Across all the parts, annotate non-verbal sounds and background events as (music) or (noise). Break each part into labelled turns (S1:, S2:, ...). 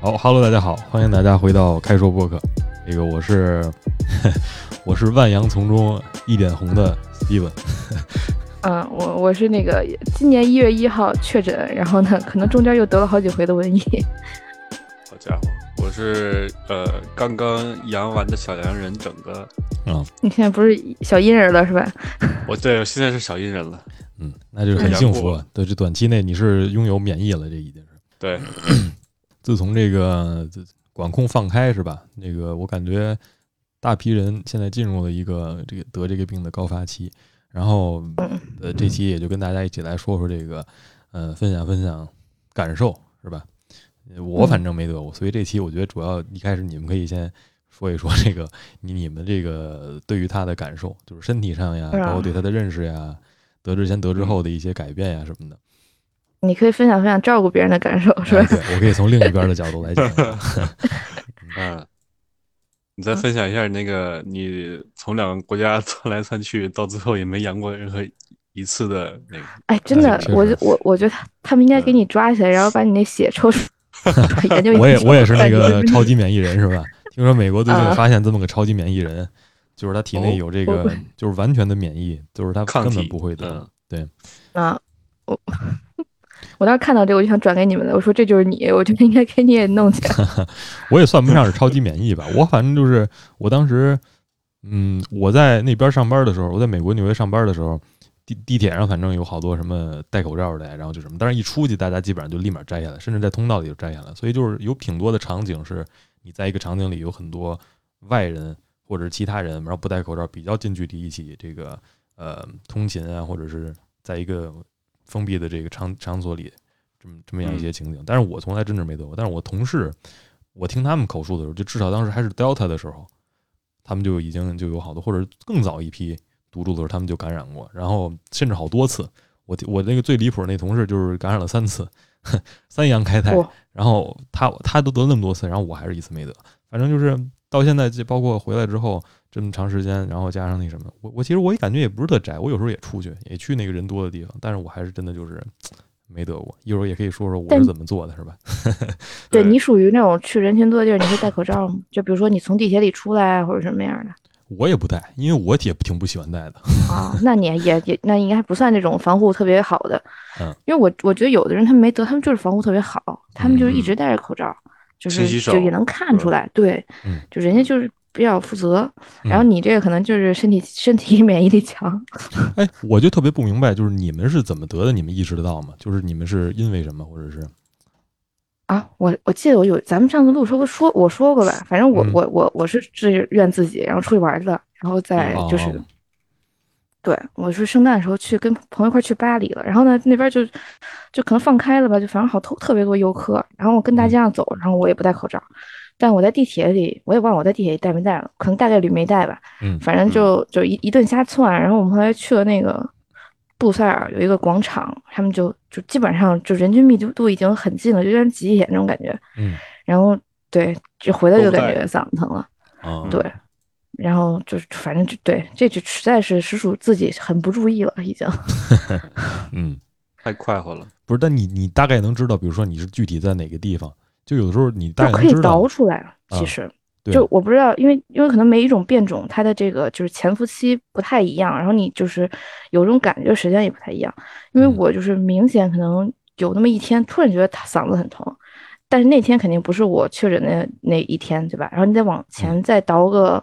S1: 好哈喽，大家好，欢迎大家回到开说播客。这个我是 (laughs) 我是万阳丛中一点红的 Steven，
S2: 嗯，我我是那个今年一月一号确诊，然后呢，可能中间又得了好几回的瘟疫。
S3: 好家伙，我是呃刚刚阳完的小阳人，整个
S2: 你现在不是小阴人了是吧？
S3: 我对我现在是小阴人了。
S1: 嗯，那就是很
S3: 嗯
S1: 幸福
S3: 阳
S1: 了。对，这短期内你是拥有免疫了，这已经是。
S3: 对，
S1: (clears throat) 自从这个自管控放开是吧？那个我感觉大批人现在进入了一个这个得这个病的高发期。然后
S2: 嗯
S1: 呃，这期也就跟大家一起来说说这个，呃，分享分享感受是吧？呃我反正没得过，所以这期我觉得主要一开始你们可以先说一说这个你你们这个对于他的感受，就是身体上呀，
S2: 是啊嗯
S1: 包括对他的认识呀，得知前得知后的一些改变呀什么的。
S2: 你可以分享分享照顾别人的感受是
S1: 哎
S2: 吧？
S1: 对，我可以从另一边的角度来
S2: (laughs)
S1: 讲。啊
S3: 嗯，你再分享一下那个你从两个国家窜来窜去，到最后也没阳过任何一次的那个。
S2: 哎，真的
S1: 哎确，
S2: 我
S1: 实
S2: 就我我觉得他他们应该给你抓起来，然后把你那血抽出
S1: (laughs)
S2: 来研究研究。
S1: 我也我也是那个超级免疫人是吧？听说美国最近发现这么个超级免疫人，就是他体内有这
S2: 啊哦
S1: 个就是完全的免疫，就是他
S3: 抗
S1: 根本
S3: 体
S1: 不会得
S3: 嗯。
S1: 对，
S2: 啊，我我当时看到这个我就想转给你们的，我说这就是你，我觉得应该给你也弄起来。
S1: (laughs) 我也算不上是超级免疫吧，我反正就是我当时，嗯，我在那边上班的时候，我在美国纽约上班的时候，地地铁上反正有好多什么戴口罩的呀，然后就什么，但是一出去大家基本上就立马摘下来，甚至在通道里就摘下来，所以就是有挺多的场景是你在一个场景里有很多外人或者是其他人，然后不戴口罩，比较近距离一起这个呃通勤啊，或者是在一个封闭的这个场场所里。这么这么样一些情景，但是我从来真是没得过，但是我同事我听他们口述的时候，就至少当时还是 Delta 的时候，他们就已经就有好多，或者更早一批毒株的时候，他们就感染过，然后甚至好多次。我我那个最离谱的那同事就是感染了三次， (laughs) 三阳开泰
S2: 哇，
S1: 然后他他都得那么多次，然后我还是一次没得。反正就是到现在，这包括回来之后这么长时间，然后加上那什么，我我其实我也感觉也不是特宅，我有时候也出去，也去那个人多的地方，但是我还是真的就是没得过。一会儿也可以说说我
S2: 但
S1: 是怎么做的，是吧？
S2: 对你属于那种去人群多的地儿，你会戴口罩吗？就比如说你从地铁里出来啊或者什么样的
S1: 我也不戴，因为我也挺不喜欢戴的。 (laughs)
S2: 啊？那你也也那应该不算那种防护特别好的，
S1: 嗯，
S2: 因为我我觉得有的人他们没得，他们就是防护特别好，他们就是
S1: 嗯
S2: 一直戴着口罩，就
S3: 勤
S2: 是
S3: 洗手
S2: 就也能看出来，对，
S1: 嗯
S2: 就人家就是比较负责，
S1: 嗯
S2: 然后你这个可能就是身体身体免疫力强，
S1: 哎，我就特别不明白，就是你们是怎么得的？你们意识得到吗？就是你们是因为什么，或者是
S2: 啊，我我记得我有咱们上次录说过说我说过吧，反正我、
S1: 嗯
S2: 我我我是自愿自己，然后出去玩儿去了，然后再
S1: 哦
S2: 哎就是，对我是圣诞的时候去跟朋友一块儿去巴黎了，然后呢那边儿就就可能放开了吧，就反正好特特别多游客，然后我跟
S1: 嗯
S2: 大街上走，然后我也不戴口罩，但我在地铁里我也忘了我在地铁里戴没戴了，可能大概率没戴吧，
S1: 嗯
S2: 反正就就一一顿瞎窜，然后我们后来去了那个布塞尔有一个广场，他们就就基本上就人均密度度已经很近了，就有点挤一眼那种感觉。
S1: 嗯
S2: 然后对，就回来就
S3: 都不
S2: 感
S3: 带
S2: 觉嗓子疼了，
S1: 啊、
S2: 对。然后就是反正就对，这就实在是实属自己很不注意了，已经。
S1: 嗯，
S3: 太快活了。
S1: 不是，但你你大概能知道，比如说你是具体在哪个地方，就有的时候你大
S2: 就
S1: 概
S2: 可
S1: 能
S2: 以
S1: 知道
S2: 倒，出来，
S1: 啊
S2: 其实。
S1: 对
S2: 就我不知道，因为因为可能每一种变种，它的这个就是潜伏期不太一样，然后你就是有这种感觉，时间也不太一样。因为
S1: 嗯
S2: 我就是明显可能有那么一天突然觉得他嗓子很疼，但是那天肯定不是我确诊的那一天，对吧？然后你再
S1: 嗯
S2: 往前再倒个，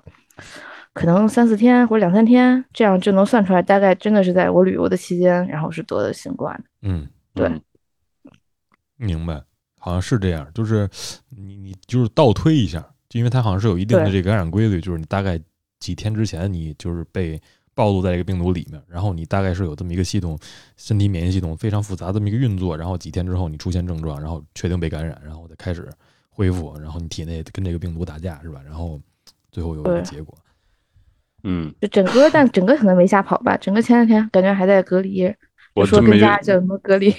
S2: 可能三四天或者两三天，这样就能算出来，大概真的是在我旅游的期间，然后是得的新冠。
S1: 嗯，
S2: 对
S3: 嗯
S1: 明白，好像是这样，就是你你就是倒推一下，就因为它好像是有一定的
S2: 对
S1: 这个感染规律，就是你大概几天之前你就是被暴露在这个病毒里面，然后你大概是有这么一个系统，身体免疫系统非常复杂这么一个运作，然后几天之后你出现症状，然后确定被感染，然后再开始恢复，然后你体内跟这个病毒打架是吧？然后最后有一个
S2: 对
S1: 结果，
S3: 嗯，
S2: 就整个，但整个可能没吓跑吧。整个前两天感觉还在隔离，
S3: 我
S2: 就说
S3: 真
S2: 跟
S3: 没
S2: 家叫什么隔离，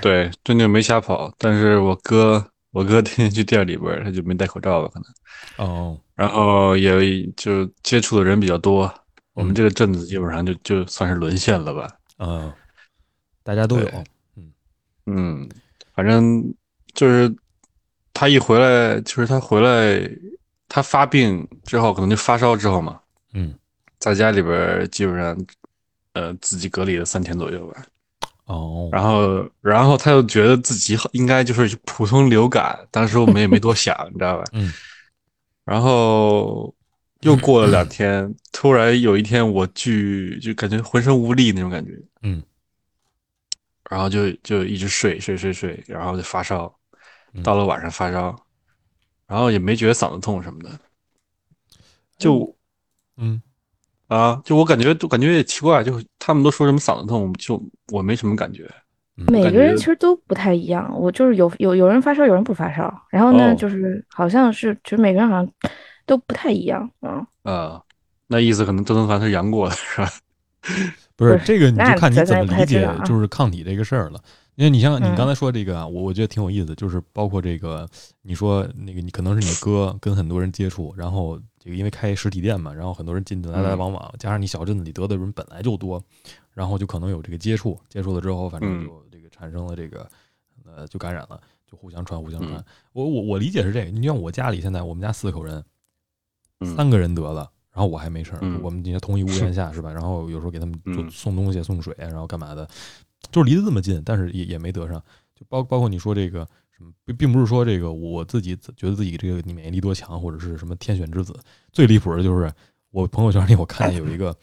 S3: 对，真就没瞎跑。但是我哥，我哥天天去店里边儿，他就没戴口罩吧，可能。
S1: 哦，
S3: 然后也就接触的人比较多，我们
S1: 嗯
S3: 这个镇子基本上就就算是沦陷了吧。
S1: 嗯、大家都有
S3: 对，反正就是他一回来，就是他回来，他发病之后，可能就发烧之后嘛，
S1: 嗯，
S3: 在家里边儿基本上，呃，自己隔离了三天左右吧。
S1: 哦，
S3: 然后，然后他又觉得自己好应该就是普通流感，当时我们也没多想， (laughs) 你知道吧？
S1: 嗯。
S3: 然后又过了两天，突然有一天我去，就感觉浑身无力那种感觉。
S1: 嗯。
S3: 然后就就一直睡睡睡睡，然后就发烧
S1: 嗯，
S3: 到了晚上发烧，然后也没觉得嗓子痛什么
S1: 哎
S3: 的，就
S1: 嗯
S3: 啊，就我感觉，就感觉也奇怪，就他们都说什么嗓子痛，就我没什么感觉。
S2: 每
S3: 感
S2: 个人
S3: 觉
S2: 其实都不太一样，我就是有有有人发烧，有人不发烧，然后呢，
S3: 哦
S2: 就是好像是，就是每个人好像都不太一样，嗯，
S3: 啊，那意思可能周敦凡是杨过的是吧？
S1: 不是
S2: 不是
S1: 这个，你
S2: 那
S1: 就看你
S2: 咱
S1: 怎么
S2: 咱也不
S1: 理
S2: 太知
S1: 解
S2: 道啊
S1: 就是抗体这个事儿了。因为你像你
S2: 嗯
S1: 刚才说这个啊，我我觉得挺有意思的，就是包括这个，你说那个你可能是你哥跟很多人接触，然后这个因为开实体店嘛，然后很多人进进来来
S3: 嗯
S1: 往往，加上你小镇子里得的人本来就多，然后就可能有这个接触，接触了之后，反正
S3: 嗯
S1: 就这个产生了这个呃就感染了，就互相传互相传。
S3: 嗯
S1: 我我我理解是这个，你像我家里现在我们家四口人，
S3: 嗯
S1: 三个人得了，然后我还没事儿。
S3: 嗯
S1: 我们今天同一屋檐下是吧？然后有时候给他们做
S3: 嗯
S1: 送东西、送水，啊然后干嘛的，就是离得这么近，但是也也没得上。就包包括你说这个什么，并并不是说这个我自己觉得自己这个免疫力多强，或者是什么天选之子。最离谱的就是我朋友圈里我看见有一个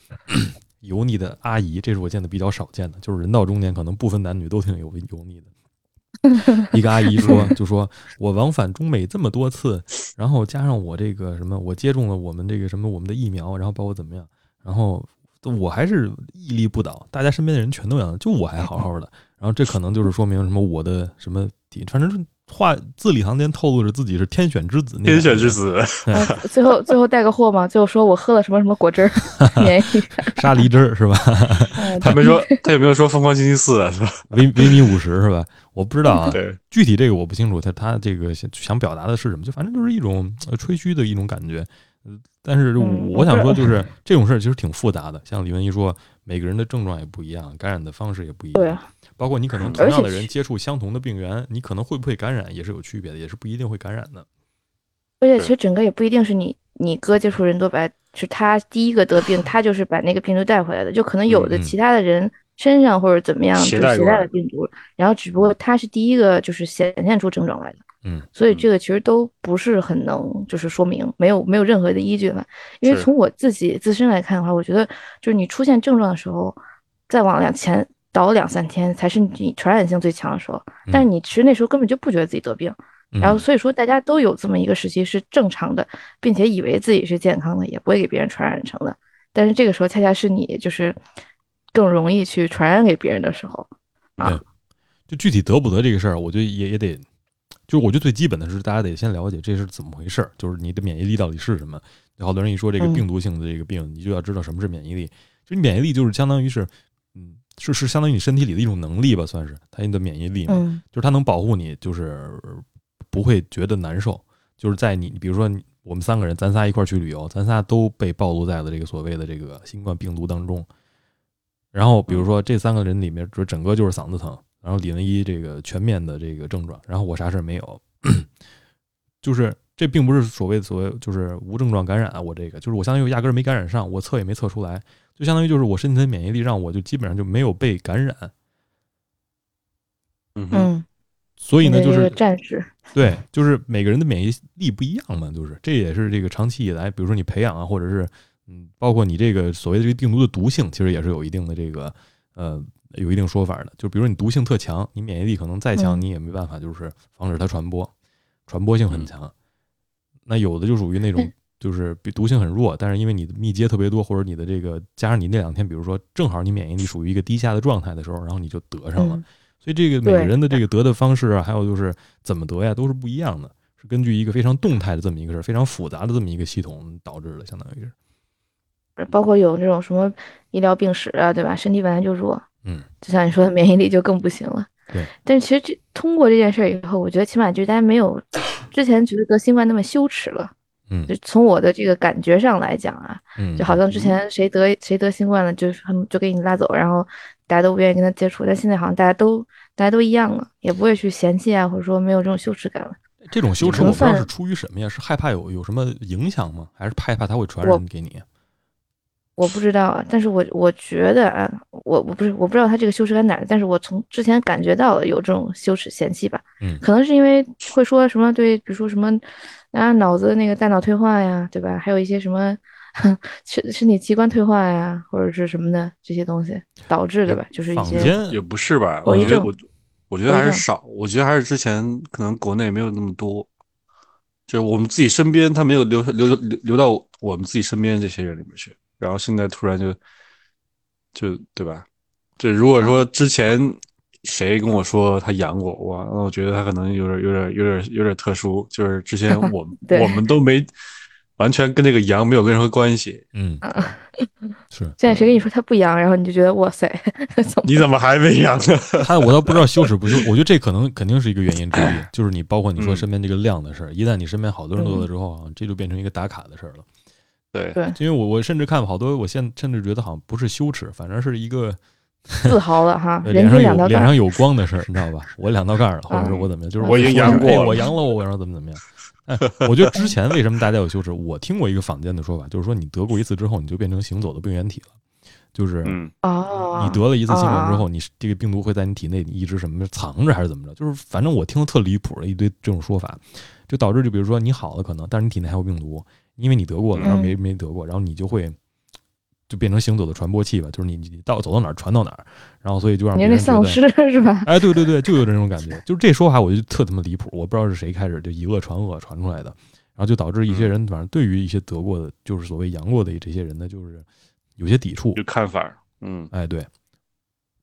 S1: 油腻的阿姨，这是我见的比较少见的，就是人到中年可能不分男女都挺油油腻的。一个阿姨说，就说我往返中美这么多次，然后加上我这个什么，我接种了我们这个什么我们的疫苗，然后把我怎么样，然后我还是屹立不倒，大家身边的人全都阳，就我还好好的。然后这可能就是说明什么我的什么底，反正是话字里行间透露着自己是天选之子那种
S3: 天
S1: 感觉，
S3: 选之子，
S2: 然后最后最后带个货嘛，最后说我喝了什么什么果汁儿， (laughs) 免疫，
S1: 沙梨汁儿是吧？
S2: 嗯
S3: 他没 (laughs) 说，他有没有说疯狂星期四啊？是吧？
S1: 微微米五十是吧？我不知道
S2: 嗯
S1: 啊，
S3: 对，
S1: 具体这个我不清楚，他他这个想想表达的是什么？就反正就是一种呃吹嘘的一种感觉。呃但是
S2: 嗯
S1: 我想
S2: 我
S1: 说，
S2: 不
S1: 就是这种事儿其实挺复杂的。像李文一说，每个人的症状也不一样，感染的方式也不一样。
S2: 对啊
S1: 包括你可能
S3: 嗯
S1: 同
S2: 而
S1: 样
S2: 且
S1: 的人
S2: 是
S1: 接触相同的病源，你可能会不会感染也是有区别的，也是不一定会感染的。
S2: 而且
S3: 是
S2: 其实整个也不一定是你你哥接触人多白，是他第一个得病，他就是把那个病毒带回来的，就可能有的
S1: 嗯嗯
S2: 其他的人身上或者怎么样，
S3: 携
S2: 就
S3: 带
S2: 携
S3: 过
S2: 带
S3: 来
S2: 了病毒，然后只不过他是第一个就是显现出症状来的，
S1: 嗯，
S2: 所以
S3: 嗯
S2: 这个其实都不是很能就是说明，没有没有任何的依据吧，因为
S3: 是
S2: 从我自己自身来看的话，我觉得就是你出现症状的时候，再往两前倒两三天才是你传染性最强的时候，但是
S1: 嗯
S2: 你其实那时候根本就不觉得自己得病。
S1: 嗯
S2: 然后所以说大家都有这么一个时期是正常的，并且以为自己是健康的，也不会给别人传染成的。但是这个时候恰恰是你就是更容易去传染给别人的时候。
S1: 就具体得不得这个事儿，我觉得也也得，就是我觉得最基本的是大家得先了解这是怎么回事儿，就是你的免疫力到底是什么。有好多人一说这个
S2: 嗯
S1: 病毒性的这个病，你就要知道什么是免疫力。就你免疫力就是相当于是，嗯，是是相当于你身体里的一种能力吧，算是它的免疫力嘛。
S2: 嗯
S1: 就是它能保护你，就是不会觉得难受。就是在你，比如说你我们三个人，咱仨一块儿去旅游，咱仨都被暴露在了这个所谓的这个新冠病毒当中。然后比如说这三个人里面，就整个就是嗓子疼，然后李文一这个全面的这个症状，然后我啥事儿没有， (clears throat) 就是这并不是所谓所谓就是无症状感染啊，我这个就是我相当于压根儿没感染上，我测也没测出来，就相当于就是我身体的免疫力让我就基本上就没有被感染，
S3: 嗯哼，
S2: 嗯，
S1: 所以
S2: 你
S1: 呢
S2: 的
S1: 就
S2: 这
S1: 是
S2: 个战士，
S1: 对，就是每个人的免疫力不一样嘛，就是这也是这个长期以来，比如说你培养啊，或者是嗯，包括你这个所谓的这个病毒的毒性，其实也是有一定的这个呃有一定说法的。就比如说你毒性特强，你免疫力可能再强，
S2: 嗯
S1: 你也没办法就是防止它传播，传播性很强。那有的就属于那种
S2: 嗯
S1: 就是比毒性很弱，但是因为你的密接特别多，或者你的这个加上你那两天，比如说正好你免疫力属于一个低下的状态的时候，然后你就得上了
S2: 嗯。
S1: 所以这个每个
S2: 对
S1: 人的这个得的方式啊，还有就是怎么得呀，都是不一样的，是根据一个非常动态的这么一个事儿，非常复杂的这么一个系统导致的，相当于是。
S2: 嗯包括有这种什么医疗病史啊，对吧？身体本来就弱，
S1: 嗯，
S2: 就像你说的，免疫力就更不行了。
S1: 对，
S2: 但是其实这通过这件事儿以后，我觉得起码就是大家没有之前觉得得新冠那么羞耻了。
S1: 嗯
S2: 就从我的这个感觉上来讲啊，
S1: 嗯，
S2: 就好像之前谁得谁得新冠了，就是他们就给你拉走，然后大家都不愿意跟他接触，但现在好像大家都大家都一样了，也不会去嫌弃啊，或者说没有这种羞耻感了。
S1: 这种羞耻
S2: 能
S1: 我不知道
S2: 算
S1: 是出于什么呀？是害怕有有什么影响吗？还是害怕它会传
S2: 我
S1: 染给你？
S2: 我不知道啊，但是我我觉得啊，我我不是我不知道他这个羞耻感哪儿，但是我从之前感觉到有这种羞耻嫌弃吧，
S1: 嗯
S2: 可能是因为会说什么对，比如说什么啊脑子那个大脑退化呀，对吧？还有一些什么 (laughs) 身身体器官退化呀，或者是什么的这些东西导致的吧，就是一
S1: 坊
S2: 些
S1: 间
S3: (laughs) 也不是吧？
S2: 我
S3: 我
S2: 一
S3: 觉得
S2: 正
S3: 我我觉得还
S2: 我
S3: 是
S2: 一正
S3: 少，我觉得还是之前可能国内没有那么多，就是我们自己身边他没有流流流流到我们自己身边这些人里面去，然后现在突然就就对吧？这如果说之前谁跟我说他养过我，那我觉得他可能有点有点有点有点特殊，就是之前我们
S2: (laughs) 对
S3: 我们都没完全跟这个羊没有任何关系，
S1: 嗯
S3: 啊
S1: 是
S2: 现在谁跟你说他不阳，然后你就觉得哇塞， (laughs) (laughs) 怎么
S3: 你怎么还没养呢？ (laughs)
S1: 他我倒不知道羞耻不羞，我觉得这可能肯定是一个原因之一，就是你包括你说
S3: 嗯
S1: 身边这个量的事儿，一旦你身边好多人做了
S2: 嗯
S1: 之后啊，这就变成一个打卡的事儿了。
S3: 对
S2: 对
S1: 因为我我甚至看好多，我现甚至觉得好像不是羞耻，反正是一个
S2: 自豪了哈？
S1: 呃
S2: 人
S1: 脸上
S2: 生两
S1: 有
S2: 道
S1: 脸
S2: 杠，
S1: 上有光的事儿，你知道吧？我两道杠了，或者是
S2: 嗯
S1: 我怎么样，就是
S2: 我已经
S1: 说
S2: 阳
S1: 哎
S3: 过了
S1: 我阳了，我然后怎么怎么样。哎，我觉得之前为什么大家有羞耻？我听过一个坊间的说法，就是说你得过一次之后，你就变成行走的病原体了，就是
S3: 嗯，
S2: 哦，
S1: 你得了一次新冠之
S2: 啊
S1: 后，你是这个病毒会在你体内一直什么藏着还是怎么着？就是反正我听的特离谱的一堆这种说法，就导致就比如说你好了可能，但是你体内还有病毒，因为你得过了，然后
S2: 嗯
S1: 没没得过，然后你就会就变成行走的传播器吧，就是你你到走到哪儿传到哪儿，然后所以就让
S2: 你
S1: 别
S2: 是那
S1: 人觉
S2: 丧
S1: 得。
S2: 尸是吧？
S1: 哎，对对对，就有这种感觉，就是这说法我就特他妈离谱，我不知道是谁开始就以讹传讹传出来的，然后就导致一
S2: 嗯
S1: 些人反正对于一些得过的，就是所谓阳过的这些人呢，就是有些抵触
S3: 有，看法儿，嗯，
S1: 哎，对，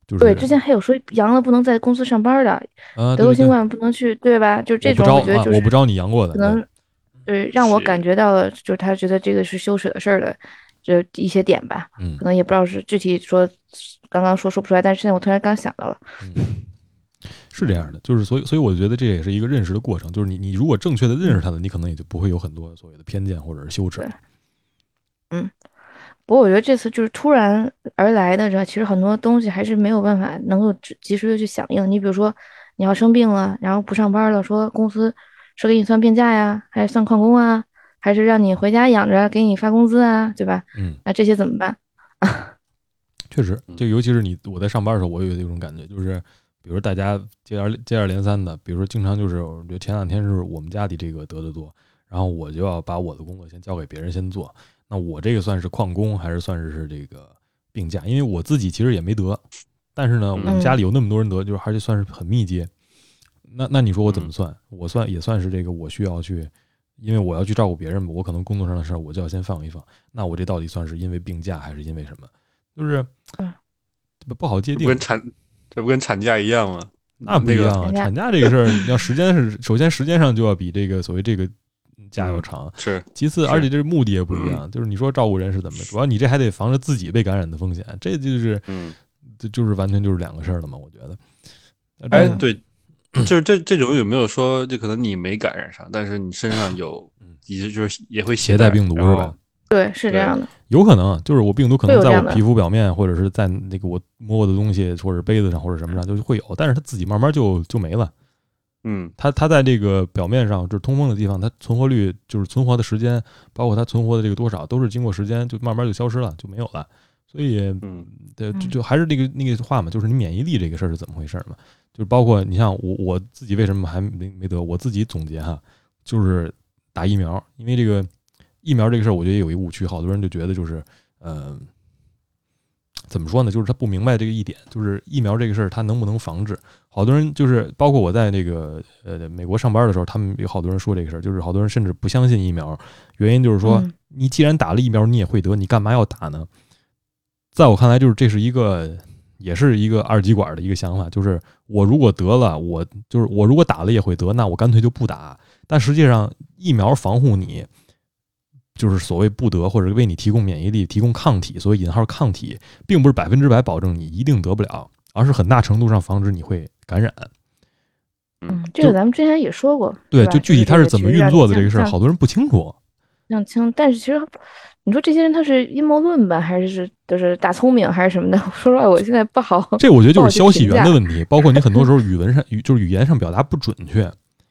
S1: 就是
S2: 对，之前还有说阳了不能在公司上班的，
S1: 啊，
S2: 得
S1: 对
S2: 过
S1: 对
S2: 新
S1: 对
S2: 冠不能去，对吧？就这
S1: 我不
S2: 种，
S1: 招
S2: 我觉得
S1: 啊
S2: 就
S1: 我
S2: 是
S1: 不招你阳过的，
S2: 可能
S1: 对，
S2: 对让我
S3: 是
S2: 感觉到了，就是他觉得这个是羞耻的事儿的，这一些点吧。
S1: 嗯
S2: 可能也不知道是具体说，刚刚说说不出来，但是现在我突然刚想到了，
S1: 嗯是这样的，就是所以所以我觉得这也是一个认识的过程，就是你你如果正确的认识他的，你可能也就不会有很多所谓的偏见或者是羞耻
S2: 对，不过我觉得这次就是突然而来的，这其实很多东西还是没有办法能够及及时的去响应。你比如说，你要生病了，然后不上班了，说公司是给你算病假呀，还是算旷工啊，还是让你回家养着给你发工资啊，对吧？
S1: 嗯，
S2: 那这些怎么办？
S1: 确实，
S3: 嗯
S1: 就尤其是你我在上班的时候，我有一种感觉，就是比如说大家接二接二连三的，比如说经常就是，我觉得前两天是我们家里这个得的多，然后我就要把我的工作先交给别人先做，那我这个算是旷工还是算是是这个病假？因为我自己其实也没得，但是呢，我
S3: 嗯
S1: 们家里有那么多人得，就是而且算是很密集，那那你说我怎么
S3: 嗯
S1: 算？我算也算是这个，我需要去。因为我要去照顾别人嘛，我可能工作上的事儿我就要先放一放。那我这到底算是因为病假还是因为什么？就是
S2: 嗯
S1: 不不好界
S3: 这不
S1: 定
S3: 跟。产这不跟产假一样吗？
S1: 那不
S3: 那
S1: 一
S3: 个
S1: 样啊，
S2: 产假
S1: 产假这个事儿，你要时间是首先时间上就要比这个所谓这个假要长，
S3: 是
S1: 其次
S3: 嗯是嗯
S1: 而且这目的也不一样。就是你说照顾人是怎么着，主要你这还得防着自己被感染的风险，这就是
S3: 嗯，
S1: 这就是完全就是两个事儿了嘛，我觉得。
S3: 哎，
S1: 嗯
S3: 对，就是这这种有没有说，就可能你没感染上，但是你身上有
S1: 嗯，
S3: 也就是也会
S1: 携带病毒是吧？？
S2: 对，是这
S3: 对
S2: 样的。
S1: 有可能啊就是我病毒可
S2: 会
S1: 能
S2: 有这
S1: 在
S2: 样
S1: 我
S2: 的
S1: 皮肤表面，或者是在那个我摸过的东西，或者杯子上，或者什么上，就会有，但是它自己慢慢就就没了。
S3: 嗯，
S1: 它它在这个表面上就是通风的地方，它存活率就是存活的时间，包括它存活的这个多少，都是经过时间就慢慢就消失了，就没有了。所以，
S3: 嗯，
S1: 对，就
S2: 嗯
S1: 就还是那个那个话嘛，就是你免疫力这个事儿是怎么回事儿嘛？就是包括你像我我自己为什么还没没得，我自己总结哈，就是打疫苗，因为这个疫苗这个事儿，我觉得有一误区，好多人就觉得就是，呃，怎么说呢？就是他不明白这个一点，就是疫苗这个事儿，它能不能防治？好多人就是包括我在那个呃美国上班的时候，他们有好多人说这个事儿，就是好多人甚至不相信疫苗，原因就是说，
S2: 嗯
S1: 你既然打了疫苗，你也会得，你干嘛要打呢？在我看来，就是这是一个，也是一个二极管的一个想法，就是我如果得了，我就是我如果打了也会得，那我干脆就不打。但实际上，疫苗防护你，就是所谓不得，或者为你提供免疫力、提供抗体，所谓引号抗体，并不是百分之百保证你一定得不了，而是很大程度上防止你会感染。
S2: 嗯，这
S1: 就
S2: 个咱们之前也说过，
S1: 对，
S2: 吧
S1: 就具体它
S2: 是
S1: 是怎么运作的这个事儿，好多人不清楚。
S2: 像轻，但是其实你说这些人他是阴谋论吧，还是是就是大聪明还是什么的？说实话，我现在不好。
S1: 这我觉得就是消息源的问题，包括你很多时候语文上语就是语言上表达不准确，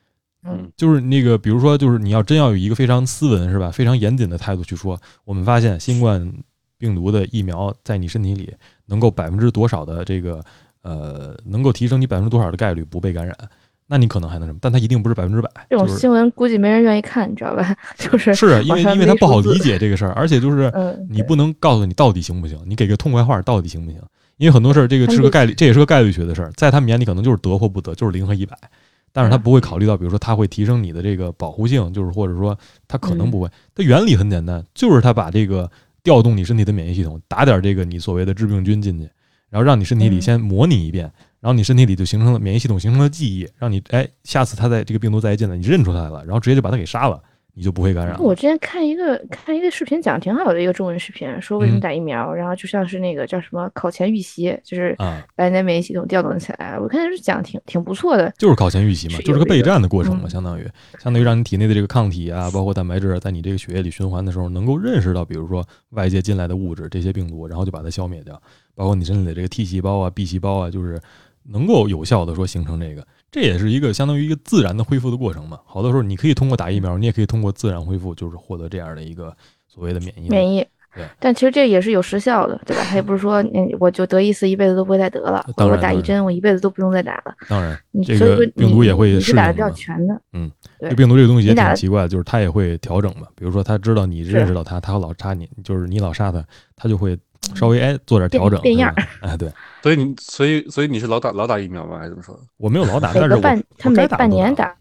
S2: (laughs) 嗯，
S1: 就是那个比如说就是你要真要有一个非常斯文是吧，非常严谨的态度去说，我们发现新冠病毒的疫苗在你身体里能够百分之多少的这个呃能够提升你百分之多少的概率不被感染，那你可能还能什么，但它一定不是百分之百，
S2: 这种
S1: 就是
S2: 新闻估计没人愿意看，你知道吧？ (laughs) 就是
S1: 是啊因为
S2: 网上
S1: 因为他
S2: 没
S1: 不好
S2: 数字
S1: 理解这个事儿，而且
S2: (laughs)
S1: 就是
S2: 嗯，
S1: 你不能告诉你到底行不行，你给个痛快话到底行不行？因为很多事儿，这个
S2: 他
S1: 是
S2: 们
S1: 个
S2: 就
S1: 概率，这也是个概率学的事儿，在他们眼里可能就是得或不得，就是零和一百，但是他
S2: 嗯
S1: 不会考虑到，比如说他会提升你的这个保护性，就是或者说他可能
S2: 嗯
S1: 不会。它原理很简单，就是他把这个调动你身体的免疫系统，打点这个你所谓的致病菌进去，然后让你身体里
S2: 嗯
S1: 先模拟一遍，然后你身体里就形成了免疫系统形成了记忆，让你哎下次他在这个病毒再一进来，你认出它来了，然后直接就把它给杀了，你就不会感染了。
S2: 我之前看一个看一个视频讲得挺好的一个中文视频，说为
S1: 嗯
S2: 什么打疫苗，然后就像是那个叫什么考前预习，就是
S1: 啊
S2: 把你的免疫系统调动起来。我看是讲得挺挺不错的，
S1: 就是考前预习嘛，
S2: 是
S1: 就是
S2: 有
S1: 个
S2: 这
S1: 备
S2: 个
S1: 战的过程嘛，
S2: 嗯
S1: 相当于相当于让你体内的这个抗体啊，包括蛋白质啊，在你这个血液里循环的时候，能够认识到，比如说外界进来的物质这些病毒，然后就把它消灭掉，包括你身体的这个 T 细胞啊、B 细胞啊，就是能够有效的说形成这个，这也是一个相当于一个自然的恢复的过程嘛。好多时候你可以通过打疫苗，你也可以通过自然恢复，就是获得这样的一个所谓的免疫力。
S2: 免疫
S1: 对。
S2: 但其实这也是有时效的，对吧？它也不是说你我就得一次一辈子都不会再得了，或
S1: 当
S2: 者我
S1: 然
S2: 打
S1: 当
S2: 一
S1: 然
S2: 针我一辈子都不用再打了。
S1: 当然，
S2: 你
S1: 这
S2: 所以
S1: 个
S2: 说
S1: 病
S2: 你
S1: 毒也会
S2: 你
S1: 适
S2: 是
S1: 应啊
S2: 打的比较
S1: 的
S2: 全的，对
S1: 这病毒这个东西也
S2: 你打
S1: 挺
S2: 的
S1: 奇怪的，就是它也会调整嘛。比如说，它知道你认识到它，它老杀你，就是你老杀它，它就会稍微哎做点调整，
S2: 嗯变变样
S1: 是吧。哎，对
S3: 所以你所以所以你是老打老打疫苗吗？还是怎么说？
S1: 我没有老
S2: (laughs)
S1: 打，
S2: 每
S1: 但是
S2: 个
S1: 我
S2: 半
S1: 我
S2: 他每
S1: 该打的
S2: 半
S1: 都
S2: 年
S1: 打。
S2: 打，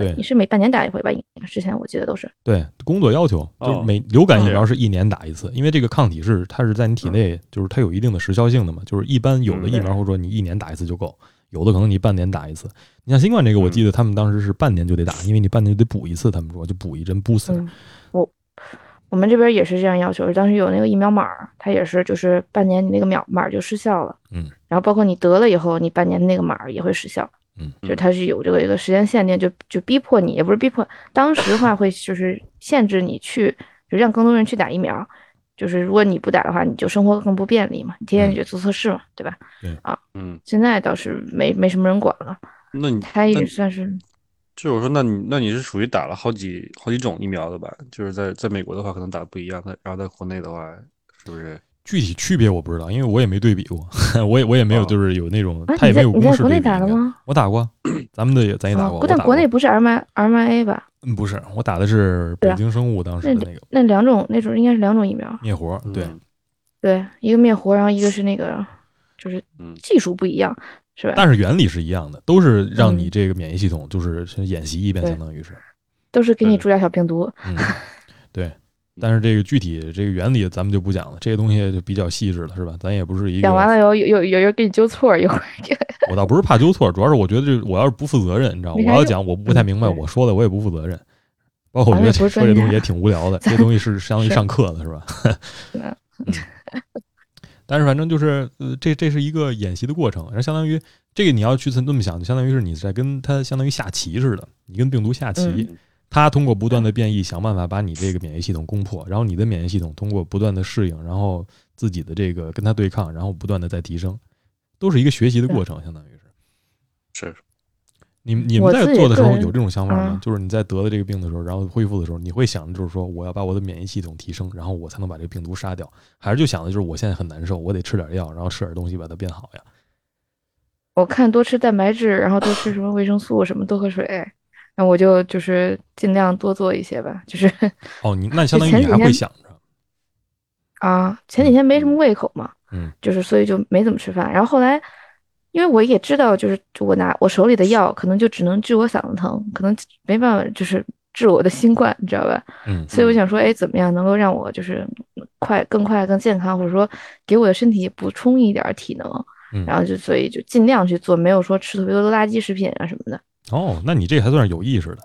S1: 对
S2: 你是每半年打一回吧？之前我记得都是。
S1: 对工作要求，就是
S3: 哦
S1: 每流感疫
S3: 这
S1: 苗
S3: 样
S1: 是一年打一次，因为这个抗体是它是在你体内，就是它有一定的时效性的嘛。就是一般有的
S3: 嗯
S1: 疫苗或者说你一年打一次就够，有的可能你半年打一次。你像新冠这个，我
S3: 嗯
S1: 记得他们当时是半年就得打，因为你半年就得补一次，他们说就补一针 booster。
S2: 嗯，我我们这边也是这样要求，当时有那个疫苗码儿，它也是就是半年你那个秒码儿就失效了。
S1: 嗯，
S2: 然后包括你得了以后，你半年那个码儿也会失效。
S1: 嗯，
S2: 就是它是有这个一个时间限定，就就逼迫你，也不是逼迫，当时的话会就是限制你去，就让更多人去打疫苗。就是如果你不打的话，你就生活更不便利嘛，你天
S1: 嗯
S2: 天就做测试嘛，对吧？啊
S3: 嗯，
S2: 现在倒是没没什么人管了，
S3: 那你
S2: 它
S3: 那
S2: 也算是
S3: 就是我说，那你那你是属于打了好几好几种疫苗的吧？就是在在美国的话，可能打不一样，的，然后在国内的话，是不是？
S1: 具体区别我不知道，因为我也没对比过， (laughs) 我也我也没有
S3: 哦
S1: 就是有那种
S2: 啊，
S1: 他也没
S2: 你在
S1: 有
S2: 你
S1: 公
S2: 在
S1: 式
S2: 国
S1: 对
S2: 内
S1: 比
S2: 打了
S1: 应该
S2: 吗？
S1: 我打过， (clears throat) 咱们的也咱也打
S2: 啊
S1: 过。，
S2: 不
S1: 我
S2: 但
S1: 打
S2: 国
S1: 过
S2: 内不是 R M M I A 吧？
S1: 嗯不是，我打的是
S2: 对
S1: 北
S2: 啊
S1: 京生物当时的那个
S2: 那两种那种应该是两种疫苗，
S1: 灭活，对，
S3: 嗯
S2: 对，一个灭活，然后一个是那个，就是
S3: 嗯
S2: 技术不一样，是吧？
S1: 但是原理是一样的，都是让你
S2: 嗯
S1: 这个免疫系统就是先演习一遍，
S2: 对
S1: 相当于是，
S2: (laughs) 都是给你
S3: 对
S2: 注点小病毒，
S1: 嗯，对。但是这个具体这个原理咱们就不讲了，这些东西就比较细致了，是吧？咱也不是一个
S2: 讲完了以后有有有人给你纠错儿，一会儿这个
S1: 我倒不是怕纠错，主要是我觉得这我要是不负责任，你知道，我
S2: 没啥
S1: 要
S2: 用
S1: 讲我不太明白
S2: 嗯对
S1: 我说的，我也不负责任。包括我觉得
S2: 咱
S1: 这
S2: 们
S1: 说这
S2: 也不是专家
S1: 东西也挺无聊的，这东西是相当于
S2: 是
S1: 上课的是吧？ (laughs)
S2: 嗯
S1: 嗯但是反正就是呃，这这是一个演习的过程，然后相当于这个你要去这么想，就相当于是你在跟他相当于下棋似的，你跟病毒下棋
S3: 嗯，
S1: 他通过不断的变异想办法把你这个免疫系统攻破，然后你的免疫系统通过不断的适应，然后自己的这个跟他对抗，然后不断的在提升，都是一个学习的过程，相当于是。
S3: 是
S1: 你们你
S2: 我
S1: 们在
S2: 自己
S1: 做的时候
S2: 个人
S1: 有这种想法吗？
S2: 嗯
S1: 就是你在得了这个病的时候，然后恢复的时候，你会想着就是说我要把我的免疫系统提升，然后我才能把这个病毒杀掉，还是就想的就是我现在很难受，我得吃点药，然后吃点东西把它变好呀？
S2: 我看多吃蛋白质，然后多吃什么维生素，什么多喝水，那我就就是尽量多做一些吧，就是
S1: 哦，你那相当于
S2: 前
S1: 你
S2: 几
S1: 还会
S2: 天
S1: 想着，
S2: 啊，前几天没什么胃口嘛，
S1: 嗯，
S2: 就是所以就没怎么吃饭。然后后来，因为我也知道，就是就我拿我手里的药，可能就只能治我嗓子疼，可能没办法就是治我的新冠，你知道吧？
S1: 嗯
S2: 所以我想说，哎，怎么样能够让我就是快更快更健康，或者说给我的身体补充一点儿体能？
S1: 嗯
S2: 然后就所以就尽量去做，没有说吃特别多的垃圾食品啊什么的。
S1: 哦，那你这还算是有意识的。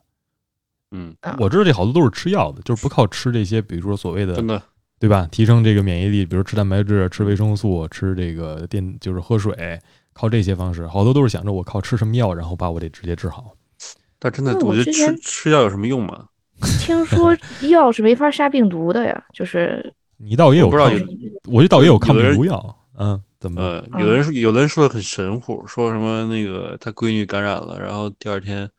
S3: 嗯，
S2: 啊
S1: 我知道这好多都是吃药的，就是不靠吃这些，比如说所谓的
S3: 真的，
S1: 对吧？提升这个免疫力，比如吃蛋白质、吃维生素、吃这个电，就是喝水，靠这些方式，好多都是想着我靠吃什么药，然后把我这直接治好。
S3: 但真的
S2: 那，我
S3: 觉得
S2: 之
S3: 吃
S2: 前
S3: 吃药有什么用吗？
S1: (laughs)
S2: 听说药是没法杀病毒的呀，就是
S1: 你倒也有
S3: 我不知道
S1: 抗，
S3: 有
S1: 我就倒也有抗
S3: 有
S1: 病
S3: 的人
S1: 毒药，嗯，怎么？
S3: 呃，有的人说，有的人说的很神乎，说什么那个他闺女感染了，然后第二天，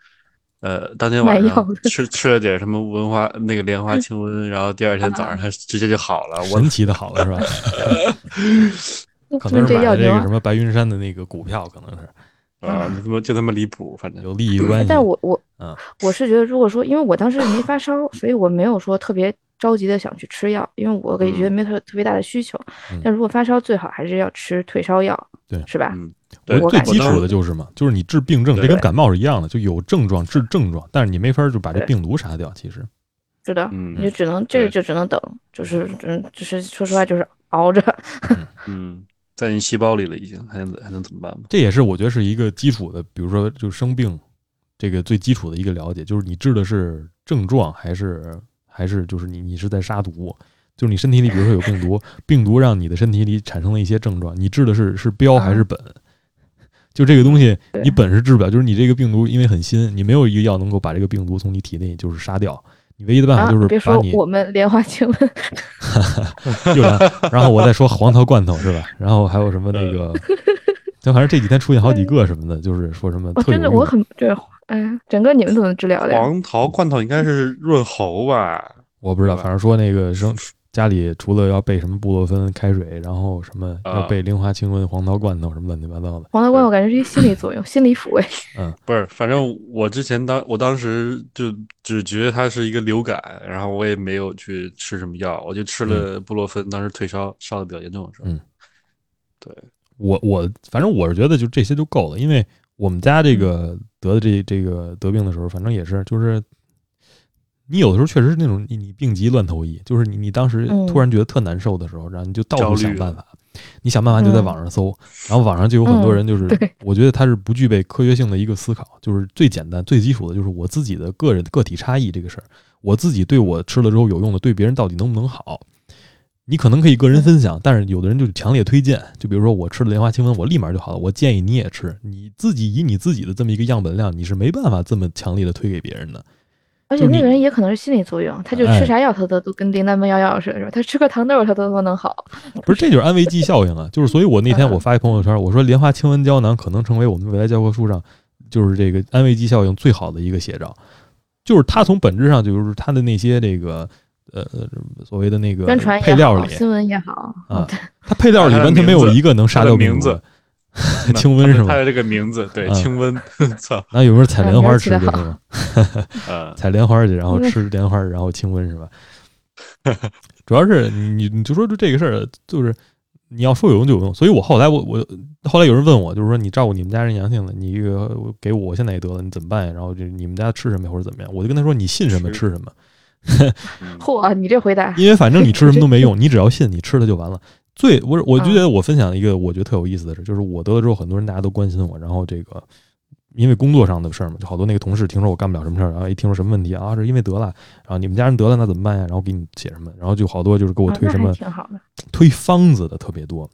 S3: 呃，当天晚
S2: 买药
S3: 上吃吃了点什么文花那个莲花清瘟，然后第二天早上他直接就好
S2: 呃
S3: 了。我
S1: 神奇的好了是
S2: (laughs)
S1: 吧？可能是
S2: 那这
S1: 买
S2: 药
S1: 了这
S2: 牛
S1: 个
S2: 啊
S1: 什。么白云山的那个股票，可能是
S3: 啊，他妈就他妈离谱，反正
S1: 有利益关系。
S2: 但我我
S1: 嗯
S2: 我是觉得，如果说因为我当时没发烧，所以我没有说特别着急的想去吃药，因为我也觉得没特特别大的需求
S1: 嗯。
S2: 但如果发烧，最好还是要吃退烧药，
S1: 对
S2: 是吧？
S3: 嗯，
S1: 我
S3: 对
S2: 我
S1: 最
S2: 感
S1: 基
S2: 觉
S1: 础的就是嘛，就是你治病症，这
S3: 对
S1: 跟感冒是一样的，就有症状治症状，但是你没法就把这
S2: 对
S1: 病毒杀掉。其实，
S2: 是的，
S3: 嗯
S2: 你就只能这个
S3: 对
S2: 就只能等，就是嗯，就是说实话就是熬着。
S3: 嗯，在你细胞里了已经，还能还能怎么办吗？
S1: 这也是我觉得是一个基础的，比如说就生病这个最基础的一个了解，就是你治的是症状还是还是就是你你是在杀毒，就是你身体里比如说有病毒，病毒让你的身体里产生了一些症状，你治的是是标
S2: 啊
S1: 还是本？就这个东西，你本是治不了，就是你这个病毒因为很新，你没有一个药能够把这个病毒从你体内就是杀掉，你唯一的办
S2: (laughs) 啊
S1: 法就，是
S2: 别
S1: 把
S2: 说
S1: 你
S2: 我们莲花清瘟，
S1: 又来，然后我再说黄桃罐头是吧？然后还有什么那个，
S3: 嗯
S1: (laughs) 就反正这几天出现好几个什么的，就是说什么
S2: 我
S1: 特有
S2: 哦真的
S1: 用
S2: 我很对，嗯，整个你们怎么治疗的呀？
S3: 黄桃罐头应该是润喉吧？
S1: 我不知道，
S3: 对吧
S1: 反正说那个生家里除了要备什么布洛芬开水，然后什么
S3: 啊
S1: 要备菱花清瘟、黄桃罐头什么乱七八糟的，
S2: 黄桃罐我感觉是一心理作用，心理
S1: (laughs)
S2: 抚慰。
S3: 不是，反正我之前当我当时就只觉得它是一个流感，然后我也没有去吃什么药，我就吃了布洛芬，当时退烧烧的比较严重的时候。
S1: 嗯我我反正我是觉得就这些就够了，因为我们家
S2: 嗯
S1: 这个得的这这个得病的时候，反正也是就是。你有的时候确实是那种你你病急乱投医，就是你你当时
S2: 嗯
S1: 突然觉得特难受的时候，然后你就到
S3: 焦
S1: 处想
S3: 虑了
S1: 办法，你想办法就在网上搜，然后网上就有很多人就是，
S2: 嗯对
S1: 我觉得他是不具备科学性的一个思考，就是最简单最基础的就是我自己的个人个体差异这个事儿，我自己对我吃了之后有用的对别人到底能不能好，你可能可以个人分享，但是有的人就强烈推荐，就比如说我吃了莲花清瘟，我立马就好了，我建议你也吃，你自己以你自己的这么一个样本量，你是没办法这么强烈的推给别人的，
S2: 而
S1: 就
S2: 且那
S1: 你
S2: 个人也可能是心理作用，他就
S1: 哎
S2: 吃啥药他都都跟灵丹妙药似的，是吧？他吃颗糖豆儿他都他妈能好。
S1: 不是，这就是安慰剂效应啊！就是，所以我那
S2: 嗯
S1: 天我发一朋友圈，我说莲花清瘟胶囊可能成为我们未来教科书上就是这个安慰剂效应最好的一个写照，就是它从本质上就是它的那些这个呃所谓的那个
S2: 宣传也
S1: 配料
S2: 好
S1: 里，
S2: 新闻也好，
S1: 啊，它配料里完全没有一个能杀掉病毒的。 (laughs) 清瘟是
S3: 它
S1: 吗？
S3: 的这个名字，对，
S1: 嗯
S3: 清瘟， (laughs) 操，
S1: 那有没有采莲花吃的吗？
S3: 呃，
S1: 采莲花去，然后吃莲花，然后清瘟是吧？ (laughs) 主要是你你就说就这个事儿，就是你要说有用就有用。所以我后来我我后来有人问我，就是说你照顾你们家人阳性了，你这个给我，我现在也得了，你怎么办呀？然后就你们家吃什么或者怎么样，我就跟他说你信什么
S3: 吃
S1: 吃什么，
S3: 嗯
S2: 嚯，你这回 (laughs) 答，啊
S1: 因为反正你吃什么都没用，你只要信，你吃了就完了。最我我就觉得我分享一个我觉得特有意思的事，就是我得了之后，很多人大家都关心我，然后这个因为工作上的事儿嘛，就好多那个同事听说我干不了什么事儿，然后一听说什么问题啊，是因为得了，然后你们家人得了那怎么办呀？然后给你写什么，然后就好多就是给我
S2: 啊
S1: 推
S2: 那
S1: 什
S2: 还
S1: 么
S2: 挺好的。
S1: 推方子的特别多，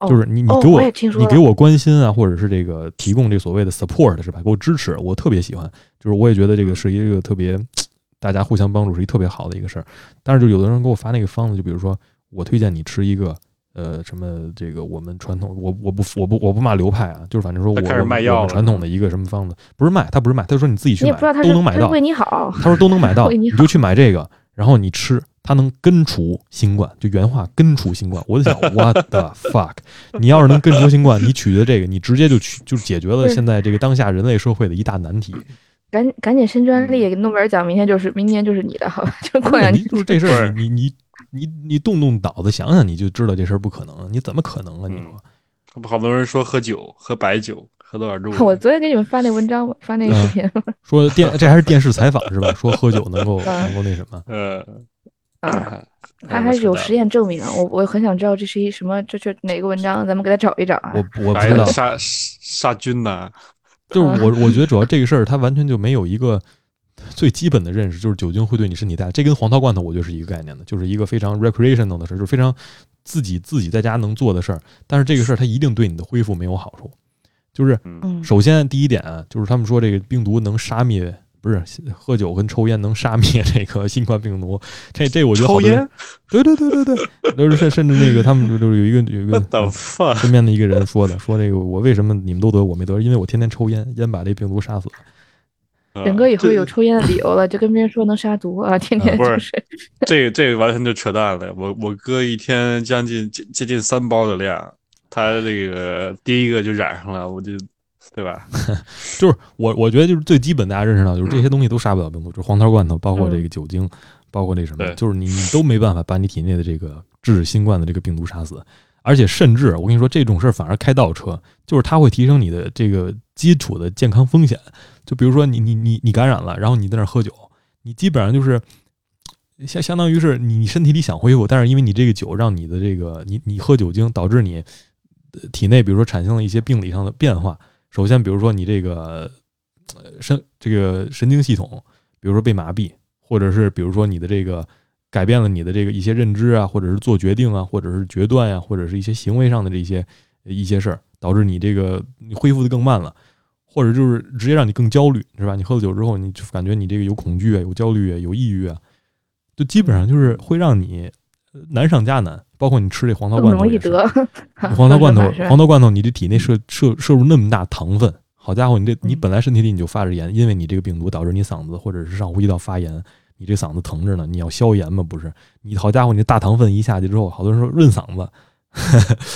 S2: 哦
S1: 就是你你
S2: 哦
S1: 给
S2: 我
S1: 我
S2: 也听说
S1: 你
S2: 了
S1: 给我关心啊，或者是这个提供这个所谓的 support 是吧？给我支持，我特别喜欢。就是我也觉得
S2: 嗯
S1: 这个是一个特别大家互相帮助是一个特别好的一个事儿。但是就有的人给我发那个方子，就比如说我推荐你吃一个呃什么这个我们传统我我不我不我不骂流派啊，就是反正说我
S3: 他开
S1: 我
S3: 始
S1: 们
S3: 卖
S1: 我
S3: 药
S1: 们
S3: 了
S1: 传统的一个什么方子，不是卖，他不是卖，他说你自己去
S2: 你也
S1: 买
S2: 不知道他
S1: 都
S2: 是
S1: 能买
S2: 他是
S1: 到
S2: 为。你好，
S1: 他说都能买到，
S2: 为你
S1: 你
S2: 好
S1: 就去买这个，然后你吃，它能根除新冠，就原话根除新冠。我就想，what the
S2: (laughs)
S1: fuck！你要是能根除新冠，你取决这个，你直接就取就解决了
S2: 对
S1: 现在这个当下人类社会的一大难题。
S2: 赶赶紧申专
S1: 嗯
S2: 利，诺贝尔奖明天就是明年就是你的，好吧？就过
S1: (laughs)
S2: 两
S1: 问题
S2: 年
S1: 就是这事儿，
S3: 对
S1: 你你你你动动脑子想想，你就知道这事儿不可能，你怎么可能啊？你说
S3: 嗯好多人说喝酒，喝白酒，喝多少度？
S2: (laughs) 我昨天给你们发那文章嘛，发那个视
S1: 嗯 (laughs)
S2: 频嘛
S1: 说电这还是电视采访是吧？说喝酒能
S2: (laughs)
S1: 够能够那什么，
S3: 呃，
S2: (clears throat)
S1: (laughs)
S2: 啊，
S3: 哎
S2: 他还是有实
S3: 我
S2: 验证明。啊我我很想知道这是一什么，这是哪个文章，咱们给他找一找啊
S1: 我。我不
S3: 知
S1: 知
S3: 道白
S1: 道
S3: 的，杀杀菌呐，嗯
S1: 就是我，我觉得主要这个事儿，它完全就没有一个最基本的认识，就是酒精会对你身体带来。这跟黄桃罐头我觉得是一个概念的，就是一个非常 recreational 的事儿，就是非常自己自己在家能做的事儿。但是这个事儿它一定对你的恢复没有好处。就是
S2: 嗯，
S1: 首先第一点啊，就是他们说这个病毒能杀灭不是喝酒跟抽烟能杀灭这个 (laughs) 新冠病毒，这这我觉得好
S3: 抽
S1: 多人
S3: 烟
S1: 对对对对对，就是甚甚至那个他们就就是有一个有一个
S3: ，what the fuck？
S1: 身边的一个人说的， (laughs) 说这个我为什么你们都得我没得，因为我天天抽烟，烟把这病毒杀死了。嗯
S2: 整个以
S3: 啊这
S2: 后有抽烟的理由了，就跟别人说能杀毒啊，
S1: 嗯
S2: 天天
S3: 不
S2: 就是是 (laughs)
S3: 这个这个完全就扯淡了。我我哥一天将近接接近三包的量，他这个第一个就染上了，我就对吧？
S1: 就是我我觉得就是最基本大家认识到，就是这些东西都杀不了病毒，就是黄桃罐头，包括这个酒精，包括这什么，
S3: 对
S1: 就是你你都没办法把你体内的这个治新冠的这个病毒杀死。而且甚至我跟你说，这种事儿反而开倒车，就是它会提升你的这个基础的健康风险。就比如说你你你你感染了，然后你在那儿喝酒，你基本上就是相相当于是你身体里想恢复，但是因为你这个酒让你的这个你你喝酒精导致你呃体内比如说产生了一些病理上的变化。首先，比如说你这个呃神这个神经系统，比如说被麻痹，或者是比如说你的这个改变了你的这个一些认知啊，或者是做决定啊，或者是决断呀、或者是一些行为上的这些呃一些事儿，导致你这个你恢复的更慢了，或者就是直接让你更焦虑，是吧？你喝了酒之后，你就感觉你这个有恐惧啊，有焦虑啊，有抑郁啊，就基本上就是会让你呃难上加难。包括你吃这黄桃罐
S2: 更
S1: 头
S2: 容
S1: 也
S2: 易
S1: 是，
S2: 得。，
S1: 你黄桃罐头
S2: (laughs) 是
S1: 黄桃罐头，你这体内摄摄摄入那么大糖分，好家伙，你这
S2: 嗯
S1: 你本来身体里你就发着炎，因为你这个病毒导致你嗓子或者是上呼吸道发炎，你这嗓子疼着呢，你要消炎嘛，不是？你好家伙，你这大糖分一下去之后，好多人说润嗓子， (laughs)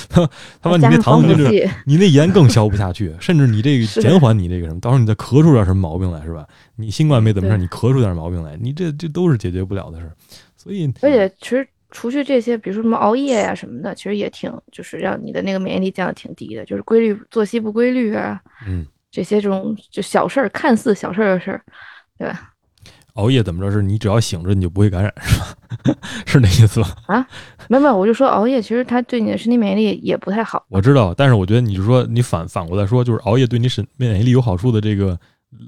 S1: 他他妈你
S2: 加
S1: 那
S2: 上
S1: 糖
S2: 防
S1: 分
S2: 腐
S1: 就是
S2: 剂，
S1: 你那盐更消不下去，甚至你这个
S2: 是
S1: 减缓你这个什么，到时候你再咳出点什么毛病来是吧？你新冠没怎么事儿，
S2: 对
S1: 你咳出点毛病来，你这这都是解决不了的事儿，所以
S2: 而且其实除去这些，比如说什么熬夜呀、什么的，其实也挺就是让你的那个免疫力降的挺低的，就是规律作息不规律啊，
S1: 嗯。
S2: 这些这种就小事儿，看似小事儿的事儿，
S1: 熬夜怎么着？是你只要醒着，你就不会感染，是吧？ (laughs) 是那意思吧？
S2: 没有没有，我就说熬夜其实它对你的身体免疫力也不太好。
S1: 我知道，但是我觉得你是说你反反过来说，就是熬夜对你身免疫力有好处的这个呃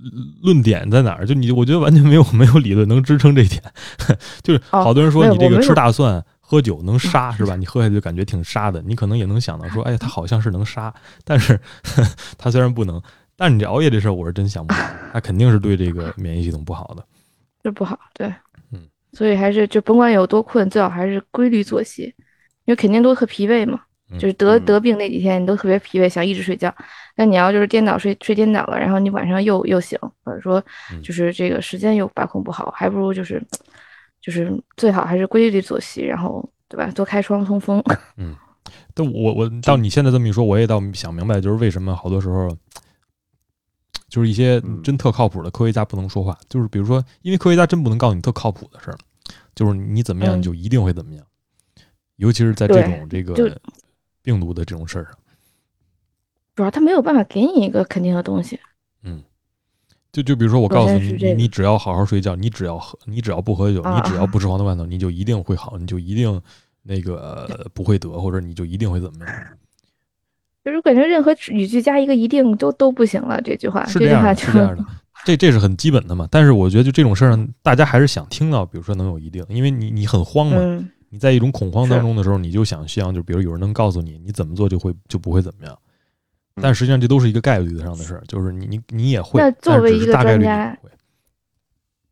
S1: 论点在哪儿？就你，我觉得完全没有没有理论能支撑这一点。 (laughs) 就是
S2: 哦
S1: 好多人说
S2: 没有
S1: 你这
S2: 我
S1: 个
S2: 没
S1: 吃
S2: 有嗯
S1: 大蒜、喝酒能杀是吧？你喝下去就感觉挺杀的，你可能也能想到说，哎呀，它好像是能杀，但是 (laughs) 它虽然不能，但是你这熬夜这事儿，我是真想不到，它肯定是对这个免疫系统不好的。
S2: 这不好，对，
S1: 嗯，
S2: 所以还是就甭管有多困，最好还是规律作息，因为肯定都特疲惫嘛。
S1: 嗯
S2: 就是得
S3: 嗯
S2: 得病那几天，你都特别疲惫，想一直睡觉。但你要就是颠倒睡睡颠倒了，然后你晚上又又醒，或者说
S1: 嗯
S2: 就是这个时间又把控不好，还不如就是就是最好还是规律作息，然后对吧？多开窗通风。
S1: 但我我到你现在这么一说，我也倒想明白，就是为什么好多时候，就是一些
S3: 嗯
S1: 真特靠谱的科学家不能说话，就是比如说，因为科学家真不能告诉你特靠谱的事儿，就是你怎么样
S2: 嗯
S1: 你就一定会怎么样，尤其是在这
S2: 对
S1: 种这
S2: 就
S1: 个病毒的这种事儿上，
S2: 主要他没有办法给你一个肯定的东西，
S1: 就就比如说我
S2: 首先
S1: 告诉
S2: 是
S1: 你，
S2: 这
S1: 你
S2: 个
S1: 你只要好好睡觉，你只要喝，你只要不喝酒，
S2: 啊
S1: 你只要不吃黄豆罐头，你就一定会好，你就一定那个呃不会得，或者你就一定会怎么样。
S2: 就是感觉任何语句加一个一定都都不行了。这句话，
S1: 是
S2: 这
S1: 这
S2: 句
S1: 样
S2: 话
S1: 的，
S2: 就是
S1: 这样的，这这是很基本的嘛。但是我觉得就这种事儿上，大家还是想听到，比如说能有一定，因为你你很慌嘛，
S2: (laughs) 嗯，
S1: 你在一种恐慌
S2: 是
S1: 当中的时候，你就想希望就比如有人能告诉你你怎么做就会就不会怎么样。
S3: 嗯
S1: 但实际上这都是一个概率上的事儿，就是你你你也会，
S2: 那作
S1: 但是
S2: 为
S1: 只是
S2: 一个
S1: 大概率
S2: 专家
S1: 你不会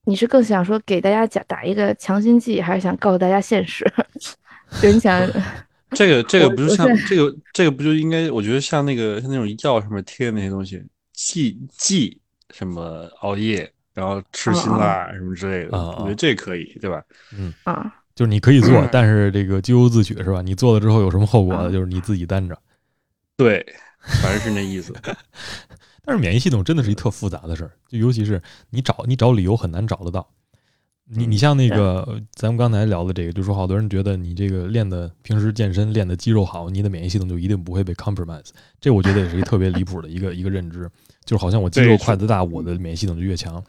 S2: 你是更想说给大家讲打一个强心剂，还是想告诉大家现实？ (laughs) 就是你想，
S3: 这个这个不
S2: 我
S3: 是
S2: 我
S3: 像这个这个不就应该？我觉得像那个像那种药上面贴的那些东西，忌忌什么熬夜，然后吃辛辣什么之类的，
S1: 啊啊
S3: 我觉得这可以，对吧？
S2: 啊，
S1: 就是你可以做
S3: 嗯，
S1: 但是这个咎由自取是吧？你做了之后有什么后果，
S2: 嗯
S1: 就是你自己担着。
S3: 对，反正是那
S2: (laughs)
S3: 意思。
S1: 但是免疫系统真的是一特复杂的事儿，就尤其是你找你找理由很难找得到。你
S2: 嗯
S1: 你像那个呃咱们刚才聊的这个，就说好多人觉得你这个练的平时健身练的肌肉好，你的免疫系统就一定不会被 compromise。这我觉得也是一特别离谱的一个一个认知，就是好像我肌
S3: 对
S1: 肉
S3: 是
S1: 块子大，我的免疫系统就越强。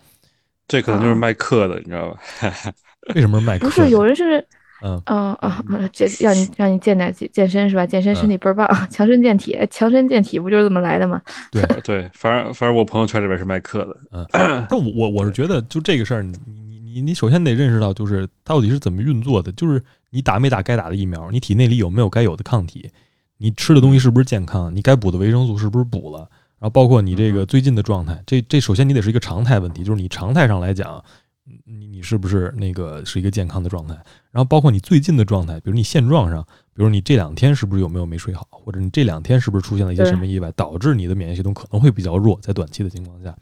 S3: 这可能
S1: 啊
S3: 就是卖课的，你知道吧？
S1: 为什么是麦克
S2: 不
S1: 呢？
S2: 是有人是，
S1: 嗯
S2: 啊啊啊，这让你让你健点健健身是吧？健身身体倍儿棒， (laughs) 强身健体，哎强身健体不就是这么来的吗？
S3: 对，反正反正我朋友圈里边是卖课的。
S1: 但我我我是觉得，就这个事儿，你你你你首先得认识到，就是到底是怎么运作的，就是你打没打该打的疫苗，你体内里有没有该有的抗体，你吃的东西是不是健康，你该补的维生素是不是补了，然后包括你这个最近的状态，这这首先你得是一个常态问题，就是你常态上来讲，嗯你你是不是那个是一个健康的状态？然后包括你最近的状态，比如你现状上，比如你这两天是不是有没有没睡好，或者你这两天是不是出现了一些
S2: 对
S1: 什么意外，导致你的免疫系统可能会比较弱，在短期的情况下，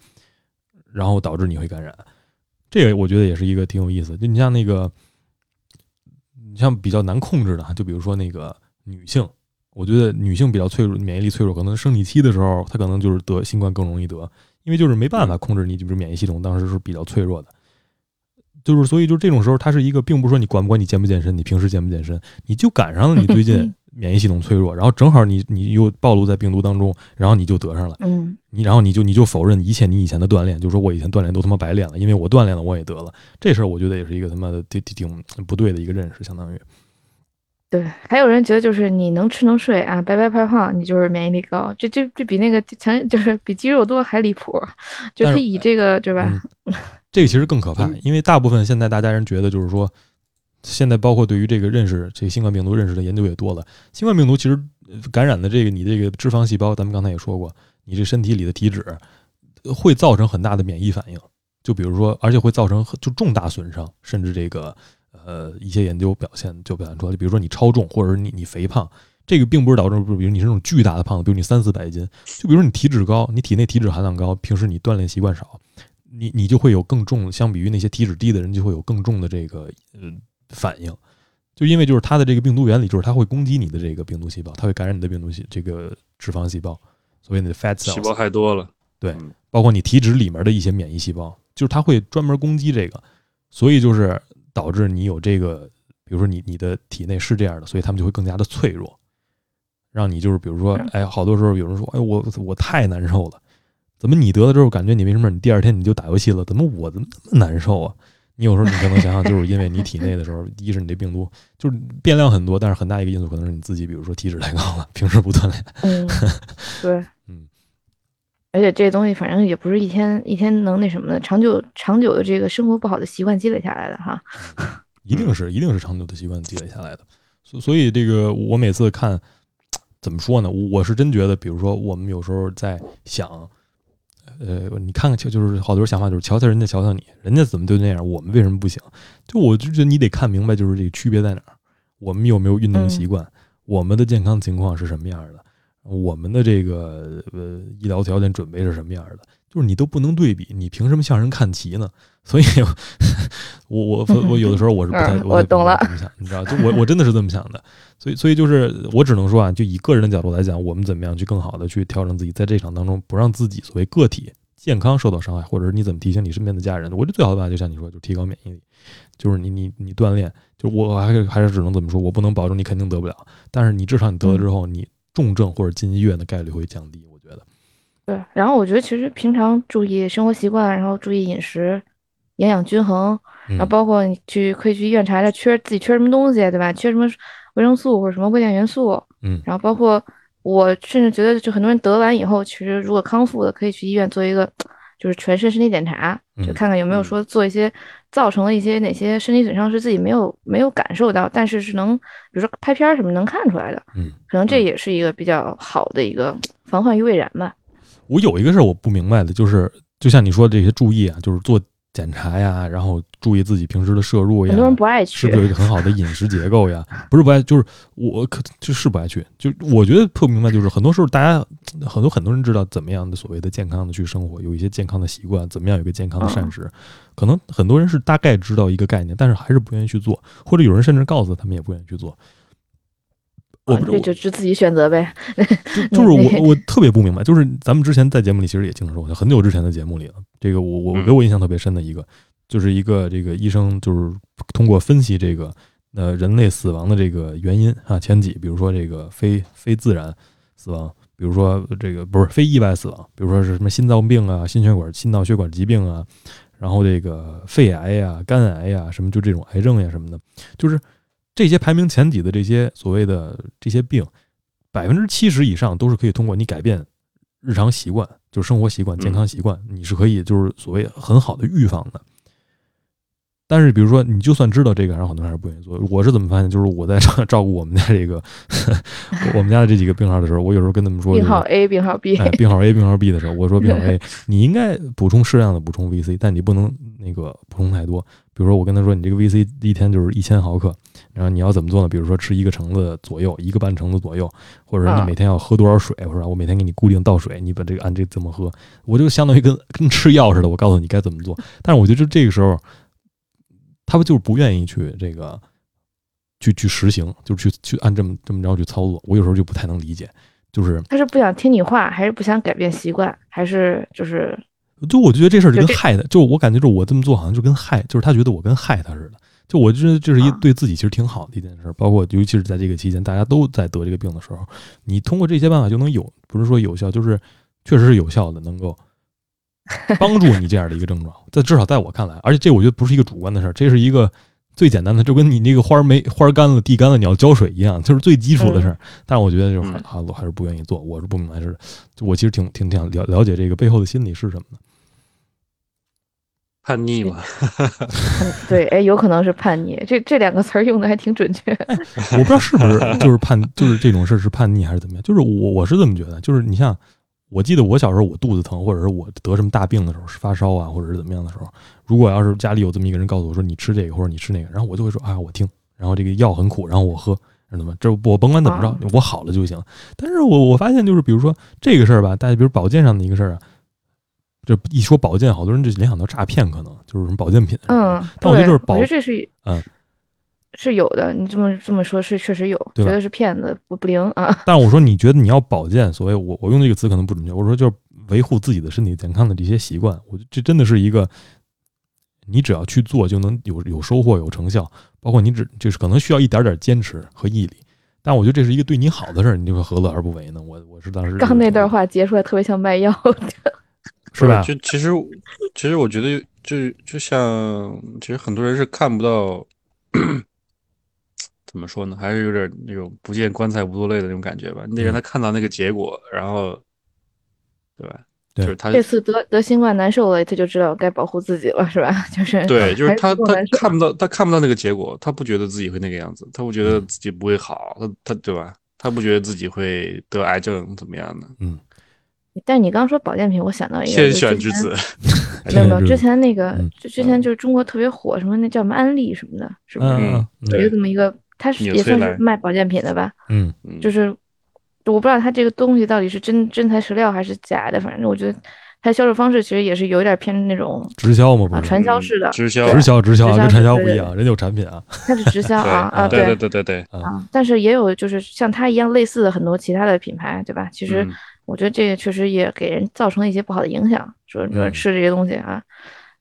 S1: 然后导致你会感染。这个我觉得也是一个挺有意思的。就你像那个，你像比较难控制的啊，就比如说那个女性，我觉得女性比较脆弱，免疫力脆弱，可能生理期的时候，她可能就是得新冠更容易得，因为就是没办法控制你，就是免疫系统当时是比较脆弱的。就是所以就这种时候，它是一个，并不是说你管不管你健不健身，你平时健不健身，你就赶上了你最近
S2: 嗯
S1: (laughs) 免疫系统脆弱，然后正好你你又暴露在病毒当中，然后你就得上了。
S2: 嗯，
S1: 你然后你就你就否认一切你以前的锻炼，就说我以前锻炼都他妈白练了，因为我锻炼了我也得了，这事儿我觉得也是一个他妈的挺挺挺不对的一个认识，相当于
S2: 对。还有人觉得就是你能吃能睡啊，白白胖胖，你就是免疫力高，这这这比那个强 (laughs) 就是比肌肉多还离谱，就
S1: 但
S2: 是
S1: 是
S2: 以这个对吧？
S1: 嗯这个其实更可怕，因为大部分现在大家人觉得就是说，现在包括对于这个认识这个新冠病毒认识的研究也多了，新冠病毒其实呃感染的这个你这个脂肪细胞，咱们刚才也说过，你这身体里的体脂呃会造成很大的免疫反应，就比如说，而且会造成很就重大损伤，甚至这个呃一些研究表现就表现出来，就比如说你超重或者是你你肥胖。这个并不是导致，比如比如你是那种巨大的胖子，比如你三四百斤，就比如说你体脂高，你体内体脂含量高，平时你锻炼习惯少，你你就会有更重，相比于那些体脂低的人，就会有更重的这个呃反应，就因为就是它的这个病毒原理，就是它会攻击你的这个病毒细胞，它会感染你的病毒细这个脂肪细胞，所谓的 fat
S3: 细
S1: cells，
S3: 胞太多了，
S1: 包括你体脂里面的一些免疫细胞，就是它会专门攻击这个，所以就是导致你有这个，比如说你你的体内是这样的，所以他们就会更加的脆弱，让你就是比如说
S2: 嗯，
S1: 哎，好多时候有人说，哎，我我太难受了，怎么你得了之后感觉你没什么事，你第二天你就打游戏了，怎么我怎么那么难受啊？你有时候你可能想想，就是因为你体内的时候， (laughs) 一是你这病毒就是变量很多，但是很大一个因素可能是你自己，比如说体脂太高了，平时不锻炼，
S2: 嗯，对，
S1: 嗯，
S2: 而且这东西反正也不是一天一天能那什么的，长久长久的这个生活不好的习惯积累下来的哈。
S1: 一定是一定是长久的习惯积累下来的。所所以这个我每次看，怎么说呢？我我是真觉得，比如说我们有时候在想，呃，你看看就就是好多想法就是瞧瞧人家瞧瞧你，人家怎么就那样，我们为什么不行？就我就觉得你得看明白，就是这个区别在哪儿。我们有没有运动
S2: 嗯
S1: 习惯？我们的健康情况是什么样的？我们的这个呃医疗条件准备是什么样的？就是你都不能对比，你凭什么向人看齐呢？所以我，我 (laughs) 我我有的时候我是不太，
S2: 嗯
S1: 太
S2: 我懂了
S1: 怎么想，你知道，就我我真的是这么想的。所以，所以就是我只能说啊，就以个人的角度来讲，我们怎么样去更好的去调整自己，在这场当中不让自己所谓个体健康受到伤害，或者是你怎么提醒你身边的家人。我觉得最好的办法，就像你说，就提高免疫力，就是你你你锻炼。就我还是还是只能怎么说，我不能保证你肯定得不了，但是你至少你得了之后，你重症或者进医院的概率会降低。我觉得，
S2: 对，然后我觉得其实平常注意生活习惯，然后注意饮食，营养均衡，
S1: 嗯
S2: 然后包括你去可以去医院查查缺自己缺什么东西，对吧？缺什么维生素或者什么微量元素，
S1: 嗯
S2: 然后包括我甚至觉得，就很多人得完以后，其实如果康复了，可以去医院做一个就是全身身体检查，就
S1: 嗯
S2: 看看有没有
S3: 嗯
S2: 说做一些造成了一些哪些身体损伤是自己没有没有感受到，但是是能比如说拍片儿什么能看出来的，
S1: 嗯，
S2: 可能这也是一个比较好的一个防患于未然吧。
S1: 我有一个事儿我不明白的，就是就像你说的这些注意啊，就是做检查呀，然后注意自己平时的摄入呀，
S2: 很多人不爱
S1: 是
S2: 去
S1: 不，是有一个很好的饮食结构呀？不是不爱，就是我可就是不爱去，就我觉得特明白，就是很多时候大家很多很多人知道怎么样的所谓的健康的去生活，有一些健康的习惯，怎么样有一个健康的膳食，
S2: 嗯
S1: 可能很多人是大概知道一个概念，但是还是不愿意去做，或者有人甚至告诉他们也不愿意去做。我不
S2: 这啊就就自己选择呗。
S1: 就就是我我特别不明白，就是咱们之前在节目里其实也经常说，很久之前的节目里了，这个我我我
S3: 嗯
S1: 给我印象特别深的一个，就是一个这个医生就是通过分析这个呃人类死亡的这个原因啊前几，比如说这个非非自然死亡，比如说这个不是非意外死亡，比如说是什么心脏病啊、心血管心脑血管疾病啊，然后这个肺癌呀、肝癌呀、什么就这种癌症呀、什么的，就是这些排名前几的这些所谓的这些病，百分之七十以上都是可以通过你改变日常习惯，
S2: 嗯
S1: 就是生活习惯、健康习惯，你是可以就是所谓很好的预防的。但是比如说，你就算知道这个，然后很多人还是不愿意做。我是怎么发现？就是我在照照顾我们家这个 (laughs) 我们家的这几个病号的时候，我有时候跟他们说、就是，
S2: 病号 A，病号 B， (laughs)
S1: 哎，病号 A、病号 B 的时候，我说病号 A，你应该补充适量的补充 VC，但你不能那个补充太多。比如说，我跟他说，你这个 VC 一天就是一千毫克，然后你要怎么做呢？比如说吃一个橙子左右，一个半橙子左右，或者说你
S2: 啊
S1: 每天要喝多少水，或者我每天给你固定倒水，你把这个按这怎么喝，我就相当于跟跟吃药似的，我告诉你该怎么做。但是我觉得就这个时候，他们就是不愿意去这个去去实行，就是去去按这么这么着去操作。我有时候就不太能理解，就是
S2: 他是不想听你话，还是不想改变习惯，还是就是
S1: 就我觉得这事儿就跟
S2: 就这
S1: 害他，就是我感觉就是我这么做好像就跟害，就是他觉得我跟害他似的。就我觉得这是一
S2: 啊
S1: 对自己其实挺好的一件事儿，包括尤其是在这个期间，大家都在得这个病的时候，你通过这些办法就能有，不是说有效，就是确实是有效的，能
S2: (laughs)
S1: 够帮助你这样的一个症状。这至少在我看来，而且这我觉得不是一个主观的事儿，这是一个最简单的，就跟你那个花儿没花儿干了、地干了，你要浇水一样，就是最基础的事
S2: 嗯
S1: 儿。 (laughs) 但是我觉得就是还
S3: 嗯
S1: 啊，我还是不愿意做，我是不明白是，就我其实挺挺挺想了了解这个背后的心理是什么的。
S3: 叛逆嘛，
S2: 嗯
S1: (laughs)
S2: 对，哎，有可能是叛逆，这这两个词儿用的还挺准确。
S1: 我不知道是不是就是叛，就是这种事儿是叛逆还是怎么样。就是我我是这么觉得，就是你像我记得我小时候我肚子疼，或者是我得什么大病的时候，是发烧啊，或者是怎么样的时候，如果要是家里有这么一个人告诉我说你吃这个或者你吃那个，然后我就会说啊我听，然后这个药很苦，然后我喝，然后怎么这我甭管怎么着
S2: 啊，
S1: 我好了就行。但是我我发现就是比如说这个事儿吧，大家比如保健上的一个事儿啊。这一说保健，好多人就联想到诈骗，可能就是什么保健品。
S2: 嗯，
S1: 但我觉得
S2: 对
S1: 就是
S2: 我
S1: 保
S2: 觉得这是
S1: 嗯
S2: 是有的，你这么这么说，是确实有，
S1: 对
S2: 觉
S1: 吧
S2: 得是骗子不不灵啊。
S1: 但我说你觉得你要保健，所谓我我用这个词可能不准确，我说就是维护自己的身体健康的这些习惯，我觉得这真的是一个，你只要去做就能有有收获有成效，包括你只就是可能需要一点点坚持和毅力，但我觉得这是一个对你好的事儿，你就会何乐而不为呢？我我是当时
S2: 刚那段话截出来特别像卖药
S1: 呃
S2: 的，
S1: 是吧？
S3: 就其实，其实我觉得就，就像，其实很多人是看不到， (clears throat) 怎么说呢，还是有点那种不见棺材不落泪的那种感觉吧。你得
S1: 嗯
S3: 让他看到那个结果，然后，对吧？
S1: 对
S3: 就是他，
S2: 这次得得新冠难受了，他就知道该保护自己了，是吧？就是
S3: 对，就是
S2: 还
S3: 他，
S2: 不够
S3: 他
S2: 难受
S3: 看不到，他看不到那个结果，他不觉得自己会那个样子，他不觉得
S1: 嗯
S3: 自己不会好，他他对吧？他不觉得自己会得癌症怎么样的？
S2: 但你刚说保健品，我想到一个
S3: 天
S2: 哎就
S3: 选
S2: 之
S3: 之
S2: 前
S3: 子，
S2: 没有没有，
S1: 天选之
S2: 之
S1: 子
S2: 前那个
S1: 嗯
S2: 就之前就是中国特别火什么那叫什么安利什么的，是不是？
S1: 嗯嗯
S2: 有
S3: 对
S2: 这么一个，它是
S3: 纽
S2: 也
S3: 崔
S2: 算
S3: 莱
S2: 是卖保健品的吧？
S1: 嗯，
S3: 嗯
S2: 就是我不知道它这个东西到底是真真材实料还是假的，反正我觉得它的销售方式其实也是有点偏那种
S1: 直销嘛，不
S2: 啊
S1: 是
S2: 传销式的，
S3: 嗯直销，
S1: 直销直销啊
S2: 直销
S1: 跟传销
S2: 对
S1: 不
S2: 对
S1: 一样，人家有产品啊，
S2: 它是
S3: (laughs)
S2: 直销
S3: 对嗯
S2: 啊啊
S3: 对
S2: 对
S3: 对对对，
S2: 啊，但是也有就是像它一样类似的很多其他的品牌，对吧？其实
S3: 嗯
S2: 我觉得这个确实也给人造成了一些不好的影响，说说
S1: 嗯
S2: 吃这些东西啊，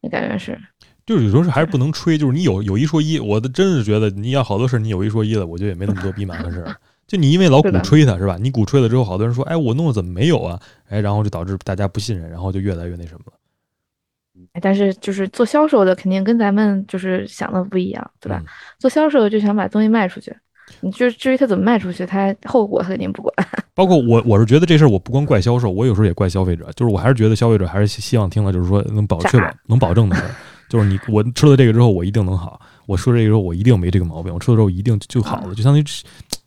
S2: 那感觉是。
S1: 就是有时候是还是不能吹，就是你有有一说一，我的真是觉得你要好多事儿你有一说一的，我觉得也没那么多逼麻烦
S2: (laughs)
S1: 事儿。就你因为老鼓
S2: 是的
S1: 吹它是吧？你鼓吹了之后，好多人说，哎，我弄的怎么没有啊？哎，然后就导致大家不信任，然后就越来越那什么了。
S2: 但是就是做销售的肯定跟咱们就是想的不一样，对吧？
S1: 嗯
S2: 做销售就想把东西卖出去，你就至于他怎么卖出去，他后果他肯定
S1: (laughs)
S2: 不管。
S1: 包括我，我是觉得这事儿我不光怪销售，我有时候也怪消费者，就是我还是觉得消费者还是希希望听了就是说能保
S2: 啥
S1: 确保能保证的事儿，就是你我吃了这个之后我一定能好，我说这个之后我一定没这个毛病，我吃了之后一定就就
S2: 嗯
S1: 好了，就相当于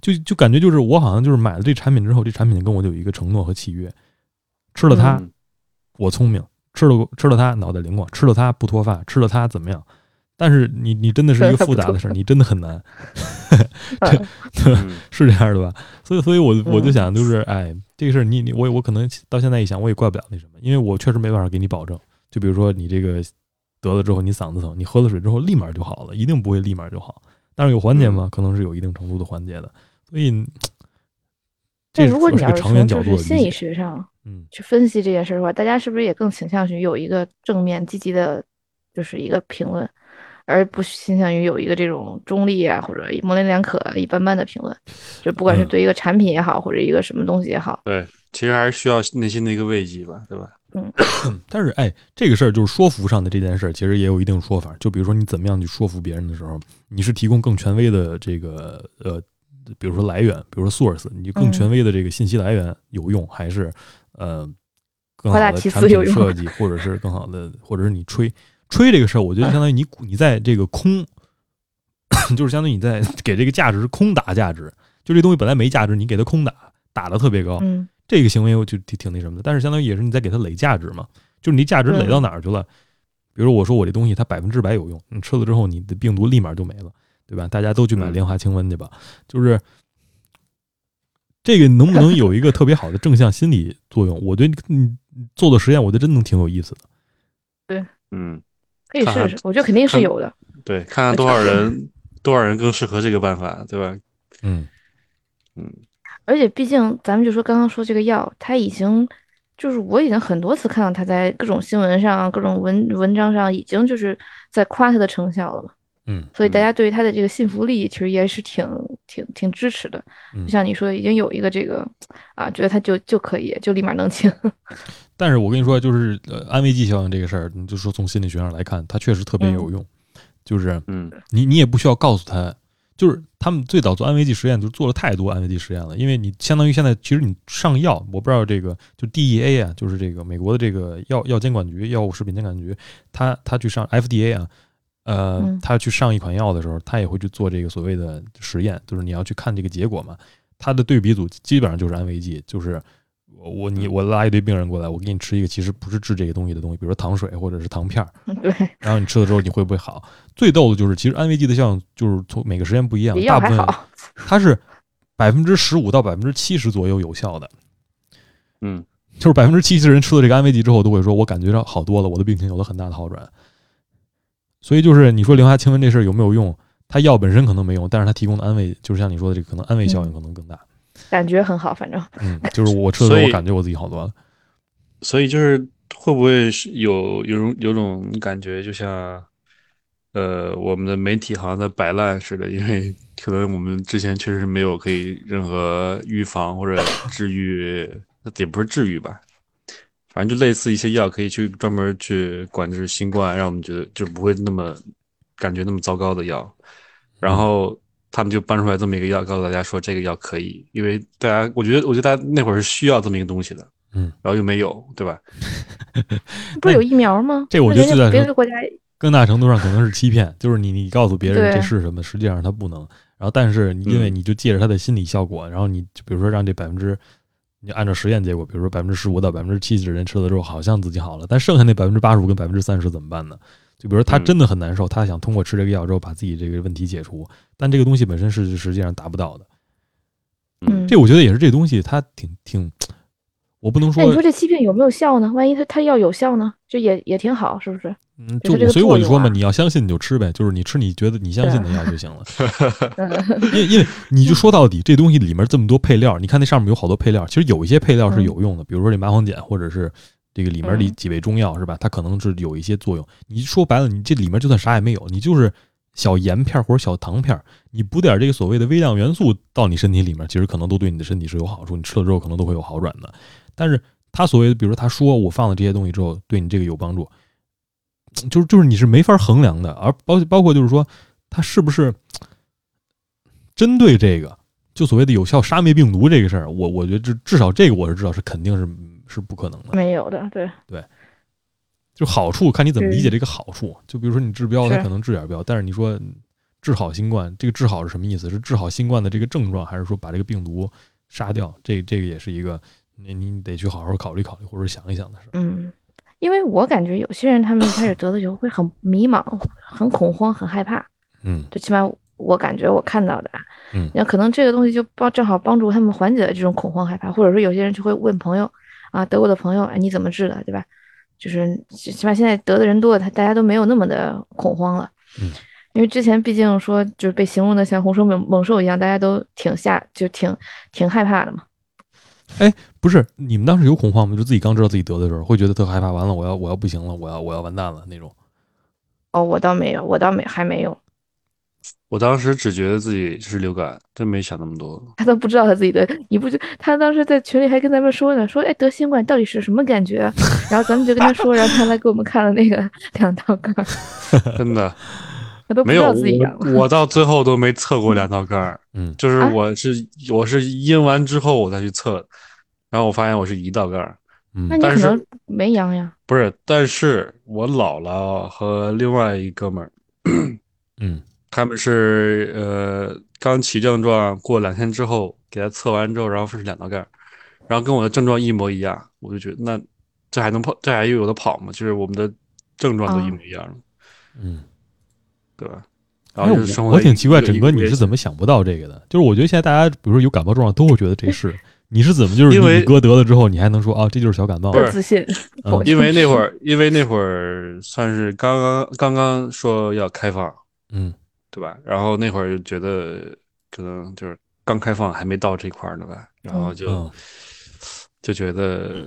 S1: 就就感觉就是我好像就是买了这产品之后，这产品跟我就有一个承诺和契约，吃了它、
S3: 嗯
S1: 我聪明，吃了吃了它脑袋灵光，吃了它不脱发，吃了它怎么样？但是你你真的是一个
S2: 不
S1: 复杂的
S2: 脱
S1: 事儿，你真的很难， (laughs)
S2: (laughs) 嗯
S3: 嗯
S1: 是这样的吧？所以，所以我我就
S2: 嗯
S1: 想，就是哎，这个事儿你你我我可能到现在一想，我也怪不了那什么，因为我确实没办法给你保证。就比如说你这个得了之后，你嗓子疼，你喝了水之后立马就好了，一定不会立马就好。但是有缓解
S2: 嗯
S1: 吗？可能是有一定程度的缓解的。所以，这
S2: 但
S1: 是
S2: 如果
S1: 主
S2: 你
S1: 要是个
S2: 要是
S1: 长远
S2: 从
S1: 角
S2: 就
S1: 度的
S2: 是心
S1: 理
S2: 理
S1: 解。
S2: 学上
S1: 嗯
S2: 去分析这件事的话，大家是不是也更倾向于有一个正面积极的，就是一个评论，而不倾向于有一个这种中立啊或者模棱两可、一般般的评论？就不管是
S1: 嗯
S2: 对一个产品也好，或者一个什么东西也好，
S3: 对，其实还是需要内心的一个慰藉吧，对吧？
S1: (clears throat) 但是哎，这个事儿就是说服上的这件事儿，其实也有一定说法。就比如说你怎么样去说服别人的时候，你是提供更权威的这个呃，比如说来源，比如说 source，你更
S2: 嗯
S1: 权威的这个信息来源有用，还是呃更好
S2: 夸大
S1: 的
S2: 其
S1: 产
S2: 词
S1: 品
S2: 有用
S1: 设计，或者是更好的，或者是你吹吹这个事儿，我觉得相当于你鼓你在这个空， (coughs) 就是相当于你在给这个价值空打价值，就这东西本来没价值，你给它空打，打的特别高，
S2: 嗯，
S1: 这个行为我就挺挺那什么的。但是相当于也是你在给它垒价值嘛，就是你价值垒到哪儿去了。比如说我说我这东西它百分之百有用，你吃了之后你的病毒立马就没了，对吧？大家都去买
S3: 嗯
S1: 莲花清瘟去吧，就是。这个能不能有一个特别好的正向心理作用？ (laughs) 我觉得你你做的实验，我觉得真能挺有意思的。
S3: 嗯，
S2: 可以
S3: 看
S2: 试
S3: 看
S2: 试，我觉得肯定是
S3: 看
S2: 有的。
S3: 对，看看多少人多少人更适合这个办法，对吧？
S1: 嗯
S2: 而且毕竟咱们就说刚刚说这个药，它已经就是我已经很多次看到它在各种新闻上、各种文文章上已经就是在夸它的成效了嘛，
S1: 嗯
S2: 所以大
S3: 嗯
S2: 家对于它的这个信服力其实也是挺挺挺支持的。
S1: 嗯
S2: 就像你说，已经有一个这个啊，觉得它就就可以，就立马能清。 (laughs)
S1: 但是我跟你说，就是呃，安慰剂效应这个事儿，你就说从心理学上来看，它确实特别有用。就是
S3: 嗯
S1: 你你也不需要告诉他，就是他们最早做安慰剂实验，就是做了太多安慰剂实验了。因为你相当于现在其实你上药，我不知道这个就 DEA 啊，就是这个美国的这个药药监管局、药物食品监管局，他他去上 FDA 啊，呃
S2: 嗯，
S1: 他去上一款药的时候，他也会去做这个所谓的实验，就是你要去看这个结果嘛。它的对比组基本上就是安慰剂，就是我我你我拉一堆病人过来，我给你吃一个其实不是治这个东西的东西，比如说糖水或者是糖片儿，
S2: 对，
S1: 然后你吃了之后你会不会好？最逗的就是，其实安慰剂的效应就是从每个实验不一样
S2: 比，
S1: 大
S2: 药
S1: 部
S2: 还
S1: 分
S2: 好。
S1: 它是百分之十五到百分之七十左右有效的，
S3: 嗯
S1: 就是百分之七十人吃了这个安慰剂之后都会说，我感觉到好多了，我的病情有了很大的好转。所以就是你说莲花清瘟这事儿有没有用？它药本身可能没用，但是它提供的安慰，就是像你说的这个，可能安慰效应可能更大。
S2: 感觉很好，反正
S1: 嗯，就是我吃了之后，
S3: 所以
S1: 我感觉我自己好多了。
S3: 所以就是会不会是有有种有种感觉，就像呃我们的媒体好像在摆烂似的，因为可能我们之前确实没有可以任何预防或者治愈，也不是治愈吧，反正就类似一些药可以去专门去管制新冠，让我们觉得就不会那么感觉那么糟糕的药，然后。他们就搬出来这么一个药，告诉大家说这个药可以，因为大家，我觉得，我觉得大家那会儿是需要这么一个东西的，
S1: 嗯，
S3: 然后又没有，对吧？
S2: 不是有疫苗吗？
S1: 这我
S2: 那
S1: 觉得
S2: 人
S1: 就在
S2: 家别
S1: 说
S2: 的国家
S1: 更大程度上可能是欺骗，就是你你告诉别人
S2: 对
S1: 这是什么，实际上他不能。然后，但是你因为
S3: 嗯
S1: 你就借着他的心理效果，然后你就比如说让这百分之，你按照实验结果，比如说百分之十五到百分之七十人吃了之后，好像自己好了，但剩下那百分之八十五跟百分之三十怎么办呢？就比如说他
S3: 嗯
S1: 真的很难受，他想通过吃这个药之后把自己这个问题解除，但这个东西本身是实际上达不到的。
S2: 嗯，
S1: 这我觉得也是这东西它挺挺，我不能
S2: 那
S1: 说
S2: 你说这欺骗有没有效呢？万一它它药有效呢？就也也挺好，是不是？
S1: 嗯，
S2: 就是这
S1: 就
S2: 个
S1: 所以我就
S2: 作用
S1: 说嘛，
S2: 啊
S1: 你要相信你就吃呗，就是你吃你觉得你相信的药就行
S2: (laughs)
S1: 了。
S2: 嗯，
S1: 因为因为你就说到底，这东西里面这么多配料，你看那上面有好多配料，其实有一些配料是有用的，比如说这麻黄碱，或者是这个里面的
S2: 嗯
S1: 几味中药，是吧？它可能是有一些作用。你说白了，你这里面就算啥也没有，你就是小盐片儿或者小糖片儿，你补点这个所谓的微量元素到你身体里面，其实可能都对你的身体是有好处，你吃了之后可能都会有好转的。但是他所谓的，比如说他说我放了这些东西之后对你这个有帮助，就是就是你是没法衡量的，而包包括就是说他是不是针对这个就所谓的有效杀灭病毒这个事儿，我我觉得至至少这个我是知道是肯定是是不可能的。
S2: 没有的，对。
S1: 就好处看你怎么理解这个好处。就比如说你治标，它
S2: 是
S1: 可能治点标，但是你说嗯治好新冠，这个治好是什么意思？是治好新冠的这个症状，还是说把这个病毒杀掉？这这个也是一个你你得去好好考虑考虑，或者想一想的事儿。
S2: 嗯，因为我感觉有些人他们一开始得了以后会很迷茫、很恐慌、很害怕，
S1: 嗯
S2: 最起码我感觉我看到的啊，
S1: 嗯
S2: 那可能这个东西就帮正好帮助他们缓解了这种恐慌害怕，或者说有些人就会问朋友啊，德国的朋友，哎，你怎么治的，对吧？就是起起码现在得的人多了，他大家都没有那么的恐慌了，
S1: 嗯，
S2: 因为之前毕竟说就是被形容的像洪水猛猛兽一样，大家都挺吓，就挺挺害怕的嘛。
S1: 哎不是你们当时有恐慌吗？就自己刚知道自己得的时候，会觉得特害怕，完了我要我要不行了，我要我要完蛋了那种。
S2: 哦，我倒没有，我倒没还没有，
S3: 我当时只觉得自己是流感，真没想那么多。
S2: (laughs) 他都不知道他自己的，你不就他当时在群里还跟咱们说呢，说哎得新冠到底是什么感觉啊？ (laughs) 然后咱们就跟他说，然后他来给我们看了那个两道杠，
S3: 真的
S2: 他都不
S3: 没
S2: 知
S3: 有
S2: 道自己阳 (laughs)
S3: 我，我到最后都没测过两道杠儿，
S1: 嗯
S3: 就是
S2: 啊
S3: 我是我是阴完之后我再去测，然后我发现我是一道杠儿，
S1: 嗯
S2: 那，你
S3: 但
S2: 可
S3: 是
S2: 能没阳呀。
S3: 不是，但是我姥姥和另外一哥们儿，
S1: 嗯，
S3: (clears throat) 他们是呃刚起症状，过两天之后给他测完之后，然后分是两道杠儿，然后跟我的症状一模一样，我就觉得那这还能跑，这还有的跑吗？就是我们的症状
S2: 哦
S3: 都一模一样了，
S1: 嗯，
S3: 对吧？然
S1: 哎，
S3: 后
S1: 我
S3: 就是生活
S1: 我
S3: 在
S1: 挺
S3: 一
S1: 奇怪，
S3: 一个
S1: 整
S3: 一
S1: 哥
S3: 个
S1: 你
S3: 月
S1: 是怎么想不到这个的？就是我觉得现在大家，比如说有感冒症状，都会觉得这是，你是怎么就是
S3: 因
S1: 你
S3: 为
S1: 你哥得了之后，你还能说啊，这就是小感冒？
S2: 不自信， (laughs)
S1: 嗯
S2: 否
S3: 因为
S2: 定
S3: 那会儿，因为那会儿算是刚刚刚刚说要开放，
S1: 嗯
S3: 对吧？然后那会儿就觉得可能就是刚开放还没到这块儿呢吧，然后就、
S1: 嗯
S3: 就觉得，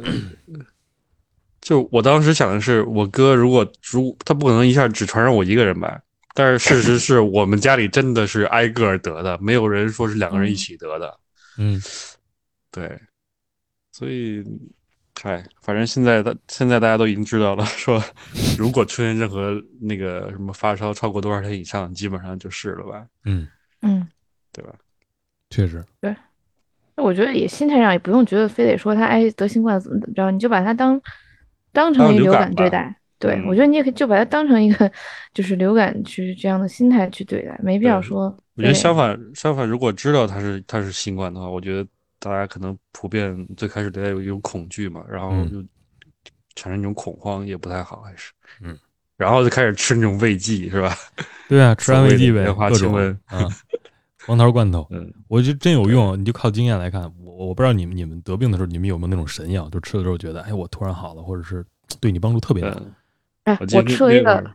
S3: 就我当时想的是，我哥如果如他不可能一下只传染我一个人吧。但是事实是我们家里真的是挨个儿得的，没有人说是两个人一
S2: 嗯
S3: 起得的。
S1: 嗯，
S3: 对，所以，嗨，反正现在大现在大家都已经知道了，说如果出现任何那个什么发烧超过多少天以上，基本上就是了吧，
S1: 嗯，
S2: 嗯，
S3: 对吧？
S1: 确实，
S2: 我觉得也心态上也不用觉得非得说他哎得新冠怎么怎么着，你就把它当当成
S3: 当
S2: 一个流
S3: 流感
S2: 感对
S3: 吧
S2: 待。对，我
S3: 嗯
S2: 觉得你也可以就把它当成一个就是流感去这样的心态去对待，没必要
S3: 对
S2: 说
S3: 我觉得
S2: 非得
S3: 相反，相反，如果知道它是它是新冠的话，我觉得大家可能普遍最开始对它有一种恐惧嘛，然后
S1: 嗯
S3: 就产生一种恐慌，也不太好，还是
S1: 嗯，
S3: (laughs) 然后就开始吃那种慰藉，是吧？
S1: 对啊，吃安慰剂呗，
S3: 莲花
S1: 各种
S3: 清瘟 (laughs)
S1: 啊，黄桃罐头，
S3: 嗯，
S1: 我觉得真有用。你就靠经验来看，我我不知道你们你们得病的时候，你们有没有那种神药，就吃了之后觉得，哎，我突然好了，或者是对你帮助特别大。
S3: 嗯，
S2: 哎，
S3: 我
S2: 我
S3: 记得
S2: 吃了
S3: 那
S2: 一
S3: 会
S2: 个 (laughs)
S3: 儿，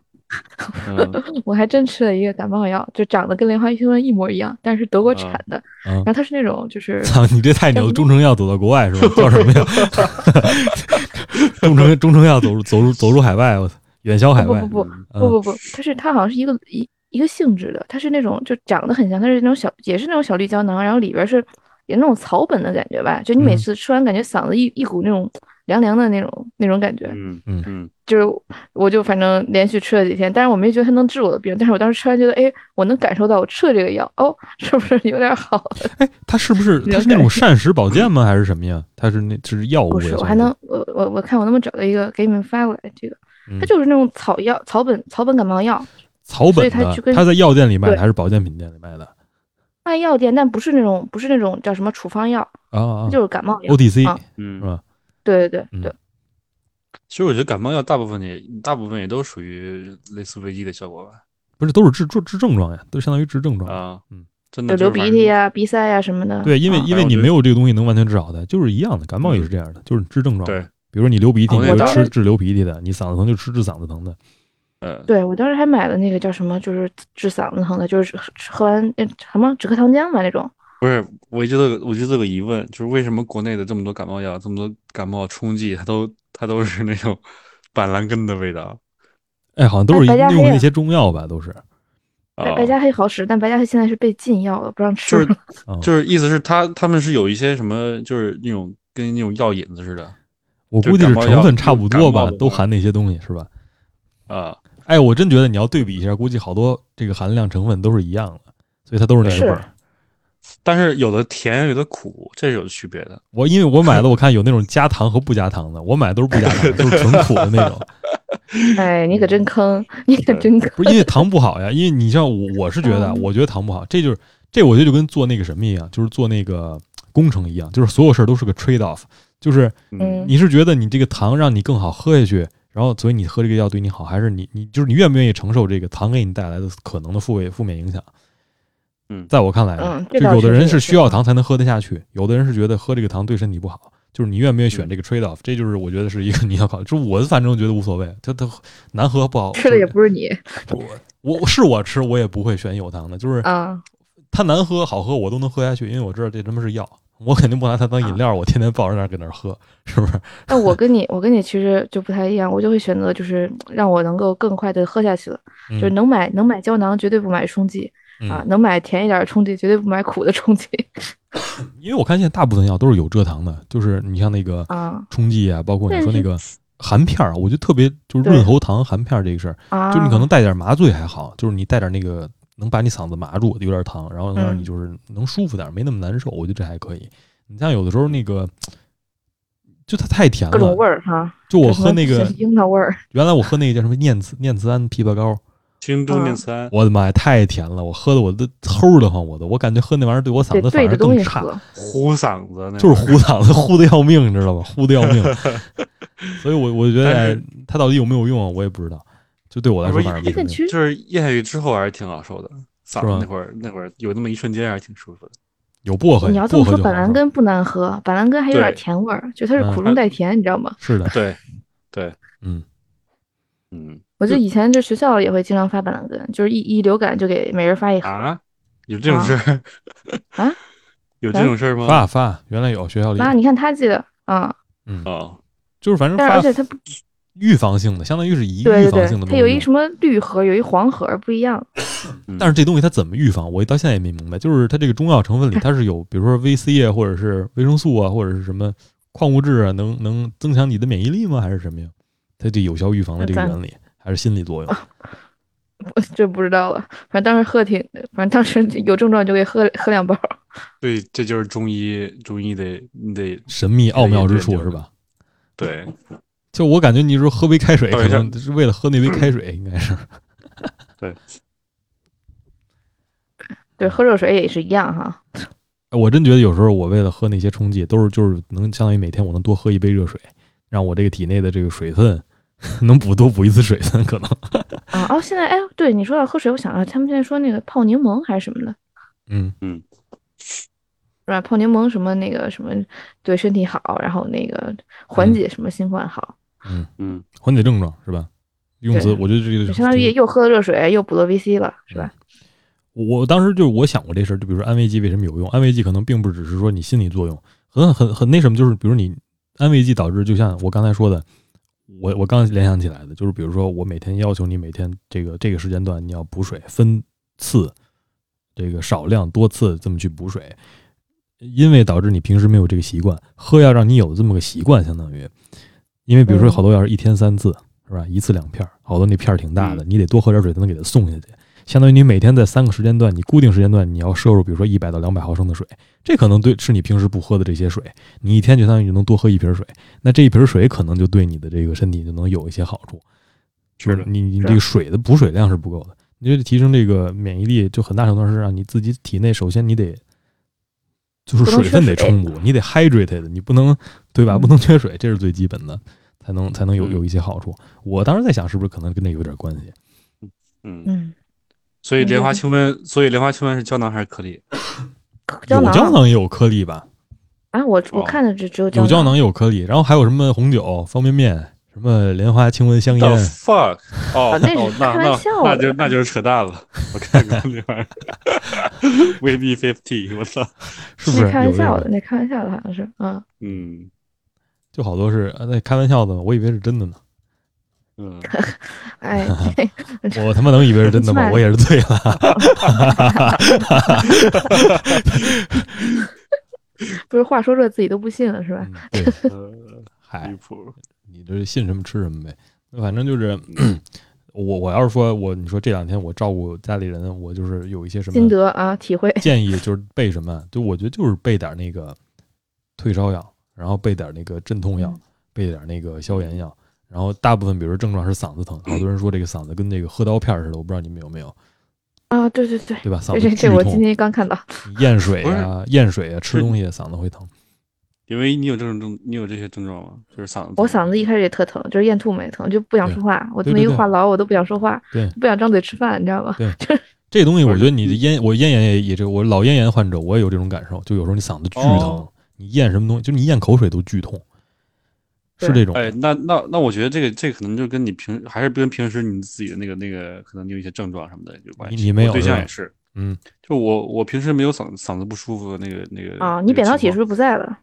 S3: 嗯
S2: 我还真吃了一个感冒药，就长得跟莲花清瘟一模一样，但是德国产
S3: 啊
S2: 的。
S1: 嗯
S2: 然后它是那
S1: (laughs)
S2: 种就是，
S1: 操，你这太牛了！中成药走到国外是吧？叫什么呀？ (laughs) 中成中成药走入走入走入海外，我操，远销海
S2: 不
S1: 外
S2: 不。不
S3: 嗯
S1: 嗯
S2: 不不不，它是它好像是一个一一个性质的，它是那种就长得很像，它是那种小也是那种小绿胶囊，然后里边是有那种草本的感觉吧，就你每
S1: 嗯
S2: 次吃完感觉嗓子一一股那种凉凉的那种那种感觉，
S3: 嗯
S1: 嗯
S3: 嗯
S2: 就是我就反正连续吃了几天，但是我没觉得它能治我的病，但是我当时吃完觉得，哎，我能感受到我吃了这个药，哦，是不是有点好了？
S1: 哎，它是不是
S2: 了解
S1: 它是那种膳食保健吗？还是什么呀？它是那是药物
S2: 不
S1: 也
S2: 是，
S1: 算
S2: 我还能，我我我看我能不能找到一个给你们发过来这个，
S1: 嗯
S2: 它就是那种草药、草本、草本感冒药，
S1: 草
S2: 所
S1: 本
S2: 以它
S1: 的
S2: 就，跟
S1: 它在药店里卖的
S2: 对
S1: 还是保健品店里卖的
S2: 卖药店，但不是那种不是那种叫什么处方药，
S1: 啊啊
S2: 它就是感冒药。
S1: ？OTC
S2: 啊
S3: 嗯
S1: 是。吧？
S2: 对对对对
S1: 嗯，
S3: 其实我觉得感冒药大部分也大部分也都属于类似危机的效果吧。
S1: 不是，都是治治治症状呀，都相当于治症状。
S3: 啊，
S1: 嗯，
S3: 真
S2: 就
S3: 的
S2: 流
S3: 就是
S2: 鼻
S3: 反
S2: 涕
S3: 正
S2: 呀、鼻塞呀什么的。
S1: 对，因为
S2: 啊
S1: 因为
S3: 我
S1: 你
S3: 觉得嗯
S1: 没有这个东西能完全治好的，就是一样的，感冒也是这样的，就是治症状。
S3: 对，
S1: 比如说你流鼻涕，
S3: 我
S1: 你
S3: 那
S1: 就
S3: 当
S1: 吃
S2: 时
S1: 治流鼻涕的；你嗓子疼就吃治嗓子疼的。
S3: 呃，
S2: 对我当时还买了那个叫什么，就是治嗓子疼的，就是喝喝完那什么止咳糖浆吧那种。
S3: 不是，我一直都有我一直都有个疑问，就是为什么国内的这么多感冒药，这么多感冒冲剂，它都它都是那种 (laughs) 板蓝根的味道
S1: 哎，好像都是
S2: 哎白加
S1: 用
S2: 黑
S1: 那
S2: 啊
S1: 些中药吧，都是。
S3: 啊
S2: 白？白加黑好使，但白加黑现在是被禁药了，不让吃
S3: 就
S2: 了。 (laughs)
S3: 是
S1: 啊
S3: 就是意思是他他们是有一些什么，就是那种跟那种药引子似的
S1: 我
S3: 就
S1: 估计是
S3: 感冒
S1: 成
S3: 药
S1: 分差不
S3: 感
S1: 多
S3: 冒
S1: 吧
S3: 的，
S1: 都
S3: 话
S1: 含那些东西是吧？
S3: 啊。
S1: 哎，我真觉得你要对比一下，估计好多这个含量成分都是一样的，所以它都是那
S2: 是
S1: 个味儿。
S3: 但是有的甜，有的苦，这是有区别的。
S1: 我因为我买的，我看有那种加糖和不加糖的，我买的都是不加糖的，都是纯苦的
S3: (laughs)
S1: 那种。 (laughs)
S2: 哎，你可真坑，你可真坑。
S1: 不是因为糖不好呀，因为你像我，我是觉得啊，
S2: 嗯
S1: 我觉得糖不好，这就是这，我觉得就跟做那个什么一样，就是做那个工程一样，就是所有事儿都是个 trade off，就是
S2: 嗯
S1: 你是觉得你这个糖让你更好喝下去，然后所以你喝这个药对你好，还是你你就是你愿不愿意承受这个糖给你带来的可能的负面负面影响？
S3: 嗯
S1: 在我看来啊，
S2: 嗯
S1: 就
S2: 这倒
S1: 有的
S2: 确
S1: 人
S2: 实也
S1: 是
S2: 是
S1: 需要糖才能喝得下去，有的人是觉得喝这个糖对身体不好，就是你愿不愿意选
S3: 嗯
S1: 这个 trade off，这就是我觉得是一个 (laughs) 你要考虑。就是我反正觉得无所谓，它它难喝不好
S2: 吃的
S1: 就
S2: 也不是你
S1: 我是我吃，我也不会选有糖的，就是
S2: 啊，
S1: 它难喝好喝我都能喝下去，因为我知道这他妈是药，我肯定不拿它当饮料，我天天抱着那儿搁那儿喝，是不是？
S2: (laughs) 那我跟你，我跟你其实就不太一样，我就会选择就是让我能够更快的喝下去了，就是
S1: 嗯
S2: 能买能买胶囊绝对不买冲剂啊，
S1: 嗯，
S2: 能买甜一点的冲剂绝对不买苦的冲剂
S1: 因为我看现在大部分药都是有蔗糖的，就是你像那个
S2: 啊
S1: 冲剂啊，包括你
S2: 但
S1: 说那
S2: 是
S1: 个含片儿，我觉得特别就是
S2: 对
S1: 润喉糖含片儿这个事儿，
S2: 啊，
S1: 就是你可能带点麻醉还好，就是你带点那个能把你嗓子麻住，有点糖，然后能让你
S2: 嗯
S1: 就是能舒服点，没那么难受，我觉得这还可以。你像有的时候那个，就它太甜了，
S2: 各种味儿哈。
S1: 就我喝那个
S2: 是樱桃味儿，
S1: 原来我喝那个叫什么念慈念慈庵枇杷膏，
S3: 京东
S2: 嗯
S3: 念慈庵，
S1: 我的妈呀，太甜了！我喝的我都齁的慌，我都我感觉喝那玩意儿对我嗓
S2: 得
S1: 子反
S2: 对
S1: 而
S2: 着东
S1: 更
S2: 西
S1: 差，
S2: 喝。
S3: 呼嗓子那
S1: 就是
S3: 会儿
S1: 呼嗓子， (laughs) 呼的要命，你知道吗？呼的要
S2: (laughs)
S1: 命。所以我我觉得
S3: 但是
S1: 哎它到底有没有用啊，我也不知道。就对我来说，反正没什
S2: 哎
S1: 么
S2: 但
S1: 用
S2: 其实
S3: 就是咽下去之后还是挺好受的，嗓
S1: 是吗
S3: 子那会儿那会儿有那么一瞬间还是挺舒服的。
S1: 有薄荷，
S2: 你要这么
S1: 薄荷
S2: 说，
S1: 就
S2: 板
S1: 好
S2: 蓝
S1: 受
S2: 根不难喝，板蓝根还有点
S3: 对
S2: 甜味儿，就它是
S1: 嗯
S2: 苦中带甜，你知道吗？
S1: 是
S2: (laughs)
S1: 的，
S3: 对，
S1: 嗯，
S3: 嗯
S2: 我记得以前这学校也会经常发板蓝根，就是一一流感就给每人发一盒
S3: 啊，有这种事儿
S2: 哎啊？
S3: (laughs) 有这种事儿吗？
S1: 发发原来有学校里有
S2: 妈，你看他记得啊，
S1: 嗯，
S3: 哦，
S1: 就是反正
S2: 但是
S1: 发
S2: 而且它不
S1: 预防性的，相当于是一
S2: 对
S1: 预
S2: 对
S1: 防性的东
S2: 对，它
S1: 西
S2: 有一
S1: 用。
S2: 什么绿盒，有一黄盒不一样。嗯
S1: 但是这东西它怎么预防，我到现在也没明白。就是它这个中药成
S2: (laughs)
S1: 分里，它是有比如说 VC 啊，或者是维生素啊，或者是什么矿物质啊，能能增强你的免疫力吗？还是什么呀？它这有效预防的这个
S2: 那咱
S1: 原理，还是心理作
S2: 哦
S1: 用？
S2: 我这不知道了，反正当时喝挺，反正当时有症状就给喝喝两包。
S3: 对，这就是中医，中医得你得
S1: 神秘奥妙之
S3: 对
S1: 处
S3: 对
S1: 是吧？
S3: 对，
S1: 就我感觉，你说喝杯开水，
S3: 等
S1: 可
S3: 一下
S1: 能是为了喝那杯开水，应该是 (laughs)
S2: 对，喝热水也是一样哈。
S1: 我真觉得有时候我为了喝那些冲剂，都是就是能相当于每天我能多喝一杯热水，让我这个体内的这个水分 (laughs) 能补多补一次水分，可能
S2: 啊哦，现在哎，对你说到喝水，我想到他们现在说那个泡柠檬还是什么的，
S1: 嗯
S2: 是吧？泡柠檬什么那个什么对身体好，然后那个缓解什么新冠好，
S1: 嗯
S3: 嗯，
S1: 缓解症状是吧？用词
S2: 对
S1: 我觉得这个
S2: 就相当于又喝了热水，又补了维 C 了，是吧？
S1: 我当时就是我想过这事儿，就比如说安慰剂为什么有用？安慰剂可能并不只是说你心理作用，很很很那什么，就是比如你安慰剂导致，就像我刚才说的，我我刚联想起来的，就是比如说我每天要求你每天这个这个时间段你要补水，分次这个少量多次这么去补水，因为导致你平时没有这个习惯，喝药让你有这么个习惯，相当于，因为比如说
S2: 嗯
S1: 好多药是一天三次，是吧？一次两片儿，好多那片儿挺大的，你得多喝点水才能给它送下去。相当于你每天在三个时间段，你固定时间段你要摄入，比如说一百到两百毫升的水，这可能对是你平时不喝的这些水，你一天就相当于你能多喝一瓶水，那这一瓶水可能就对你的这个身体就能有一些好处。 (laughs) 就是是
S3: 的
S1: 你你
S2: 是啊
S1: 这个水的补水量是不够的，你就提升这个免疫力，就很大程度上是让你自己体内首先你得就是
S2: 不能
S1: 水分
S2: 缺
S1: 得
S2: 水
S1: 充足，你得 hydrated，你不能对吧？
S2: 嗯
S1: 不能缺水，这是最基本的，才能才能有
S3: 嗯
S1: 有一些好处。我当时在想，是不是可能跟这有点关系？
S3: 嗯，
S2: 嗯，
S3: 所以
S2: 嗯
S3: 莲花清瘟，所以莲花清瘟是胶囊还是颗粒？
S1: 有
S2: 胶囊
S1: 胶囊也有颗粒吧？
S2: 啊，我我
S3: 哦
S2: 看的只只有
S1: 有胶囊也有颗粒，然后还有什么红酒、方便面、什么莲花清瘟香
S3: 的
S1: 烟，
S3: fuck 哦
S2: 啊那是
S3: 哦，那
S2: 开
S3: 那
S2: 玩笑
S3: 那
S2: 的
S3: 就那就是扯淡了。我看看那
S2: (laughs)
S3: 玩意儿，VB fifty，我操，
S1: 是不是
S2: 那开
S1: 有
S2: 玩
S1: 这
S2: 笑的，
S1: 个？
S2: 那开玩笑的好像是，嗯，
S3: 嗯
S1: 就好多是呃那开玩笑的，我以为是真的呢。
S3: 嗯，
S1: (laughs)
S2: 哎， (laughs)
S1: 我他妈能以为是真的吗？
S2: 你起码
S1: 我也是醉
S2: (laughs)
S1: 了。
S2: 不是话说这自己都不信了是吧？
S1: 嗯 (laughs) 对，
S3: 呃
S1: 嗨
S3: 离，谱，
S1: 你这信什么吃什么呗。那反正就是， (clears throat) 我我要是说我你说这两天我照顾家里人，我就是有一些什么
S2: 心得啊，体会，
S1: (laughs) 建议就是备什么，就我觉得就是备点那个退烧药，然后备点那个镇痛药
S2: 嗯，
S1: 备点那个消炎药。然后大部分，比如说症状是嗓子疼，好多人说这个嗓子跟那个喝刀片似的，我不知道你们有没有，
S2: 啊，对对对，
S1: 对吧？嗓
S2: 这
S1: 子
S2: 这
S1: 剧
S2: 这我今
S1: 痛，
S2: 天刚看到，
S1: 你咽水
S3: 不是
S1: 啊，咽水啊，吃
S3: 是
S1: 东西嗓子会疼。
S3: 因为你有这种症，你有这些症状吗？就是嗓子，
S2: 我嗓子一开始也特疼，就是咽吐沫也疼，就不想
S1: 对
S2: 说话，我这
S1: 对
S2: 么
S1: 对
S2: 一个
S1: 对
S2: 话痨，我都不想说话，
S1: 对
S2: 不想张嘴吃饭，你知道吗？
S1: 这东西，我
S3: 不
S1: 觉得
S3: 是
S1: 你的咽，我咽炎也也这，我老咽炎患者，我也有这种感受，就有时候你嗓子巨疼，
S3: 哦
S1: 你咽什么东西，就你咽口水都巨痛，
S2: 对
S1: 是这种。
S3: 哎，那那那，我觉得这个这个可能就跟你平还是跟平时你自己的那个那个，可能你有一些症状什么的有关系。
S1: 你你没有
S3: 我对
S1: 是
S3: 象
S1: 吧
S3: 也是，
S1: 嗯，
S3: 就我我平时没有嗓嗓子不舒服的那个那个
S2: 啊，你扁桃体是不
S3: 说
S2: 是不
S1: (laughs)
S2: 在了？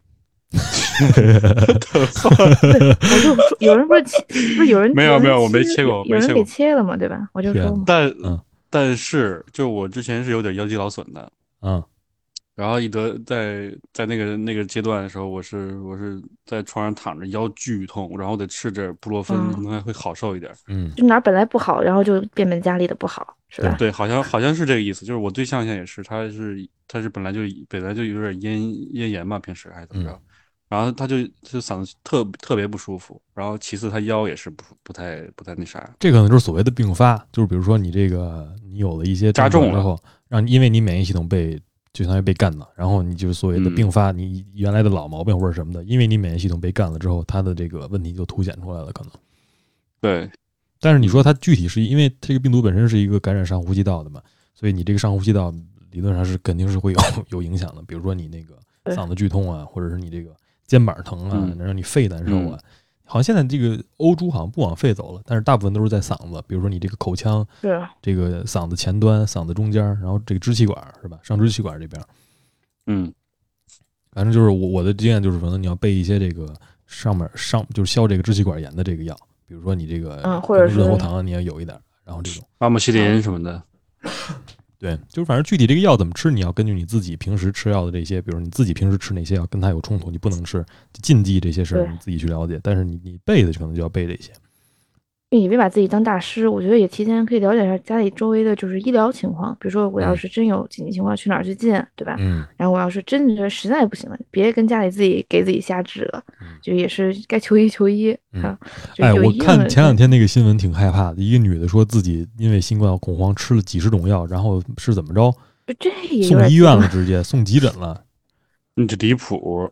S3: 的
S2: 我就说有人不是切，不是有人
S3: 没有
S2: 人
S3: 没有我没切过
S2: 有
S3: 我没
S2: 有人给
S3: 切过
S2: 切了嘛，对吧？我就
S1: 天
S2: 说嘛，
S3: 但
S1: 嗯
S3: 但是就我之前是有点腰肌劳损的，
S1: 啊，
S3: 然后一得在在那个那个阶段的时候，我是我是在床上躺着腰剧痛，然后得吃点布洛芬，
S2: 嗯
S3: 可能还会好受一点。
S1: 嗯，
S2: 就哪儿本来不好，然后就变本加厉的不好，是吧？
S3: 对，好像好像是这个意思。就是我对
S1: 嗯
S3: 象现在也是，他是他是本来就本来就有点咽咽炎嘛，平时还是怎么着，然后他就就嗓子特特别不舒服，然后其次他腰也是不不太不太那啥，
S1: 这可能就是所谓的并发，就是比如说你这个你有了一些
S3: 加
S1: 症状
S3: 重
S1: 之
S3: 了
S1: 后，让你因为你免疫系统被就相当于被干了，然后你就是所谓的
S3: 嗯
S1: 并发，你原来的老毛病或者什么的，因为你免疫系统被干了之后，它的这个问题就凸显出来了，可能。
S3: 对，
S1: 但是你说它具体是因为这个病毒本身是一个感染上呼吸道的嘛，所以你这个上呼吸道理论上是肯定是会有 (laughs) 有影响的，比如说你那个
S2: 对
S1: 嗓子剧痛啊，或者是你这个肩膀疼啊，
S3: 嗯
S1: 能让你肺难受
S2: 嗯
S1: 啊。好像现在这个欧猪好像不往肺走了，但是大部分都是在嗓子，比如说你这个口腔、
S2: 是
S1: 这个嗓子前端、嗓子中间，然后这个支气管是吧？上支气管这边，
S3: 嗯
S1: 反正就是我我的经验就是，可能你要备一些这个上面上就是消这个支气管炎的这个药，比如说你这个
S2: 嗯或者是
S1: 润喉糖你要有一点儿，然后这种。
S3: 阿莫西
S1: 嗯
S3: 林什么的，
S1: 对，就是反正具体这个药怎么吃，你要根据你自己平时吃药的这些，比如你自己平时吃哪些药跟它有冲突，你不能吃禁忌这些事儿，
S2: 对
S1: 你自己去了解。但是你你备的可能就要备这些。
S2: 你别把自己当大师，我觉得也提前可以了解一下家里周围的就是医疗情况，比如说我要
S1: 嗯
S2: 是真有紧急情况去哪儿去见，对吧？
S1: 嗯，
S2: 然后我要是真的觉得实在不行了，别跟家里自己给自己瞎指了，
S1: 嗯
S2: 就也是该求医求医
S1: 嗯
S2: 啊。就
S1: 哎，
S2: 有
S1: 我
S2: 一定
S1: 看
S2: 的
S1: 前两天那个新闻挺害怕的，一个女的说自己因为新冠恐慌吃了几十种药，然后是怎么着
S2: 这也有
S1: 送
S2: 点
S1: 医院
S2: 奇
S1: 了，直接送急诊 (laughs) 了。
S3: 你嗯这离谱，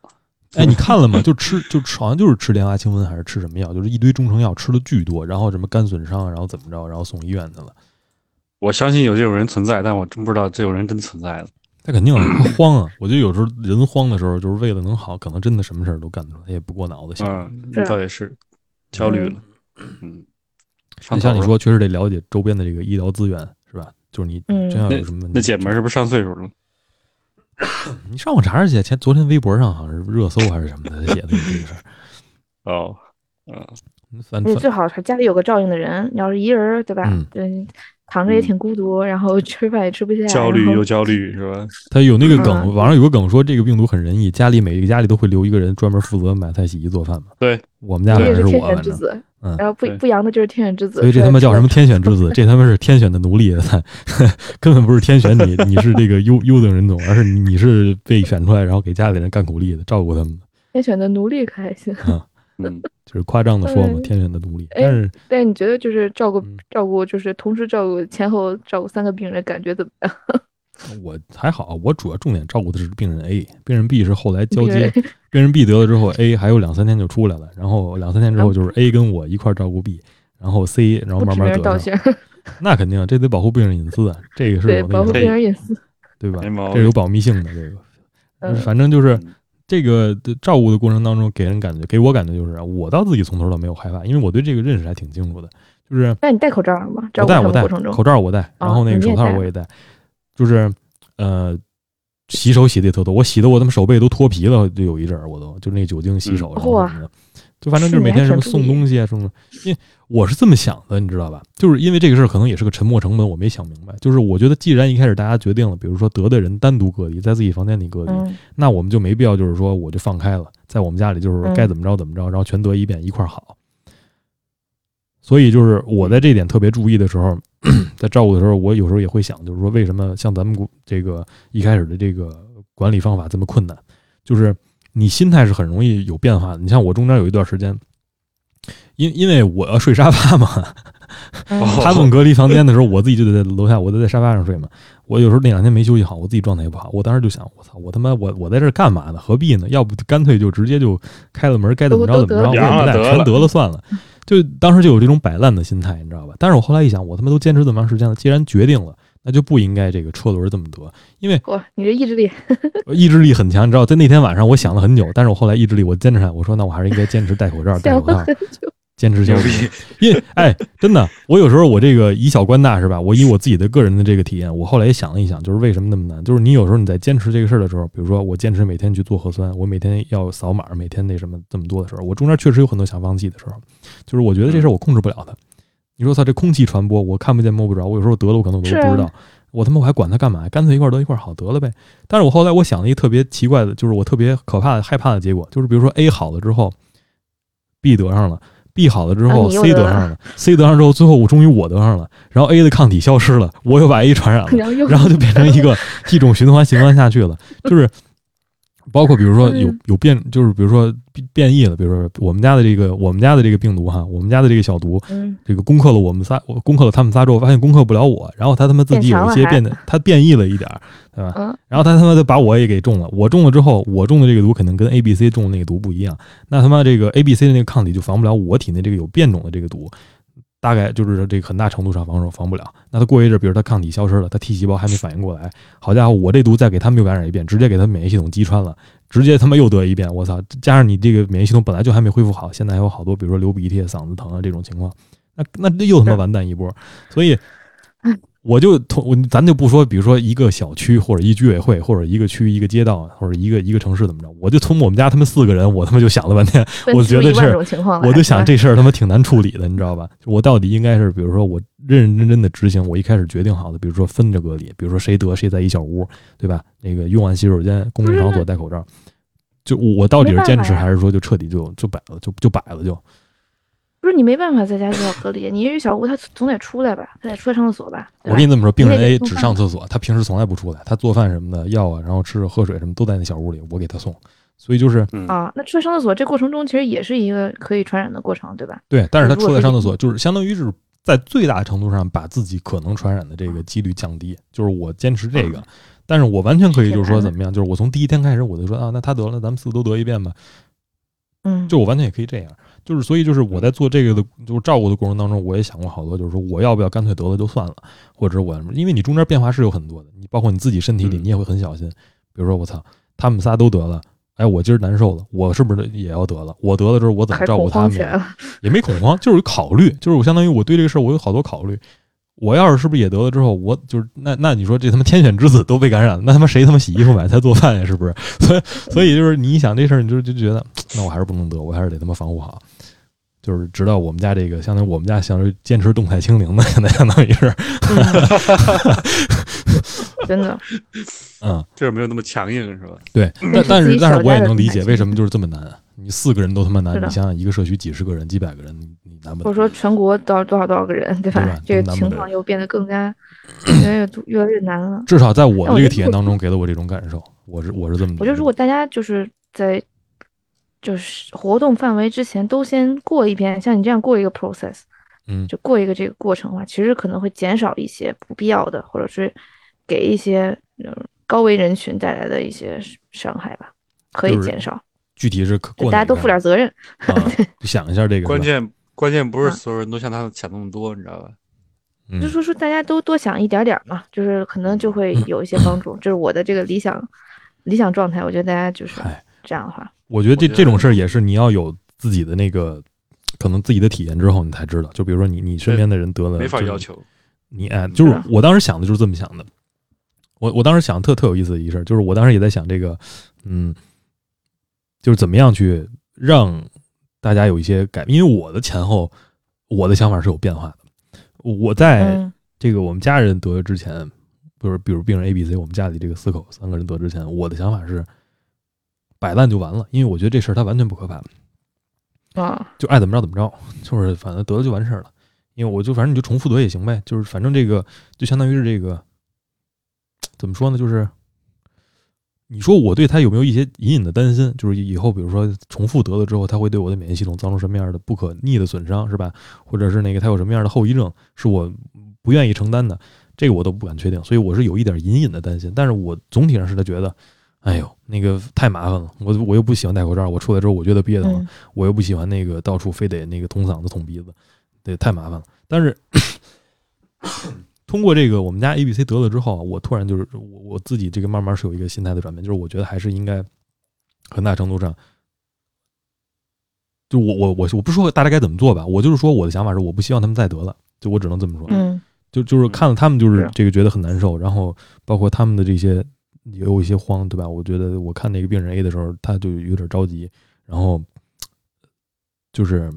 S1: 哎，你看了吗？就吃就吃，好像就是吃莲花清瘟还是吃什么药，就是一堆中成药吃的巨多，然后什么肝损伤，然后怎么着，然后送医院去了。
S3: 我相信有这种人存在，但我真不知道这种人真存在了。
S1: 他肯定啊，他慌啊！我觉得有时候人慌的时候，就是为了能好，可能真的什么事儿都干得出来，他也不过脑子想。
S3: 嗯，
S2: 是
S3: 倒也是焦虑了，嗯，上
S1: 你像
S3: 头
S1: 你
S3: 了
S1: 说，确实得了解周边的这个医疗资源，是吧？就是你
S2: 嗯
S1: 真要有什么问题，
S3: 那姐们儿是不是上岁数了？
S1: 你上网查查去。前昨天微博上好像是热搜还是什么的，他写的这个事儿。
S3: 哦，嗯，
S1: 反
S2: 而且
S1: 反
S2: 最好是家里有个照应的人，你要是一人儿，对吧？
S1: 嗯
S2: 对，躺着也
S3: 嗯
S2: 挺孤独，然后 (laughs) 吃饭也吃不下，
S3: 焦
S2: 然
S3: 虑
S2: 后
S3: 又焦虑是吧？
S1: 他有那个
S2: 嗯
S1: 梗，网上有个梗说这个病毒很仁义，家里每个家里都会留一个人专门负责买菜、洗衣、做饭嘛。
S3: 对，
S1: 我们家
S2: 这
S1: 反
S2: 也
S1: 正
S2: 是
S1: 是
S2: 天
S1: 我，
S2: 选
S1: 反
S2: 之
S1: 正
S2: 子，
S1: 嗯
S2: 然后不
S3: 对
S2: 不阳的就是天选之子，
S1: 所以这他妈叫什么
S2: 对？
S1: 天选之子？这他妈是天选的奴隶，啊 (laughs) 根本不是天选你，你是这个优优等人种，而是你你是被选出来，然后给家里人干苦力的，照顾他们的，
S2: 天选的奴隶可还行？ (laughs)
S3: 嗯，
S1: 就是夸张的说嘛
S2: 嗯，
S1: 天选的奴隶。
S2: 哎
S1: 但是
S2: 但是你觉得就是照顾
S1: 嗯
S2: 照顾，就是同时照顾前后照顾三个病人，感觉怎么样？
S1: 我还好，我主要重点照顾的是病人 A，病人 B 是后来交
S2: 病
S1: 接
S2: 人，
S1: 病人 B 得了之后，A 还有两三天就出来了，然后两三天之后就是 A 跟我一块儿照顾 B，然后 C，然后
S2: 啊不
S1: 慢
S2: 指
S1: 慢
S2: 名道
S1: 得上。
S2: (laughs) 姓，
S1: 那肯定，这得保护病人隐私啊，这个是
S2: 对，
S1: 有那
S2: 保
S1: 个
S2: 护病人隐私。
S1: 对吧
S3: 没？毛
S1: 这是有
S3: 病，
S1: 保密性的这个。
S2: 嗯，
S1: 反正就是
S3: 嗯
S1: 这个的照顾的过程当中，给人感觉，给我感觉就是，啊我倒自己从头到没有害怕，因为我对这个认识还挺清楚的。就是
S2: 那你戴口罩了吗？照
S1: 我
S2: 顾
S1: 戴
S2: 他
S1: 我
S2: 们
S1: 戴
S2: 过程中，哦
S1: 口罩我戴，然后那
S2: 你
S1: 个
S2: 也
S1: 手套
S2: 戴
S1: 我也戴，就是呃，洗手洗的也特多，我洗的我他妈手背都脱皮了，就有一阵儿我都就那酒精洗手
S2: 嗯
S1: 然后什么的，就反正就是
S2: 是
S1: 每
S2: 你还
S1: 天什么
S2: 挺注意
S1: 送东西啊什么的，因为我是这么想的，你知道吧？就是因为这个事儿可能也是个沉没成本，我没想明白。就是我觉得既然一开始大家决定了，比如说得的人单独隔离，在自己房间里隔离，
S2: 嗯，
S1: 那我们就没必要就是说我就放开了，在我们家里就是
S2: 嗯
S1: 该怎么着怎么着，然后全得一遍一块儿好。所以就是我在这点特别注意的时候， (coughs) 在照顾的时候，我有时候也会想，就是说为什么像咱们国这个一开始的这个管理方法这么困难，就是你心态是很容易有变化的。你像我中间有一段时间，因因为我要睡沙发嘛，
S2: 嗯
S3: 哦
S1: 他们隔离房间的时候，我自己就得在楼下，我都在沙发上睡嘛。我有时候那两天没休息好，我自己状态也不好。我当时就想，我操，我他妈我我在这儿干嘛呢？何必呢？要不干脆就直接就开了门，该怎么着
S2: 都
S1: 怎么着，
S2: 都
S1: 我也
S2: 得了
S1: 没带，
S3: 阳了
S1: 全
S3: 得了
S1: 得了算了。就当时就有这种摆烂的心态，你知道吧？但是我后来一想，我他妈都坚持这么长时间了，既然决定了，那就不应该这个车轮这么得，因为
S2: 哇，你这意志力，
S1: 我意志力很强。你知道，在那天晚上我想了很久，但是我后来意志力我坚持下来，我说那我还是应该坚持戴口
S2: (laughs)
S1: 罩、戴
S2: 想
S1: 口罩
S2: 了很，久，
S1: 坚持
S3: 牛
S1: 消毒。
S3: 逼，
S1: (laughs) 因为哎，真的，我有时候我这个以小观大是吧？我以我自己的个人的这个体验，我后来也想了一想，就是为什么那么难？就是你有时候你在坚持这个事儿的时候，比如说我坚持每天去做核酸，我每天要扫码，每天那什么这么多的时候，我中间确实有很多想放弃的时候，就是我觉得这事儿我控制不了它。你说它这空气传播，我看不见摸不着，我有时候得了我可能我都
S2: 是
S1: 不
S2: 啊
S1: 知道，我他妈我还管它干嘛呀？干脆一块儿得一块儿好得了呗。但是我后来我想了一特别奇怪的，就是我特别可怕的害怕的结果，就是比如说 A 好了之后，B 得上了，B 好了之
S2: 啊
S1: 后
S2: 你又
S1: C
S2: 得
S1: 得
S2: 了
S1: 上了，C 得上之后，最后我终于我得上了，然后 A 的抗体消失了，
S2: (laughs)
S1: 我又把 A 传染了，
S2: 然后又 (laughs)
S1: 然后就变成一个一种循环循环下去了，就是。包括比如说有
S2: 嗯
S1: 有变，就是比如说变变异了，比如说我们家的这个我们家的这个病毒哈，我们家的这个小毒， (laughs)
S2: 嗯，
S1: 这个攻克了我们仨，我攻克了他们仨之后，发现攻克不了我，然后他他妈自己有一些
S2: 变强了还
S1: 变得，他变异了一点儿，对吧？
S2: 嗯
S1: 然后他他妈的把我也给中了，我中了之后，我中的这个毒可能跟 A、B、C 中的那个毒不一样，那他妈这个 A、B、C 的那个抗体就防不了我体内这个有变种的这个毒，大概就是这个很大程度上防守防不了。那他过一阵儿，比如他抗体消失了，他 T 细胞还没反应过来，好家伙，我这毒再给他们又感染一遍，直接给他们免疫系统击穿了。直接他妈又得一遍，我操！加上你这个免疫系统本来就还没恢复好，现在还有好多，比如说流鼻涕、嗓子疼啊这种情况，那那那又他妈
S2: 是
S1: 完蛋一波。所以，我就同我咱就不说，比如说一个小区或者一居委会或者一个区一个街道或者一个一个城市怎么着，我就从我们家他们四个人，我他妈就想了半天，
S2: 分
S1: 我
S2: 出
S1: 觉得
S2: 一万
S1: 是
S2: 种情况来，啊
S1: 我就是
S2: 吧
S1: 想这事儿他妈挺难处理的，你知道吧？我到底应该是，比如说我认认真真的执行我一开始决定好的，比如说分着隔离，比如说谁得谁在一小屋，对吧？那个用完洗手间，公共场所戴口罩。就我我到底是坚持，
S2: 嗯没办法呀
S1: 还是说就彻底就就摆了，就就摆了就？
S2: 不是你没办法在家就要隔离，你一个小屋，他总得出来吧，他得出来上厕所吧，对
S1: 我
S2: 吧
S1: 跟你这么说，病人
S2: 你得
S1: A
S2: 做
S1: 只
S2: 饭
S1: 上厕所，他平时从来不出来，他做饭什么的、药啊，然后吃喝水什么都在那小屋里，我给他送。所以就是
S3: 嗯
S2: 啊，那出来上厕所这过程中其实也是一个可以传染的过程，对吧？
S1: 对，但是他
S2: 如果
S1: 出来
S2: 是
S1: 上
S2: 你
S1: 厕所，就是相当于是在最大程度上把自己可能传染的这个几率降低。就是我坚持这
S2: 嗯
S1: 个，但是我完全可以
S2: 挺
S1: 就是说
S2: 难的
S1: 怎么样，就是我从第一天开始我就说啊，那他得了，咱们四个都得一遍吧。
S2: 嗯，
S1: 就我完全也可以这样，就是所以就是我在做这个的就是照顾的过程当中，我也想过好多，就是说我要不要干脆得了就算了，或者我要什么，因为你中间变化是有很多的，你包括你自己身体里
S3: 嗯
S1: 你也会很小心，比如说我操，他们仨都得了。哎，我今儿难受了，我是不是也要得了？我得了之后，我怎
S2: 还
S1: 么照顾
S2: 恐
S1: 他
S2: 慌
S1: 们
S2: 起
S1: 呀
S2: 来？
S1: (laughs)
S2: 了，
S1: 也没恐慌，就是考虑，就是我相当于我对这个事儿我有好多考虑。我要是是不是也得了之后，我就是那那你说这他妈天选之子都被感染了，那他妈谁他妈洗衣服买菜做饭呀？是不 (laughs) 是？所以所以就是你一想这事儿，你就就觉得那我还是不能得，我还是得他妈防护好。就是直到我们家这个，相当于我们家想坚持动态清零的，现在相当于是， (laughs)
S2: 嗯真的，
S1: 嗯，
S3: 就是没有那么强硬，是吧？
S1: 对。但
S2: 但
S1: 但
S2: 嗯是自
S1: 是
S2: 己
S1: 但
S2: 小
S1: 是我
S2: 家
S1: 也
S2: 的
S1: 能
S2: 动
S1: 理
S2: 态
S1: 解
S2: 清
S1: 为什
S2: 零
S1: 么就是这么难，啊你四个人都他妈难，
S2: 是
S1: 你
S2: 的
S1: 想想一个社区几十个人、几百个人，你你难不
S2: 或者
S1: 难？
S2: 说全国到多少多少个人，对吧？
S1: 对吧
S2: 这
S1: 都
S2: 个
S1: 难
S2: 情
S1: 不
S2: 况
S1: 了
S2: 又变得更加越来越多越来越难了。
S1: 至少在我
S2: 但
S1: 的这
S2: 我觉
S1: 个
S2: 得
S1: 体验
S2: 如果
S1: 当中，给了我这种感受。我是我是这么觉得的，
S2: 我觉得如果大家就是在就是活动范围之前都先过一遍，像你这样过一个 process，
S1: 嗯
S2: 就过一个这个过程的话，其实可能会减少一些不必要的，或者是给一些呃高危人群带来的一些伤害吧，可以
S1: 就是
S2: 减少，
S1: 具体是可
S2: 就
S1: 过
S2: 大
S1: 哪
S2: 家
S1: 一
S2: 都
S1: 个
S2: 负点责任。 (laughs)
S1: 啊，就想一下这个
S3: 关
S1: 是吧，
S3: 键关键不是
S2: 嗯
S3: 所有人都像他想那么多，你知道吧？
S1: 嗯
S2: 就说说大家都多想一点点儿嘛，就是可能就会有一些帮助。这是我的这个理想理想状态，我觉得大家就是
S1: 嗨
S2: 这样的话，
S1: 我觉得这
S3: 我觉得
S1: 这种事儿也是你要有自己的那个，可能自己的体验之后，你才知道。就比如说你你身边的人得了，
S3: 没法
S1: 就是
S3: 要求。
S1: 你哎，就是
S2: 是吧
S1: 我当时想的就是这么想的。我我当时想特特有意思的一事儿，就是我当时也在想这个，嗯，就是怎么样去让大家有一些改，因为我的前后我的想法是有变化的。我在
S2: 嗯
S1: 这个我们家人得之前，比如比如病人 A、B、C，我们家里这个四口三个人得之前，我的想法是摆烂就完了，因为我觉得这事儿它完全不可怕，
S2: 啊，
S1: 就爱怎么着怎么着，就是反正得了就完事儿了。因为我就反正你就重复得也行呗，就是反正这个就相当于是这个怎么说呢，就是你说我对他有没有一些隐隐的担心，就是以后比如说重复得了之后，他会对我的免疫系统造成什么样的不可逆的损伤，是吧？或者是那个他有什么样的后遗症，是我不愿意承担的，这个我都不敢确定，所以我是有一点隐隐的担心。但是我总体上是他觉得，哎呦，那个太麻烦了，我我又不喜欢戴口罩，我出来之后我觉得憋得慌，
S2: 嗯，
S1: 我又不喜欢那个到处非得那个捅嗓子、捅鼻子，对，太麻烦了。但是 (coughs) 通过这个，我们家 A、B、C 得了之后啊，我突然就是我我自己这个慢慢是有一个心态的转变，就是我觉得还是应该很大程度上，就我我我我不说大家该怎么做吧，我就是说我的想法是我不希望他们再得了，就我只能这么说。
S2: 嗯，
S1: 就就是
S3: 嗯
S1: 看了他们就是
S2: 是
S1: 这个觉得很难受，然后包括他们的这些也有一些慌，对吧？我觉得我看那个病人 A 的时候，他就有点着急，然后就是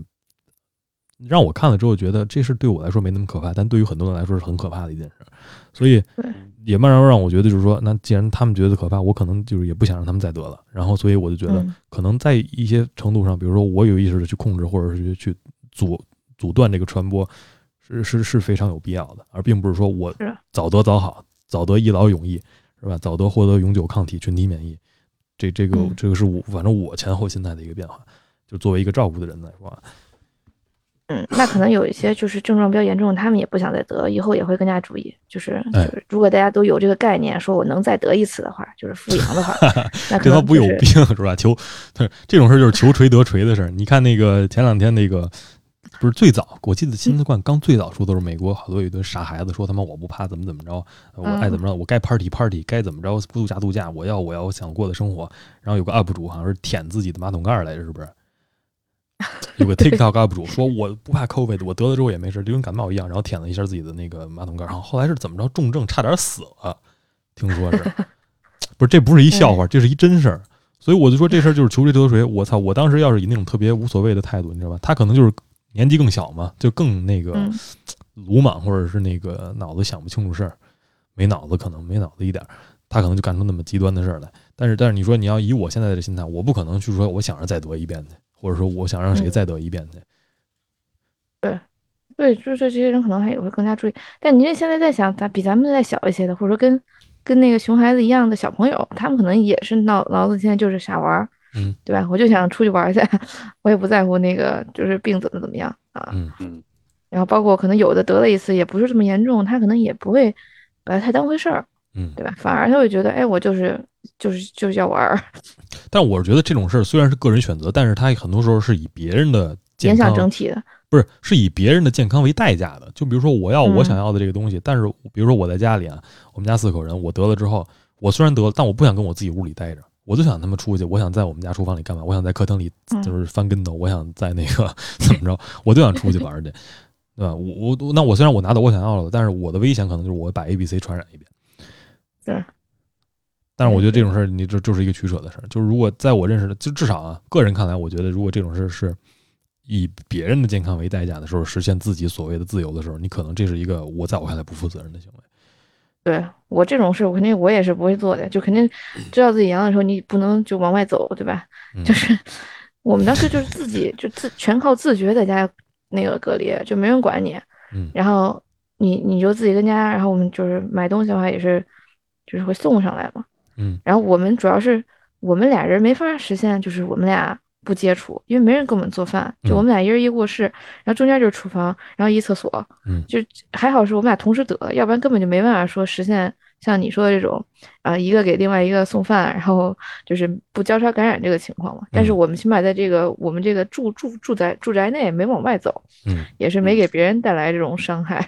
S1: 让我看了之后觉得这事对我来说没那么可怕，但对于很多人来说是很可怕的一件事，所以
S2: 对
S1: 也慢慢让我觉得就是说，那既然他们觉得可怕，我可能就是也不想让他们再得了，然后所以我就觉得
S2: 嗯
S1: 可能在一些程度上，比如说我有意识的去控制，或者是去阻阻断这个传播，是是是非常有必要的，而并不是说我
S2: 是
S1: 早得早好，早得一劳永逸，是吧？早得获得永久抗体群体免疫，这这个
S2: 嗯
S1: 这个是我反正我前后心态的一个变化，就作为一个照顾的人来说啊，
S2: 嗯，那可能有一些就是症状比较严重，他们也不想再得，以后也会更加注意。就是，就
S1: 哎
S2: 是如果大家都有这个概念，说我能再得一次的话，就是复阳
S1: (laughs)
S2: 的话，那可
S1: 这他
S2: 能
S1: 不
S2: 就
S1: 有
S2: 是
S1: 病是吧？求，对这种事儿就是求锤得锤的事儿。你看那个前两天那个，不是最早，我记得
S2: 嗯
S1: 新新冠刚最早出的时候，美国好多有一堆傻孩子说他妈我不怕怎么怎么着，呃我爱
S2: 嗯
S1: 怎么着，我该 party party，该怎么着度假度假，我要我要我想过的生活。然后有个 UP 主好像是舔自己的马桶盖儿来着，
S2: (laughs)
S1: 是不是？有个 TikTok UP 主说我不怕 COVID，我得了之后也没事，就跟感冒一样，然后舔了一下自己的那个马桶盖儿，然后后来是怎么着重症差点死了，听说是， (laughs) 不是这不是一笑话，这是一真事儿。所以我就说这事儿就是求谁得谁。我操！我当时要是以那种特别无所谓的态度，你知道吧？他可能就是年纪更小嘛，就更那个
S2: 嗯
S1: 鲁莽，或者是那个脑子想不清楚事儿，没脑子，可能没脑子一点儿，他可能就干出那么极端的事儿来。但是，但是你说你要以我现在的心态，我不可能去说我想让再得一遍去，或者说我想让谁
S2: 嗯
S1: 再得一遍去。
S2: 对，就是这些人可能还也会更加注意。但你这现在在想，咱比咱们再小一些的，或者说跟跟那个熊孩子一样的小朋友，他们可能也是脑脑子现在就是傻玩儿，
S1: 嗯，
S2: 对吧？我就想出去玩儿去， (laughs) 我也不在乎那个就是病怎么怎么样啊。
S1: 嗯
S3: 嗯。
S2: 然后包括可能有的得了一次也不是这么严重，他可能也不会把它太当回事儿，
S1: 嗯，
S2: 对吧？反而他会觉得，哎，我就是就是就是要玩儿，
S1: 但我觉得这种事儿虽然是个人选择，但是他很多时候是以别人的健
S2: 影响
S1: 康
S2: 整体的。
S1: 不是，是以别人的健康为代价的。就比如说，我要我想要的这个东西，但是比如说我在家里啊，我们家四口人，我得了之后，我虽然得了，但我不想跟我自己屋里待着，我就想他们出去，我想在我们家厨房里干嘛？我想在客厅里
S2: 嗯
S1: 就是翻跟头，我想在那个 (laughs) 怎么着，我就想出去玩儿去，对吧？我我那我虽然我拿到我想要的，但是我的危险可能就是我把 A、B、C 传染一遍。
S2: 是。
S1: 但是我觉得这种事儿，你这就是一个取舍的事儿。就是如果在我认识的，就至少啊，个人看来，我觉得如果这种事儿是以别人的健康为代价的时候，实现自己所谓的自由的时候，你可能这是一个我在我看来不负责任的行为。
S2: 对我这种事，我肯定我也是不会做的，就肯定知道自己阳的时候，你不能就往外走，对吧？
S1: 嗯
S2: 就是我们当时就是自己就自全靠自觉在家那个隔离，就没人管你，
S1: 嗯
S2: 然后你你就自己跟家，然后我们就是买东西的话也是就是会送上来嘛，
S1: 嗯，
S2: 然后我们主要是我们俩人没法实现，就是我们俩不接触，因为没人给我们做饭，就
S1: 嗯
S2: 我们俩一人一卧室，然后中间就是厨房，然后一厕所，
S1: 嗯
S2: 就还好是我们俩同时得，要不然根本就没办法说实现像你说的这种，啊、一个给另外一个送饭，然后就是不交叉感染这个情况嘛。但是
S1: 嗯
S2: 我们起码在这个我们这个住住住宅住宅内没往外走，
S1: 嗯，
S2: 也是没给别人带来这种伤害。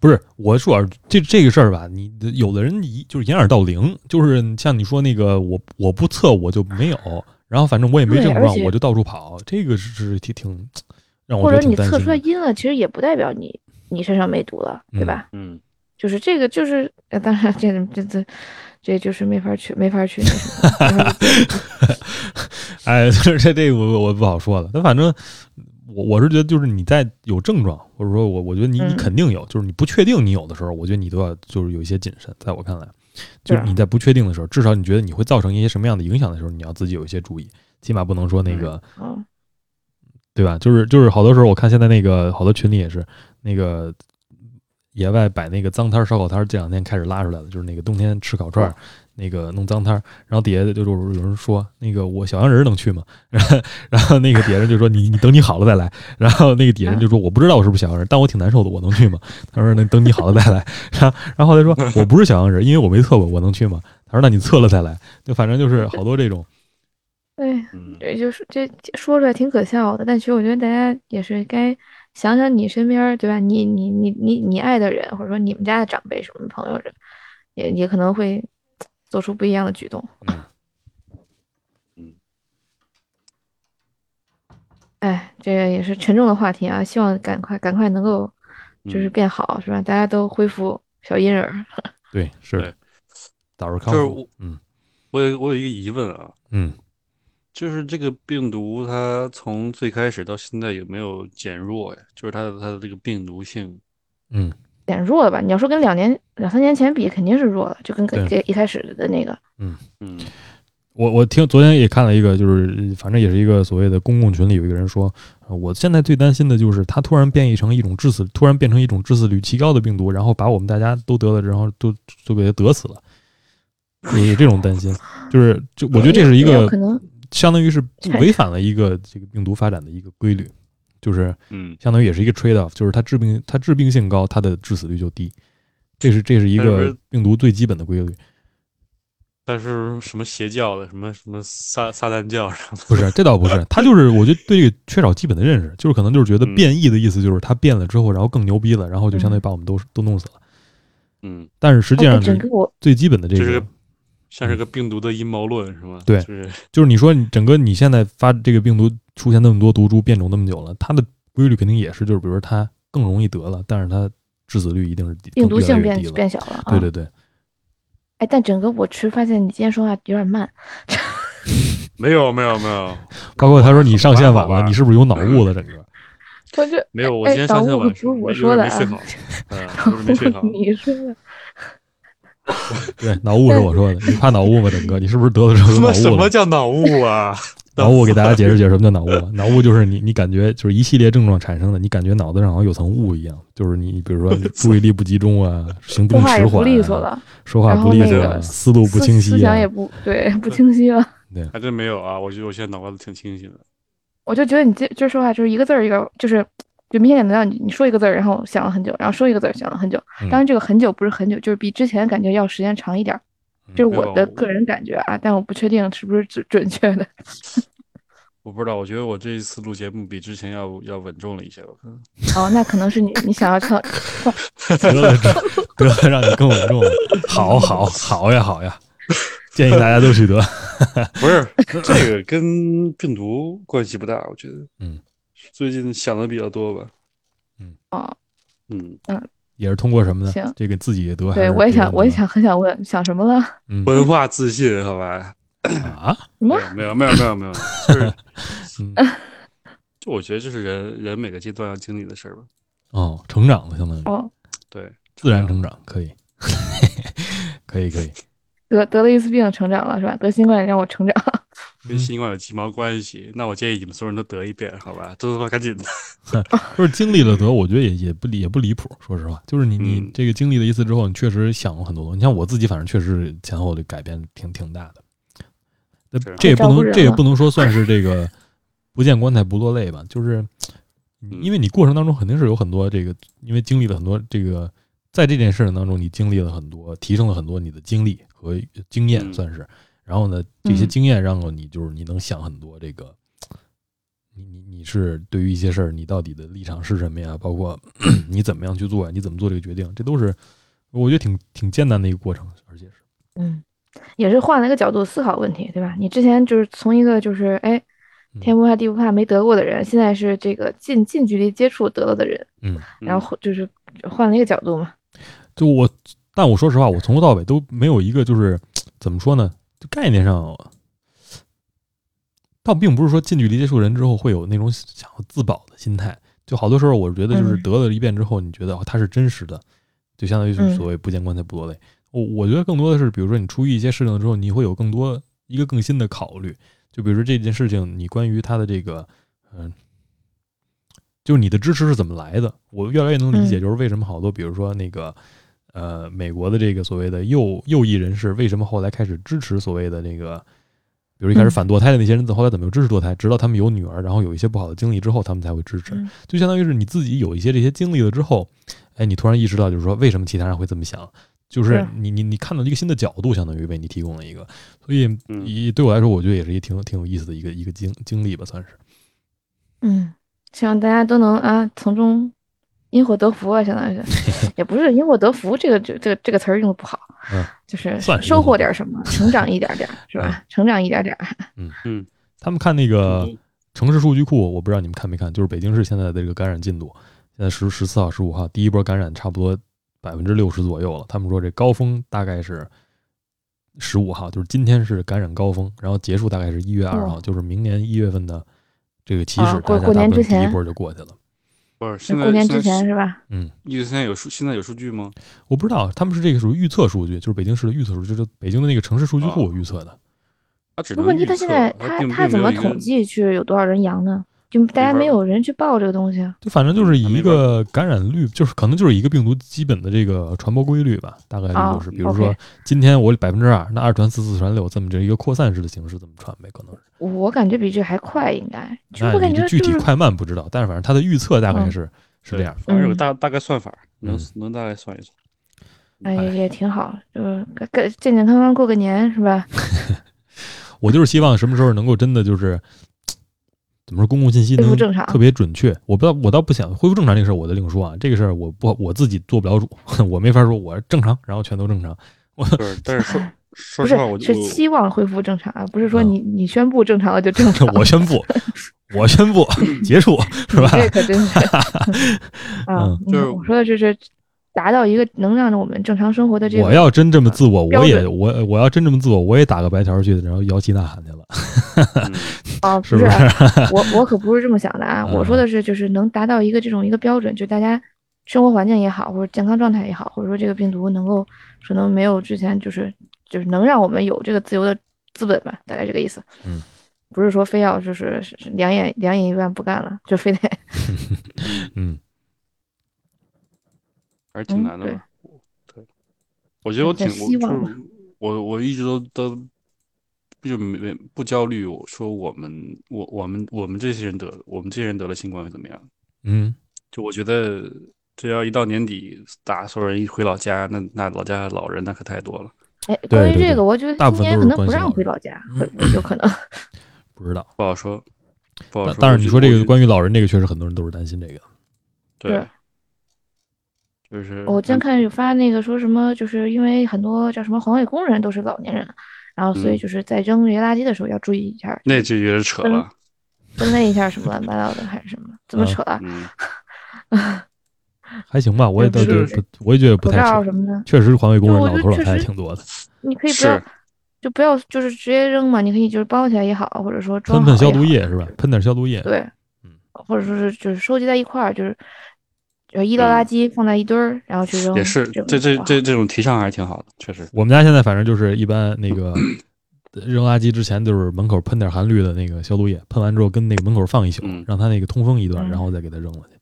S1: 不是，我说啊这这个事儿吧，你有的人一就是掩耳盗铃，就是像你说那个，我我不测我就没有，然后反正我也没
S2: 对
S1: 症
S2: 而
S1: 状，
S2: 且
S1: 我就到处跑，这个是是挺挺让我
S2: 或
S1: 觉
S2: 者
S1: 得挺
S2: 你
S1: 担
S2: 测
S1: 心
S2: 出来
S1: 的。
S2: 阴了，其实也不代表你你身上没毒了，对吧？
S3: 嗯，
S2: 就是这个，就是呃，当然这这这这就是没法去，没法去那什么没
S1: (laughs)
S2: 法去做。
S1: 哎， (laughs) 这这这个我我不好说了。但反正我我是觉得，就是你在有症状，或者说我我觉得你你
S2: 嗯
S1: 肯定有，就是你不确定你有的时候，我觉得你都要就是有一些谨慎。在我看来，
S2: 啊
S1: 就是是你在不确定的时候，至少你觉得你会造成一些什么样的影响的时候，你要自己有一些注意，起码不能说那个、
S2: 嗯，
S1: 对吧？就是就是好多时候，我看现在那个好多群里也是那个。野外摆那个脏摊儿、烧烤摊儿，这两天开始拉出来了，就是那个冬天吃烤串
S3: 哦
S1: 儿，那个弄脏摊儿，然后底下就是有人说，那个我小洋人儿能去吗？ (laughs) 然后然后那个底下人就说你你等你好了再来，然后那个底下人就说我不知道我是不是小洋人，但我挺难受的，我能去吗？他说那等你好了再来， (laughs) 然后然后他说我不是小洋人，因为我没测过，我能去吗？他说那你测了再来，就反正就是好多这种，
S2: 对，
S3: 嗯
S2: 也就是这这说出来挺可笑的，但其实我觉得大家也是该想想你身边儿，对吧？你你你你你爱的人，或者说你们家的长辈、什么朋友这，也也可能会做出不一样的举动。
S3: 嗯
S2: 哎，这个也是沉重的话题啊，希望赶快赶快能够
S1: 嗯
S2: 就是变好，是吧？大家都恢复小阴人儿。
S1: 对，是的
S3: 对
S1: 早日康
S3: 就是
S1: 复
S3: 我，
S1: 嗯
S3: 我有我有一个疑问啊，
S1: 嗯。
S3: 就是这个病毒它从最开始到现在有没有减弱呀？就是它的它的这个病毒性，
S1: 嗯，
S2: 点弱了吧？你要说跟两年、两三年前比，肯定是弱了，就跟跟
S1: 对
S2: 跟一开始的那个，
S3: 嗯
S1: 我我听昨天也看了一个，就是反正也是一个所谓的公共群里有一个人说，呃我现在最担心的就是它突然变异成一种致死，突然变成一种致死率极高的病毒，然后把我们大家都得了，然后都都给它得死了。有有这种担心，就是就我觉得这是一
S2: 也
S1: 个
S2: 有可能
S1: 相当于是不违反了一个这个病毒发展的一个规律，就是
S3: 嗯，
S1: 相当于也是一个 trade off，就是它致病它致病性高，它的致死率就低，这是这是一
S3: 但是不
S1: 个
S3: 是
S1: 病毒最基本的规律。
S3: 但是什么邪教的，什么什么撒撒旦教啥的，
S1: 不是，这倒不是，他就是我觉得对这个缺少基本的认识，就是可能就是觉得
S3: 呃嗯
S1: 变异的意思就是它变了之后，然后更牛逼了，然后就相当于把我们都都弄死了。
S3: 嗯，
S1: 但是实际
S2: 哎
S1: 上
S2: 嗯整个我
S1: 最基本的这
S3: 这是
S1: 个
S3: 个像是个病毒的阴谋论是吗？
S1: 嗯对
S3: 就是
S1: 就是你说你整个你现在发这个病毒出现那么多毒株变种那么久了，它的规律肯定也是就是比如说它更容易得了，但是它致死率一定是低
S2: 病毒
S1: 更
S2: 性
S1: 越来
S2: 变
S1: 越低了。
S2: 变小了啊。
S1: 对对对，
S2: 哎，但整个我其实发现你今天说话有点慢，
S3: 没有没有没有
S1: 包括他说你上线晚
S3: 好吧好
S1: 了，
S3: 吧
S1: 你是不是有脑雾了？整个
S2: (laughs) 我这
S3: (laughs) 没有，我
S2: 哎
S3: 今天上
S2: 导
S3: 线
S2: 入
S3: 晚
S2: 不
S3: 上
S2: 是我
S3: 没有
S2: 说的
S3: 没
S2: 啊
S3: 睡好，嗯，就是没睡
S1: (laughs)
S2: (laughs)
S3: 好，
S2: 你说的，
S1: 对脑雾是我说的，你怕脑雾吗？整个你是不是得了之后有
S3: 他
S1: 脑
S3: 妈什
S1: 雾了
S3: 么？叫脑雾啊？
S1: (laughs) 脑雾给大家解释解释什么叫脑雾吧。脑雾就是你你感觉就是一系列症状产生的，你感觉脑子上好像有层雾一样，就是你比如说你注意力不集中啊，行
S2: 说
S1: 动
S2: 话
S1: 迟
S2: 也不
S1: 缓、
S2: 利索
S1: 啊，
S2: 了，
S1: 说话不利索、
S2: 然后
S1: 啊，
S2: 那个
S1: 思路不
S2: 思
S1: 清
S2: 思
S1: 晰、
S2: 想也
S1: 啊。
S2: 不对，不清晰了。
S3: 还真没有啊，我觉得我现在脑瓜子挺清醒的。
S2: 我就觉得你这这说话就是一个字儿一个，就是就明显感觉到你你说一个字儿，然后想了很久，然后说一个字儿想了很久。
S1: 嗯
S2: 当然，这个很久不是很久，就是比之前感觉要时间长一点儿。
S1: 嗯
S2: 这是
S3: 没
S2: 我
S3: 有
S2: 的
S3: 我
S2: 个人感觉啊，但我不确定是不是准准确的。
S3: 我不知道，我觉得我这一次录节目比之前要要稳重了一些吧。可能
S1: 嗯
S2: 哦，那可能是你你想要唱，
S1: 得了，得了，让你更稳重了。 (laughs) 好好好呀，好呀，建议大家都去得。
S3: 不是这个跟病毒关系不大，我觉得。
S1: 嗯，
S3: 最近想的比较多吧。
S1: 嗯。
S2: 哦。
S3: 嗯，
S1: 也是通过什么呢
S2: 行？
S1: 这个自己也得还是别
S2: 对
S1: 人得。
S2: 我也想，我也想很想问，想什么了？
S1: 嗯
S3: 文化自信，好吧？
S1: 啊，
S2: 什么？
S3: 没有没有没有没有，就是
S1: 嗯
S2: (laughs)
S3: 就我觉得这是人人每个阶段要经历的事儿吧。
S1: 哦，成长了，相当于
S2: 哦，
S3: 对，
S1: 自然成长，
S2: (laughs)
S1: 可以，可以，可以。
S2: 得得了一次病，成长了是吧？得新冠也让我成长。
S3: 跟新冠有鸡毛关系？那我建议你们所有人都得一遍，好吧？都他妈赶紧的。
S1: 就是经历了得，我觉得也也不离也不离谱。说实话，就是你你
S3: 嗯
S1: 这个经历了一次之后，你确实想了很多东西。你像我自己，反正确实前后的改变挺挺大的。那
S3: 是
S1: 这也不
S2: 照顾
S1: 能
S2: 人
S1: 这也
S2: 了
S1: 不能说算是这个不见棺材不落泪吧，就是
S3: 嗯
S1: 你因为你过程当中肯定是有很多这个，因为经历了很多这个，在这件事情当中你经历了很多，提升了很多你的经历和经验，
S3: 嗯
S1: 算是。然后呢，这些
S2: 嗯
S1: 经验让你就是你能想很多这个，你你你是对于一些事儿你到底的立场是什么呀？包括 (clears throat) 你怎么样去做呀？你怎么做这个决定？这都是我觉得挺挺艰难的一个过程，而且是
S2: 嗯，也是换了一个角度思考问题，对吧？你之前就是从一个就是哎
S1: 嗯
S2: 天不怕地不怕没得过的人，现在是这个近近距离接触得了的人，
S1: 嗯，
S2: 然后就是换了一个角度嘛。
S1: 就我，但我说实话，我从头到尾都没有一个就是怎么说呢？就概念上，倒并不是说近距离接触人之后会有那种想要自保的心态。就好多时候，我觉得就是
S2: 嗯
S1: 得了一遍之后，你觉得哦，它是真实的，就相当于就是
S2: 嗯
S1: 所谓不见棺材不落泪。我我觉得更多的是，比如说你出于一些事情之后，你会有更多一个更新的考虑。就比如说这件事情，你关于它的这个，嗯、就是你的支持是怎么来的？我越来越能理解，
S2: 嗯
S1: 就是为什么好多，比如说那个，呃，美国的这个所谓的右右翼人士，为什么后来开始支持所谓的那个，比如一开始
S2: 嗯
S1: 反堕胎的那些人，后来怎么又支持堕胎？直到他们有女儿，然后有一些不好的经历之后，他们才会支持
S2: 嗯。
S1: 就相当于是你自己有一些这些经历了之后，哎，你突然意识到，就是说为什么其他人会这么想，就是
S2: 是
S1: 你你你看到一个新的角度，相当于为你提供了一个，所以
S3: 嗯
S1: 也对我来说，我觉得也是一挺挺有意思的一个一个经经历吧，算是。
S2: 嗯，希望大家都能啊从中因祸得福啊，相当于是， (laughs) 也不是因祸得福这个这这个这个词儿用的不好，
S1: 嗯
S2: 就是
S1: 算是因
S2: 收
S1: 祸
S2: 获
S1: 得
S2: 点儿什么，成长一点儿点儿是吧？成长一点儿点儿。
S1: 他们看那个
S3: 嗯
S1: 城市数据库，我不知道你们看没看，就是北京市现在的这个感染进度，现在十十四号、十五号第一波感染差不多百分之六十左右了。他们说这高峰大概是十五号，就是今天是感染高峰，然后结束大概是一月二号，就是明年一月份的这个起始，
S2: 啊过
S1: 大家
S2: 过
S1: 大
S2: 年
S1: 部分
S2: 之前
S1: 第一波就过去了。
S3: 不是现
S2: 那
S3: 在
S2: 过年之
S3: 现在
S2: 前是吧？
S1: 嗯，
S3: 意思现在有数，现在有数据吗？
S1: 我不知道他们是这个属于预测数据，就是北京市的预测数据，就是北京的那个城市数据库
S3: 哦
S1: 预测的。
S3: 它只
S2: 不
S3: 能
S2: 问题
S3: 预
S2: 他现
S3: 测
S2: 在
S3: 吧
S2: 他
S3: 并
S2: 他
S3: 并
S2: 怎
S3: 没有
S2: 么
S3: 一个
S2: 统计去有多少人阳呢？就大家
S3: 没法
S2: 没有人去报这个东西啊。
S1: 就反正就是以
S3: 没
S1: 一
S3: 法
S1: 个感染率，就是可能就是一个病毒基本的这个传播规律吧，大概率
S2: 哦
S1: 就是，比如说
S2: OK
S1: 今天我百分之二，那二传四，四传六，这么这一个扩散式的形式这么传呗，可能是。
S2: 我我感觉比这还快，应该就我
S1: 那
S2: 感
S1: 你
S2: 觉
S1: 这具
S2: 就
S1: 体
S2: 是
S1: 快慢不知道，但是反正它的预测大概
S2: 嗯
S1: 是是这样。
S3: 反正有
S2: 嗯
S3: 大大概算法，能
S1: 嗯
S3: 能大概
S2: (laughs)
S3: 算一算。
S2: 哎也挺好，就是该该健健康康过个年是吧？
S1: 我就是希望什么时候能够真的就是怎么说，公共信息
S2: 恢复
S1: 能
S2: 正常
S1: 特别准确。我不，我倒不想恢复正常这个事儿，我的另说啊，这个事儿我不我自己做不了主， (laughs) 我没法说我正常，然后全都正常。 (laughs)
S3: 对，但是说说
S2: 不
S3: 实
S2: 是
S3: 话，我，就是
S2: 期望恢复正常啊，不是说
S1: 嗯
S2: 你你宣布正常了就
S3: (laughs)
S2: 正常。
S1: 我宣布， (laughs) 我宣布 (laughs) 结束，是吧？
S2: 这可真是
S3: (laughs)
S2: 啊
S1: 嗯！
S2: 你
S3: 就是
S2: 我说的就是达到一个能让我们正常生活的这个。
S1: 我要真这么自我，我
S2: 标
S1: 也
S2: 准
S1: 我我要真这么自我，我也打个白条去，然后摇旗呐喊去了， (laughs)
S3: 嗯
S2: 啊，
S1: 是
S2: 不
S1: 不
S2: 是
S1: 是？
S2: 啊，我我可不是这么想的
S1: (laughs)
S2: 啊！
S1: 嗯
S2: 我说的是，就是能达到一个这种一个标准，就大家生活环境也好，或者健康状态也好，或者说这个病毒能够可能没有之前，就是就是能让我们有这个自由的资本吧，大概这个意思。
S1: 嗯，
S2: 不是说非要就是是是两眼两眼一万不干了，就
S1: (laughs)
S2: 非得
S1: 嗯，
S3: 还是挺
S2: 嗯
S3: 难的
S2: 对
S3: 吧。对，我觉得我
S2: 在
S3: 挺我
S2: 希
S3: 就
S2: 望
S3: 是我我一直都都就没没不焦虑。我说我们我我们我们这些人得了我们这些人得了新冠会怎么样？
S1: 嗯，
S3: 就我觉得只要一到年底，大家所有人一回老家，那那老家老人那可太多了。
S2: 哎，
S1: 对
S2: 关于
S1: 对
S2: 这
S1: 对
S2: 个，我觉得
S1: 大部
S2: 今
S1: 分
S2: 年
S1: 都
S2: 可
S1: 是
S2: 能
S1: 关
S2: 不
S1: 心
S2: 让
S1: 老
S2: 回
S1: 人
S2: 老家，
S1: (laughs)
S2: 会不会有可能？
S1: 不知道。
S3: 不好说，不好
S1: 但
S3: 说。
S1: 但
S3: 我
S1: 是你
S3: 觉
S1: 说
S3: 得
S1: 这
S3: 我
S1: 个
S3: 觉得
S1: 关于老人这个，确实很多人都是担心这个。
S3: 对，就是
S2: 我今天看有发那个说什么，就是因为很多叫什么环卫工人都是老年人，然后所以
S3: 嗯
S2: 就是在扔这些垃圾的时候要注意一下，
S3: 那就有点扯了。
S2: 分类一下什么乱七八糟的还是什么，怎么
S1: 嗯
S2: 扯啊？
S3: 嗯，
S1: 还行吧，我也倒
S2: 就
S1: 觉得
S2: 是
S1: 不，我也觉得不
S2: 口
S1: 太扯。
S2: 罩什么的，
S1: 确实是环卫工人
S2: 就我
S1: 老
S2: 就
S1: 头老
S2: 确
S1: 太太
S2: 实
S1: 挺多的，
S2: 你可以不要
S3: 是，
S2: 就不要就是直接扔嘛，你可以就是包起来也好，或者说装
S1: 喷喷
S2: 好
S1: 消
S2: 也
S1: 毒
S2: 好
S1: 液是吧？喷点消毒液，
S2: 对，
S1: 嗯
S2: 或者说是就是收集在一块儿，就是呃医疗垃
S3: 嗯
S2: 圾放在一堆儿，然后去扔，
S3: 也是，
S2: 嗯这
S3: 这这
S2: 种
S3: 这这种提倡还是挺好的，确实。
S1: 我们家现在反正就是一般那个扔垃圾之前，就是门口喷点含氯的那个消毒液，喷完之后跟那个门口放一宿
S3: 嗯，
S1: 让它那个通风一段，
S2: 嗯
S1: 然后再给它扔了去。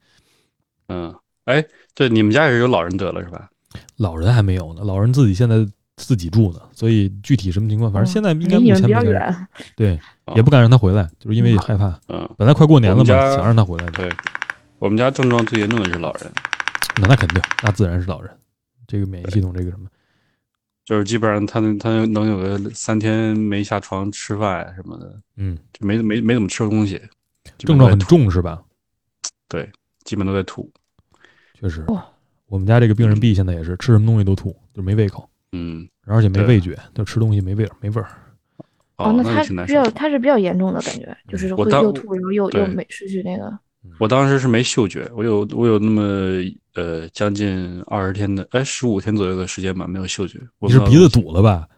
S3: 嗯，哎，对，你们家也是有老人得了是吧？
S1: 老人还没有呢，老人自己现在自己住呢，所以具体什么情况，反正现在应该
S2: 嗯离
S1: 目
S2: 你们
S1: 前
S2: 比较
S1: 没人
S2: 远，
S1: 对
S3: 啊，
S1: 也不敢让他回来，就是因为害怕。
S3: 嗯，
S1: 本来快过年了
S3: 我们家
S1: 嘛，想让他回来的，
S3: 对，我们家症状最严重的是老人，
S1: 那那肯定，那自然是老人，这个免疫系统这个什么，
S3: 就是基本上他能他能有个三天没下床吃饭什么的，
S1: 嗯，
S3: 就没没没怎么吃过东西，基
S1: 症状
S3: 本都在
S1: 很
S3: 吐，
S1: 重是吧？
S3: 对，基本都在吐。
S1: 确实
S2: 哇，
S1: 我们家这个病人 B 现在也是吃什么东西都吐，就没胃口，
S3: 嗯，
S1: 而且没
S3: 对
S1: 味觉，就吃东西没味儿，没味儿。
S2: 哦，
S3: 那
S2: 那
S3: 就
S2: 他
S3: 挺难
S2: 比
S3: 受
S2: 较
S3: 的。嗯
S2: 他是比较严重的感觉，就是
S3: 我
S2: 会
S3: 当
S2: 又吐，然后又
S3: 对
S2: 又没失去那个。
S3: 我当时是没嗅觉，我有我有那么呃将近二十天的，哎十五天左右的时间吧，没有嗅觉。我
S1: 你是
S3: 不知
S1: 鼻
S3: 道
S1: 子堵了吧？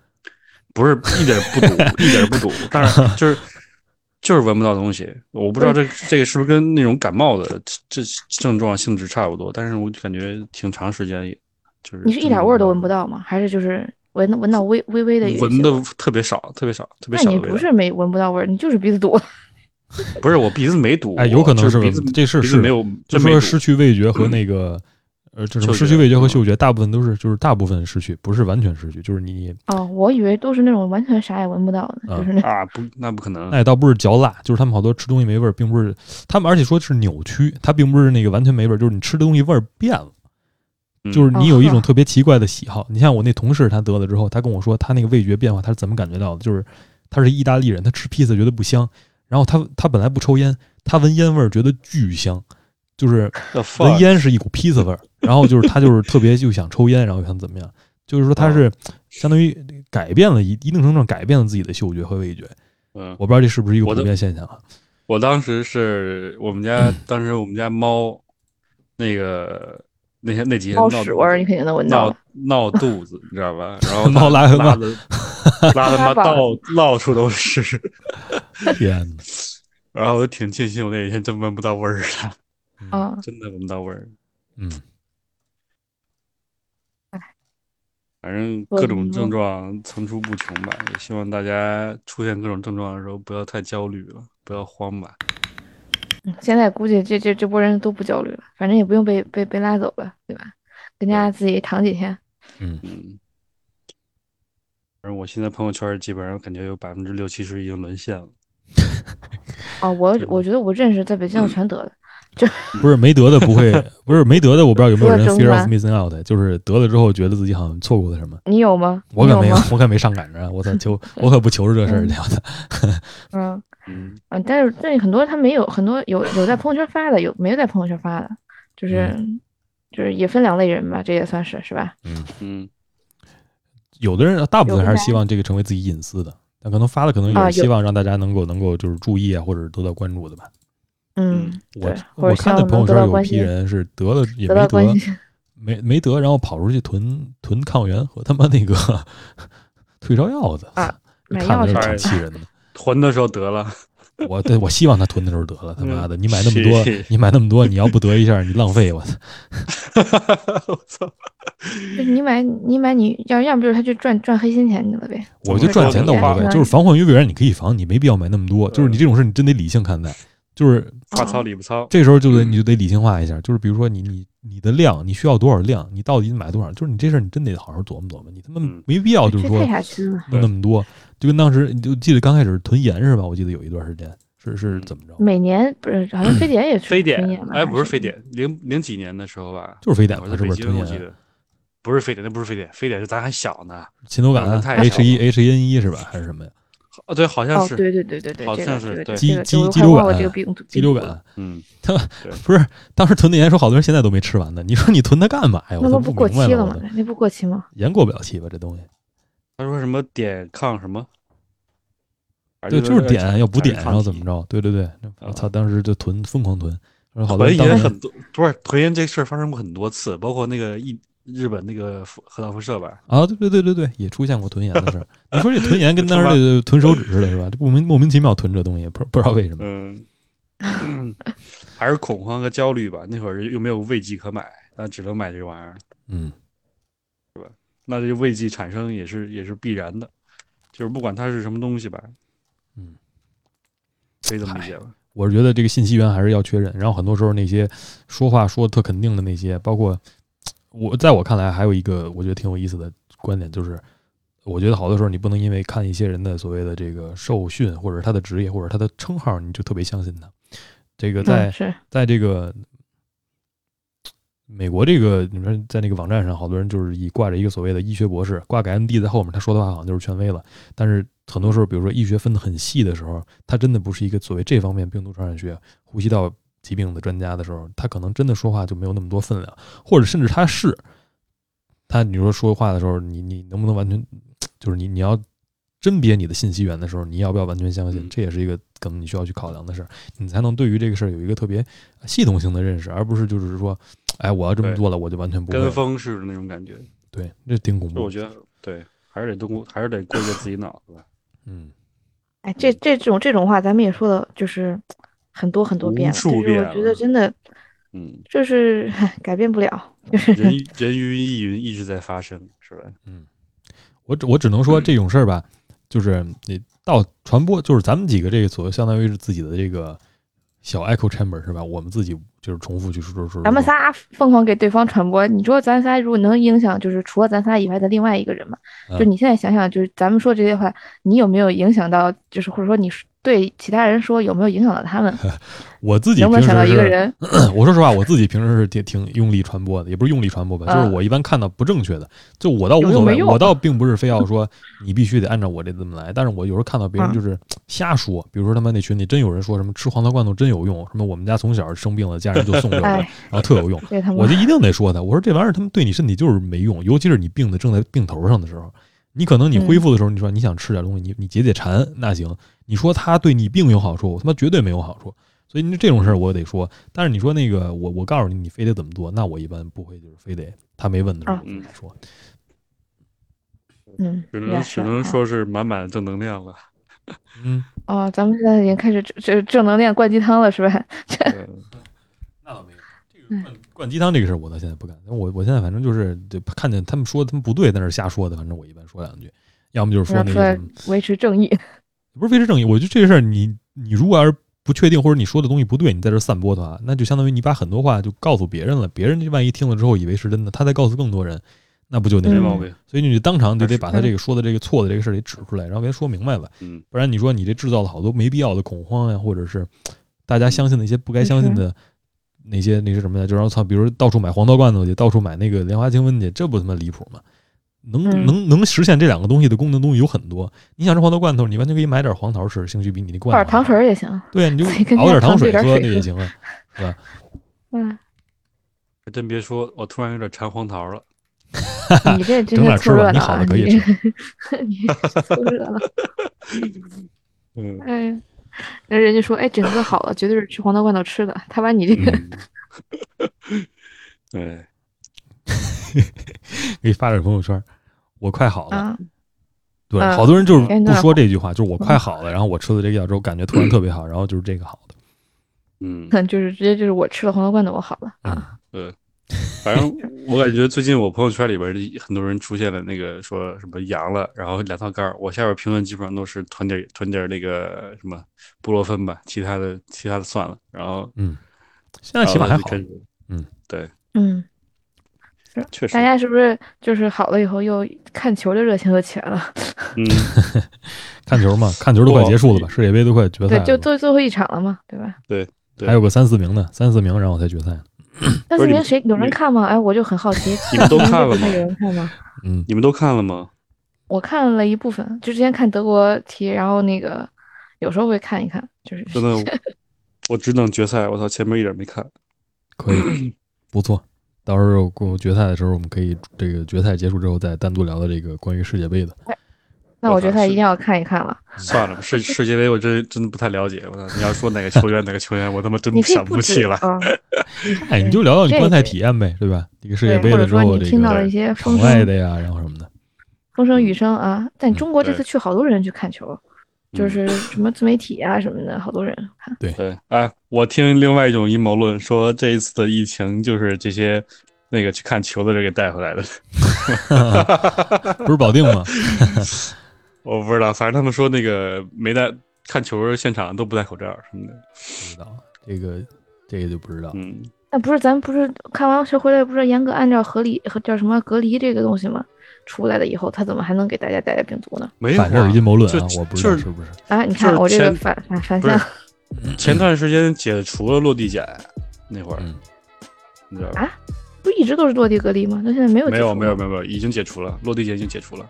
S3: 不是一点不
S2: (laughs)
S3: 堵，一点不堵，但是就是就是闻不到东西。我不
S2: 嗯
S3: 知道这这个是不是跟那种感冒的这这症状性质差不多，但是我感觉挺长时间，就是
S2: 你是一点味儿都闻不到吗？还是就是闻闻到微微微的有一些
S3: 闻
S2: 味
S3: 的
S2: 儿？
S3: 特别少，特别少，特别
S2: 那
S3: 少
S2: 你
S3: 的味道。
S2: 不是没闻不到味儿，你就是鼻子堵。
S3: 不是我鼻子没堵，
S1: 哎有可能
S3: 就是是
S1: 吧
S3: 鼻子
S1: 这事儿
S3: 鼻
S1: 是
S3: 子没有，
S1: 就
S3: 真没
S1: 说
S3: 堵
S1: 失去味觉和那个，呃，这种
S3: 嗅
S1: 失
S3: 觉
S1: 去味觉和
S3: 嗯
S1: 嗅觉，大部分都是就是大部分失去，不是完全失去，就是你
S2: 哦，我以为都是那种完全啥也闻不到的，
S1: 啊
S2: 就是那
S3: 啊，不那不可能
S1: 那，也倒不是嚼蜡，就是他们好多吃东西没味儿，并不是他们，而且说是扭曲，它并不是那个完全没味儿，就是你吃的东西味儿变了。
S3: 嗯
S1: 就是你有一
S2: 哦
S1: 种特别奇怪的喜好，你像我那同事，他得了之后，他跟我说他那个味觉变化，他是怎么感觉到的？就是他是意大利人，他吃披萨觉得不香，然后他他本来不抽烟，他闻烟味儿觉得巨香，就是
S3: 要 (laughs)
S1: 闻
S3: 放
S1: 烟是一股披萨味儿，然后就是他就是特别就想抽烟，然后又想怎么样，就是说他是相当于改变了一一定程度上改变了自己的嗅觉和味觉，
S3: 嗯，
S1: 我不知道这是不是一个
S3: 我的
S1: 普遍现象啊？
S3: 我当时是我
S1: (laughs)
S3: 们家，当时我们家猫那个那天那几天
S2: 猫
S3: 闹
S2: 屎味儿，你肯定能闻到
S3: 闹
S2: 的。
S3: 闹肚子，你知道吧？
S1: (laughs)
S3: 然后
S1: 闹拉
S3: 的
S1: 拉
S3: 拉的拉的
S2: 拉粑
S3: 妈到到处都是，
S1: 天哪，
S3: 然后我就挺庆幸我那一天真闻不到味儿了，
S2: 啊，
S3: 真的闻不到味儿。
S1: 嗯，
S3: 反正
S2: 我
S3: 各种
S2: 我
S3: 症状层出不穷吧，也希望大家出现各种症状的时候不要太焦虑了，不要慌吧。
S2: 嗯现在估计这这这波人都不焦虑了，反正也不用被被被拉走了，对吧？跟家自己躺几天，
S1: 嗯，
S3: 嗯，反正我现在朋友圈基本上感觉有百分之六七十已经沦陷了。
S2: 哦，我
S3: 对
S2: 我觉得我认识在北京的全得了，
S1: 不是没得的不会， (laughs) 不是没得的，我不知道有
S2: (laughs)
S1: 没有人
S2: 说中
S1: fear
S2: 文
S1: of missing out，就是得了之后觉得自己好像错过了什么。
S2: 你有吗？
S1: 我
S2: 你
S1: 可
S2: 有
S1: 没有
S2: 吗？，
S1: (laughs) 我可没上赶着，啊我操
S2: (laughs)
S1: 求，我可不求着这事儿去，我操，
S2: 嗯
S3: 嗯，
S2: 嗯，但是但是很多他没有，很多有有在朋友圈发的，有没有在朋友圈发的，就是
S1: 嗯
S2: 就是也分两类人吧，这也算是是吧？
S3: 嗯，
S1: 有的人大部分
S2: 有的
S1: 还
S2: 人
S1: 是希望这个成为自己隐私的，但可能发的可能也
S2: 啊
S1: 是
S2: 有
S1: 希望让大家能够能够就是注意啊，或者得到关注的吧。
S2: 嗯，
S1: 我
S2: 对，或
S1: 我
S2: 者希
S1: 看的
S2: 望
S1: 朋友
S2: 能得
S1: 圈
S2: 到
S1: 有
S2: 关
S1: 批
S2: 心，
S1: 人是得了也
S2: 得
S1: 没
S2: 到关
S1: 得，
S2: 心。
S1: 没没得，然后跑出去囤囤抗原和他妈那个 (laughs) 退烧药的
S2: 啊，
S1: 这
S2: 买
S1: 看
S2: 药
S1: 着就
S3: 去
S1: 挺
S3: 了
S1: 气人的。
S3: 囤的时候得了， (laughs)
S1: 我对我希望他囤的时候得了，他妈的，你买那么多
S3: 嗯是，
S1: 你买那么多，你要不得一下，你浪费，
S2: (laughs)
S1: 我操！
S3: 我操！
S2: 就是你买你买你要要不就是他去赚赚黑心钱去了呗。
S1: 我就赚钱倒无所谓，就是防患于未然，你可以防，你没必要买那么多。
S3: 嗯
S1: 就是你这种事，你真得理性看待。就是
S3: 话糙理不糙。
S1: 这时候就得你就得理性化一下，就是比如说你你你的量，你需要多少量，你到底买多少？就是你这事儿你真得好好琢磨琢磨，你他妈
S3: 嗯
S1: 没必要就是
S2: 哎这
S1: 说
S2: 太傻缺了。
S1: 弄那么多。就跟当时你就记得刚开始囤盐是吧？我记得有一段时间是是
S3: 嗯
S1: 怎么着？
S2: 每年不是
S1: 嗯
S2: 好像非典也是
S3: 非典
S2: 吧，
S3: 哎，不是
S2: 还
S3: 非，典，零零几年的时候吧，
S1: 就是非典
S3: 我
S1: 吧，
S3: 在
S1: 是
S3: 北
S1: 不是
S3: 京，
S1: 囤
S3: 我记
S1: 盐？
S3: 得不是非典，那不是非典，非典是咱还小呢。
S1: 禽流
S3: 可
S1: 感
S3: 能太小
S1: H 一 H 1 N 一是吧？还是什么呀？
S3: 哦，对，好像
S2: 哦，
S3: 是，
S2: 对对对对对，
S3: 好
S2: 这个
S3: 像
S2: 这个
S3: 是对
S2: 这个
S1: 肌
S2: 这个
S1: 肌
S2: 我
S1: 瘤
S2: 快忘了这
S1: 感
S2: 个病毒
S1: 肌瘤
S2: 病毒了
S1: 感
S3: 嗯，
S1: 不是，当时囤的盐说好多人现在都没吃完呢。你说你囤它干嘛呀？我
S2: 那
S1: 都
S2: 不
S1: 明
S2: 过
S1: 白
S2: 期了
S1: 我
S2: 吗
S1: 都？
S2: 那不过期吗？
S1: 盐过不了期吧？这东西，
S3: 他说什么碘抗什么？反
S1: 对，
S3: 正
S1: 就是碘要补
S3: 产
S1: 碘，
S3: 生
S1: 然
S3: 抗
S1: 后
S3: 体
S1: 怎么着？对对对，我操，当时就囤，疯狂囤，然后好多
S3: 嗯囤
S1: 人当
S3: 盐
S1: 年
S3: 很多，不是囤盐这事儿发生过很多次，包括那个一日本那个核核弹辐射吧，
S1: 啊，对对对对对，也出现过囤盐的事儿。你说这囤盐
S3: (laughs)
S1: 跟当时
S3: 他妈
S1: 这囤手指似的，是吧？这莫名莫名其妙囤这东西，不不知道为什么。
S3: 嗯， (coughs) 还是恐慌和焦虑吧。那会儿又没有慰藉可买，那只能买这玩意儿。
S1: 嗯，
S3: 那这个慰藉产生也是也是必然的，就是不管它是什么东西吧，
S1: 嗯，
S3: 可以这么理解吧？
S1: 我是觉得这个信息源还是要确认。然后很多时候那些说话说得特肯定的那些，包括我在我看来还有一个我觉得挺有意思的观点，就是我觉得好多时候你不能因为看一些人的所谓的这个受训或者他的职业或者他的称号，你就特别相信他。这个在
S2: 嗯，是
S1: 在这个美国这个，你说在那个网站上，好多人就是以挂着一个所谓的医学博士，挂个 MD 在后面，他说的话好像就是权威了。但是很多时候，比如说医学分得很细的时候，他真的不是一个所谓这方面病毒传染学、呼吸道疾病的专家的时候，他可能真的说话就没有那么多分量，或者甚至他是他，你说说话的时候，你你能不能完全就是你你要。甄别你的信息源的时候，你要不要完全相信？
S3: 嗯
S1: 这也是一个可能你需要去考量的事儿，你才能对于这个事儿有一个特别系统性的认识，而不是就是说，哎，我要这么
S3: 对
S1: 做了，我就完全不会嗯
S3: 跟
S1: 了。
S3: 风似的那种感觉，
S1: 对，这挺恐
S3: 就
S1: 怖
S3: 我。觉得对，还是得通过，还是得过一个自己脑子吧。
S1: 嗯，
S2: 哎，这这种这种话咱们也说了，就是很多很多
S3: 无
S2: 遍了，
S3: 数
S2: 但是
S3: 遍
S2: 我觉
S3: 了
S2: 得真的
S3: 嗯，
S2: 就是 (laughs) 改变不了，
S3: 人人云亦云一直在发生，是吧？
S1: 我只我只能说
S2: 嗯
S1: 这种事儿吧，就是你到传播，就是咱们几个这个所谓相当于是自己的这个小 echo chamber 是吧？我们自己就是重复去说说说。
S2: 咱们仨疯狂给对方传播，你说咱仨如果能影响，就是除了咱仨以外的另外一个人嘛？
S1: 嗯
S2: 就你现在想想，就是咱们说这些话，你有没有影响到？就是或者说你是对其他人说有没有影响到
S1: (laughs)
S2: 他们？
S1: 我自己
S2: 能不
S1: 平时
S2: 能想到一个
S1: 是 (laughs)
S2: 人？
S1: (coughs) 我说实话，我自己平时是挺挺用力传播的，也不是用力传播吧，就是
S2: 嗯
S1: 我一般看到不正确的，就我倒无
S2: 有
S1: 所
S2: 用没
S1: 谓，
S2: 用
S1: 我倒并不是非要说你必须得按照我这这么来，但是我有时候看到别人
S2: 嗯
S1: 就是瞎说，比如说他们那群里真有人说什么吃黄桃罐头真有用，什么我们家从小生病了，家人就送这个，然
S2: 哎，
S1: 后特有用，
S2: 这他
S1: (laughs) 我
S2: 妈
S1: 就一定得说他，我说这玩意儿他们对你身体就是没用，尤其是你病的正在病头上的时候，你可能你恢复的时候，你说你想吃点东西，你你解解馋那行，你说它对你病有好处，我他妈绝对没有好处。所以你这种事儿我得说，但是你说那个我我告诉你你非得怎么做，那我一般不会就是非得他没问的时候
S2: 啊
S1: 我就说，
S2: 嗯，
S3: 只
S2: 也
S3: 能
S2: 是
S3: 只能
S2: 啊
S3: 说是满满的正能
S2: (laughs)
S3: 量了。
S1: 嗯，
S2: 哦，咱们现在已经开始正正正能量灌鸡汤了，是吧？
S3: 对
S1: 那倒没有。这个灌灌鸡汤这个事儿，我到现在不干。我我现在反正就是对看见他们说他们不对，在那儿瞎说的，反正我一般说两句，要么就是说
S2: 然后
S1: 那
S2: 出
S1: 个
S2: 来
S1: 什么
S2: 维持正义，
S1: 不是维持正义，我觉得这事儿你你如果要是不确定或者你说的东西不对，你在这散播它，那就相当于你把很多话就告诉别人了，别人万一听了之后以为是真的，他再告诉更多人，那不就那
S2: 嗯
S3: 没
S1: 什么？
S3: 毛病。
S1: 所以你就当场就得
S3: 是
S1: 把他这个说的这个错的这个事儿给指出来，然后给他说明白了，
S3: 嗯，
S1: 不然你说你这制造了好多没必要的恐慌呀、或者是大家相信的一些不该相
S2: 嗯
S1: 信的那些那些什么呀，就让操，比如到处买黄桃罐头去，到处买那个莲花清瘟去，这不他妈离谱吗？能
S2: 嗯
S1: 能能实现这两个东西的功能东西有很多。你想吃黄桃罐头，你完全可以买点黄桃吃，兴许比你那
S2: 泡
S1: 罐
S2: 点
S1: 头
S2: 糖
S1: 好
S2: 水儿也行。
S1: 对啊，
S2: (laughs)
S1: 你就
S2: 自己跟
S1: 熬
S2: 家
S1: 点糖
S2: 常
S1: 水
S2: 兑点
S1: 喝
S2: 水
S1: 那也
S2: 喝
S1: 行啊。 (laughs)
S2: 嗯，
S3: 还嗯真别说，我突然有点馋黄桃了。
S2: 你这真
S1: 整点
S2: 是
S1: 吃
S2: 凑
S1: 吧
S2: 热
S1: 你
S2: 闹
S1: 好
S2: 啊！
S1: 的可以
S2: 你这 (laughs) 你这凑热闹。
S3: 嗯，
S2: 哎呀，那人家说，哎，整个好了，绝对是吃黄桃罐头吃的。他把你这个，
S3: 嗯 (laughs) 对，
S1: 给你发点朋友圈，我快好了。
S2: 啊，
S1: 对，
S2: 嗯
S1: 好多人就是
S2: 赶紧
S1: 不
S2: 弄点
S1: 说这句话，就是我
S2: 嗯
S1: 快好了，然后我吃了这个药之后感觉突
S2: (clears throat)
S1: 然特别好，然后就是这个好的。
S3: 嗯，
S2: 就是直接就是我吃了黄桃罐头，我好了啊。
S3: 反正我感觉最近我朋友圈里边儿很多人出现了那个说什么阳了，然后两套杆儿，我下边评论基本上都是囤点儿囤点儿那个什么布洛芬吧，其他的其他的算了。然后呃
S1: 现在起码还
S3: 然后
S1: 好
S3: 就，跟着
S2: 嗯，
S3: 确实
S2: 大，家是不是就是好了以后又看球的热情又起来了？
S3: 嗯，
S1: 看球嘛，看球都快
S3: 不
S1: 结束了吧？世界杯都快决赛
S2: 对，
S1: 了
S2: 就
S1: 吧，
S2: 最最后一场了嘛，对吧？
S3: 对
S1: 还有个三四名呢，三四名然后才决赛呢。
S2: 但是
S3: 不是
S2: 你
S3: 你
S2: 们谁有人
S3: 你
S2: 看吗？哎，我就很好奇，
S3: (laughs)
S2: (laughs)
S3: 你们都看了吗
S2: 那有人看吗？
S1: 嗯，
S3: 你们都看了吗？
S2: 我看了一部分，就之前看德国踢，然后那个有时候会看一看，就是
S3: 真的，我
S2: (laughs)
S3: 我只等决赛，我操，前面一点没看。
S1: 可
S3: (clears throat)
S1: 以，不错。到时候过决赛的时候，我们可以这个决赛结束之后再单独聊聊这个关于世界杯的。
S2: 那
S3: 我
S2: 我觉得
S3: 操
S2: 他
S3: 是
S2: 一定要看一看了。
S3: 算了吧，世世界杯我真真的不太了解。我操，你要说哪个球
S2: (laughs)
S3: 员哪个球员，我他妈真
S2: 你可以
S3: 想
S2: 不
S3: 起
S2: 止
S3: 来。 (laughs)
S2: 啊，
S1: 哎，你就聊聊你
S2: 这
S1: 观赛
S2: 个
S1: 体验呗，对吧？这个世界
S2: 对，
S1: 杯
S2: 或
S1: 了
S2: 者
S1: 之
S2: 说
S1: 后，
S2: 你
S1: 这
S2: 听到
S1: 个
S2: 了一些
S1: 场
S2: 风
S1: 外
S2: 声、
S1: 的呀，然后什么的，
S2: 风声、雨声啊。但中国这次
S3: 嗯对
S2: 去好多人去看球，就
S3: 嗯
S2: 是什么自媒体啊什么的，好多人看。
S3: 对，哎，我听另外一种阴谋论说，这一次的疫情就是这些那个去看球的人给带回 (laughs) 来的。
S1: 不是保定吗？
S3: 我不知道，反正他们说那个没戴看球现场都不戴口罩什么的。
S1: 不知道这个，这个就不知道。
S3: 嗯，
S2: 那不是咱不是看完球回来，不是严格按照合理和叫什么隔离这个东西吗？出来了以后，他怎么还能给大家带来病毒呢？
S3: 没有、啊。
S1: 反正是阴谋论啊
S3: 就，
S1: 我不知道
S3: 就是
S1: 不是。
S2: 啊，你
S3: 就
S2: 看
S3: 是
S2: 我这个
S3: 前
S2: 反反反
S3: 不是
S2: 向
S3: 前段时间解除了落地检那会儿，
S1: 嗯
S3: 你知道吧？
S2: 啊，不一直都是落地隔离吗？到现在没有
S3: 没有没有
S2: 没
S3: 没有没有，已经解除了，落地检已经解除了。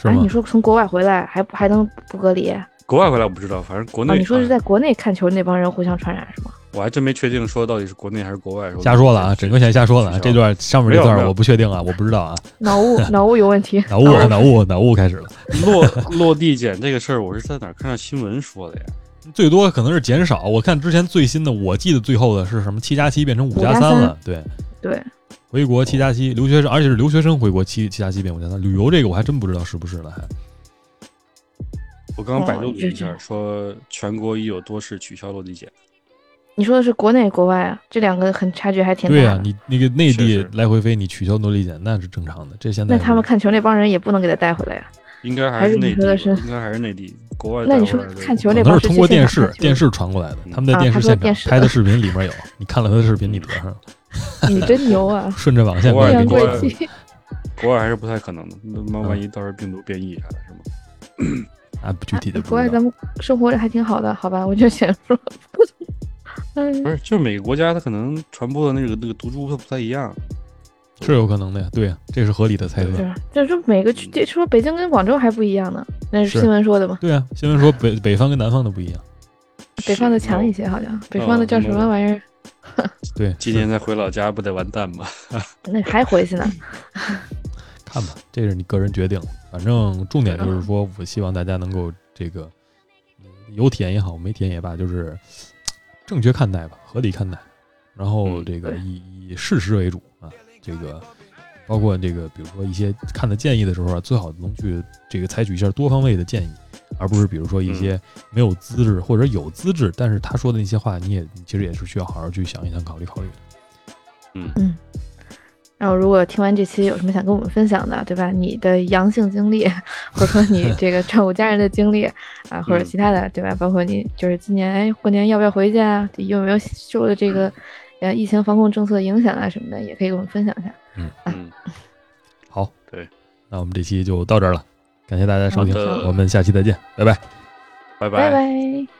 S1: 是
S2: 啊，
S1: 吗
S2: 你？说从国外回来还不还能不隔离啊？
S3: 国外回来我不知道，反正国内、
S2: 哦你说是
S3: 哎
S2: 在国内看球那帮人互相传染是吗？
S3: 我还真没确定说到底是国内还是国外。
S1: 瞎说了啊，整个先瞎说了啊，这段上面这
S3: 没有没
S1: 段
S3: 有
S1: 我不确定啊，我不知道啊，
S2: 脑
S3: (laughs)
S2: 雾脑雾有问题，
S1: 脑雾啊脑雾脑雾开始了，
S3: 落 (laughs) 落地检这个事儿，我是在哪儿看上新闻说的呀？
S1: 最多可能是减少。我看之前最新的，我记得最后的是什么七加七变成五加三了，对，
S2: 对，
S1: 回国七加七，留学生而且是留学生回国七七加七变五加三，旅游这个我还真不知道是不是了，还
S3: 我刚刚百度
S2: 哦
S3: 了
S2: 这
S3: 一下，
S2: 是
S3: 说全国已有多市取消落地检。
S2: 你说的是国内国外啊，这两个很差距还挺
S1: 对
S2: 大
S1: 啊，
S2: 的。
S1: 你那个内地
S3: 是是
S1: 来回飞，你取消落地检那是正常的，这现在
S2: 那他们看球那帮人也不能给他带回来啊
S1: (laughs)
S2: 呀、
S3: 应该
S2: 还
S3: 是
S2: 是
S3: 内
S2: 你
S3: 地
S2: 说的
S3: 吧，
S2: 是
S3: 应该还是内地，国外
S2: 那
S3: 带
S2: 你
S3: 回
S2: 说
S3: 来的
S2: 看球
S1: 可
S2: 那
S1: 能
S2: 帮
S1: 是通过电视
S2: 电
S1: 电视传过来的，他们在
S2: 啊
S1: 电视
S2: 他说
S1: 现场
S2: 电视
S1: 拍的视频里面有，你看了他的视频，你得上了，！
S2: 你真牛啊
S1: (laughs) 顺着网线
S3: 国
S1: 过
S3: 外
S1: 来
S2: 阴
S1: 给你找
S2: 阳
S3: 国外
S2: 怪气，
S3: 国外还是不太可能的。那妈
S1: 嗯
S3: 万一到时候病毒变异啥的，是吗？
S1: 啊，不具体
S2: (laughs)
S1: 的不知道
S2: 国外咱们生活着还挺好的，好吧？我就想说，嗯
S3: 不，是，就是每个国家它可能传播的那个那个毒株它不太一样。
S1: 是有可能的呀，对呀，这是合理的猜测。
S2: 是，这说每个区，这说北京跟广州还不一样呢，那
S1: 是
S2: 是新闻说的嘛？
S1: 对啊，新闻说北北方跟南方的不一样，
S2: 北方的
S3: 是
S2: 强一。
S3: 那
S2: 些，好像北方的叫什么玩意儿？
S1: 对，
S3: 我今年再回老家不得完蛋吗？ (laughs)
S2: 那还回去呢？
S1: 看吧，这是你个人决定。反正重点就是说，我希望大家能够这个嗯有体验也好，没体验也罢，就是正确看待吧，合理看待，然后
S3: 嗯
S1: 这个
S2: 对
S1: 以以事实为主啊。这个包括这个，比如说一些看的建议的时候啊，最好能去这个采取一下多方位的建议，而不是比如说一些没有资质或者有资质，但是他说的那些话，你也你其实也是需要好好去想一想、考虑考虑的。
S2: 嗯，然后，如果听完这期有什么想跟我们分享的，对吧？你的阳性经历， (laughs) 或者说你这个照顾家人的经历
S1: 嗯
S2: 啊，或者其他的，对吧？包括你就是今年哎过年要不要回去啊？有没有受了这个呃疫情防控政策的影响啊什么的，也可以跟我们分享一下。
S3: 嗯，
S1: 好，
S3: 对，
S1: 那我们这期就到这儿了，感谢大家收听
S3: 好，的
S1: 我们下期再见，拜拜。
S3: 拜
S2: 拜拜。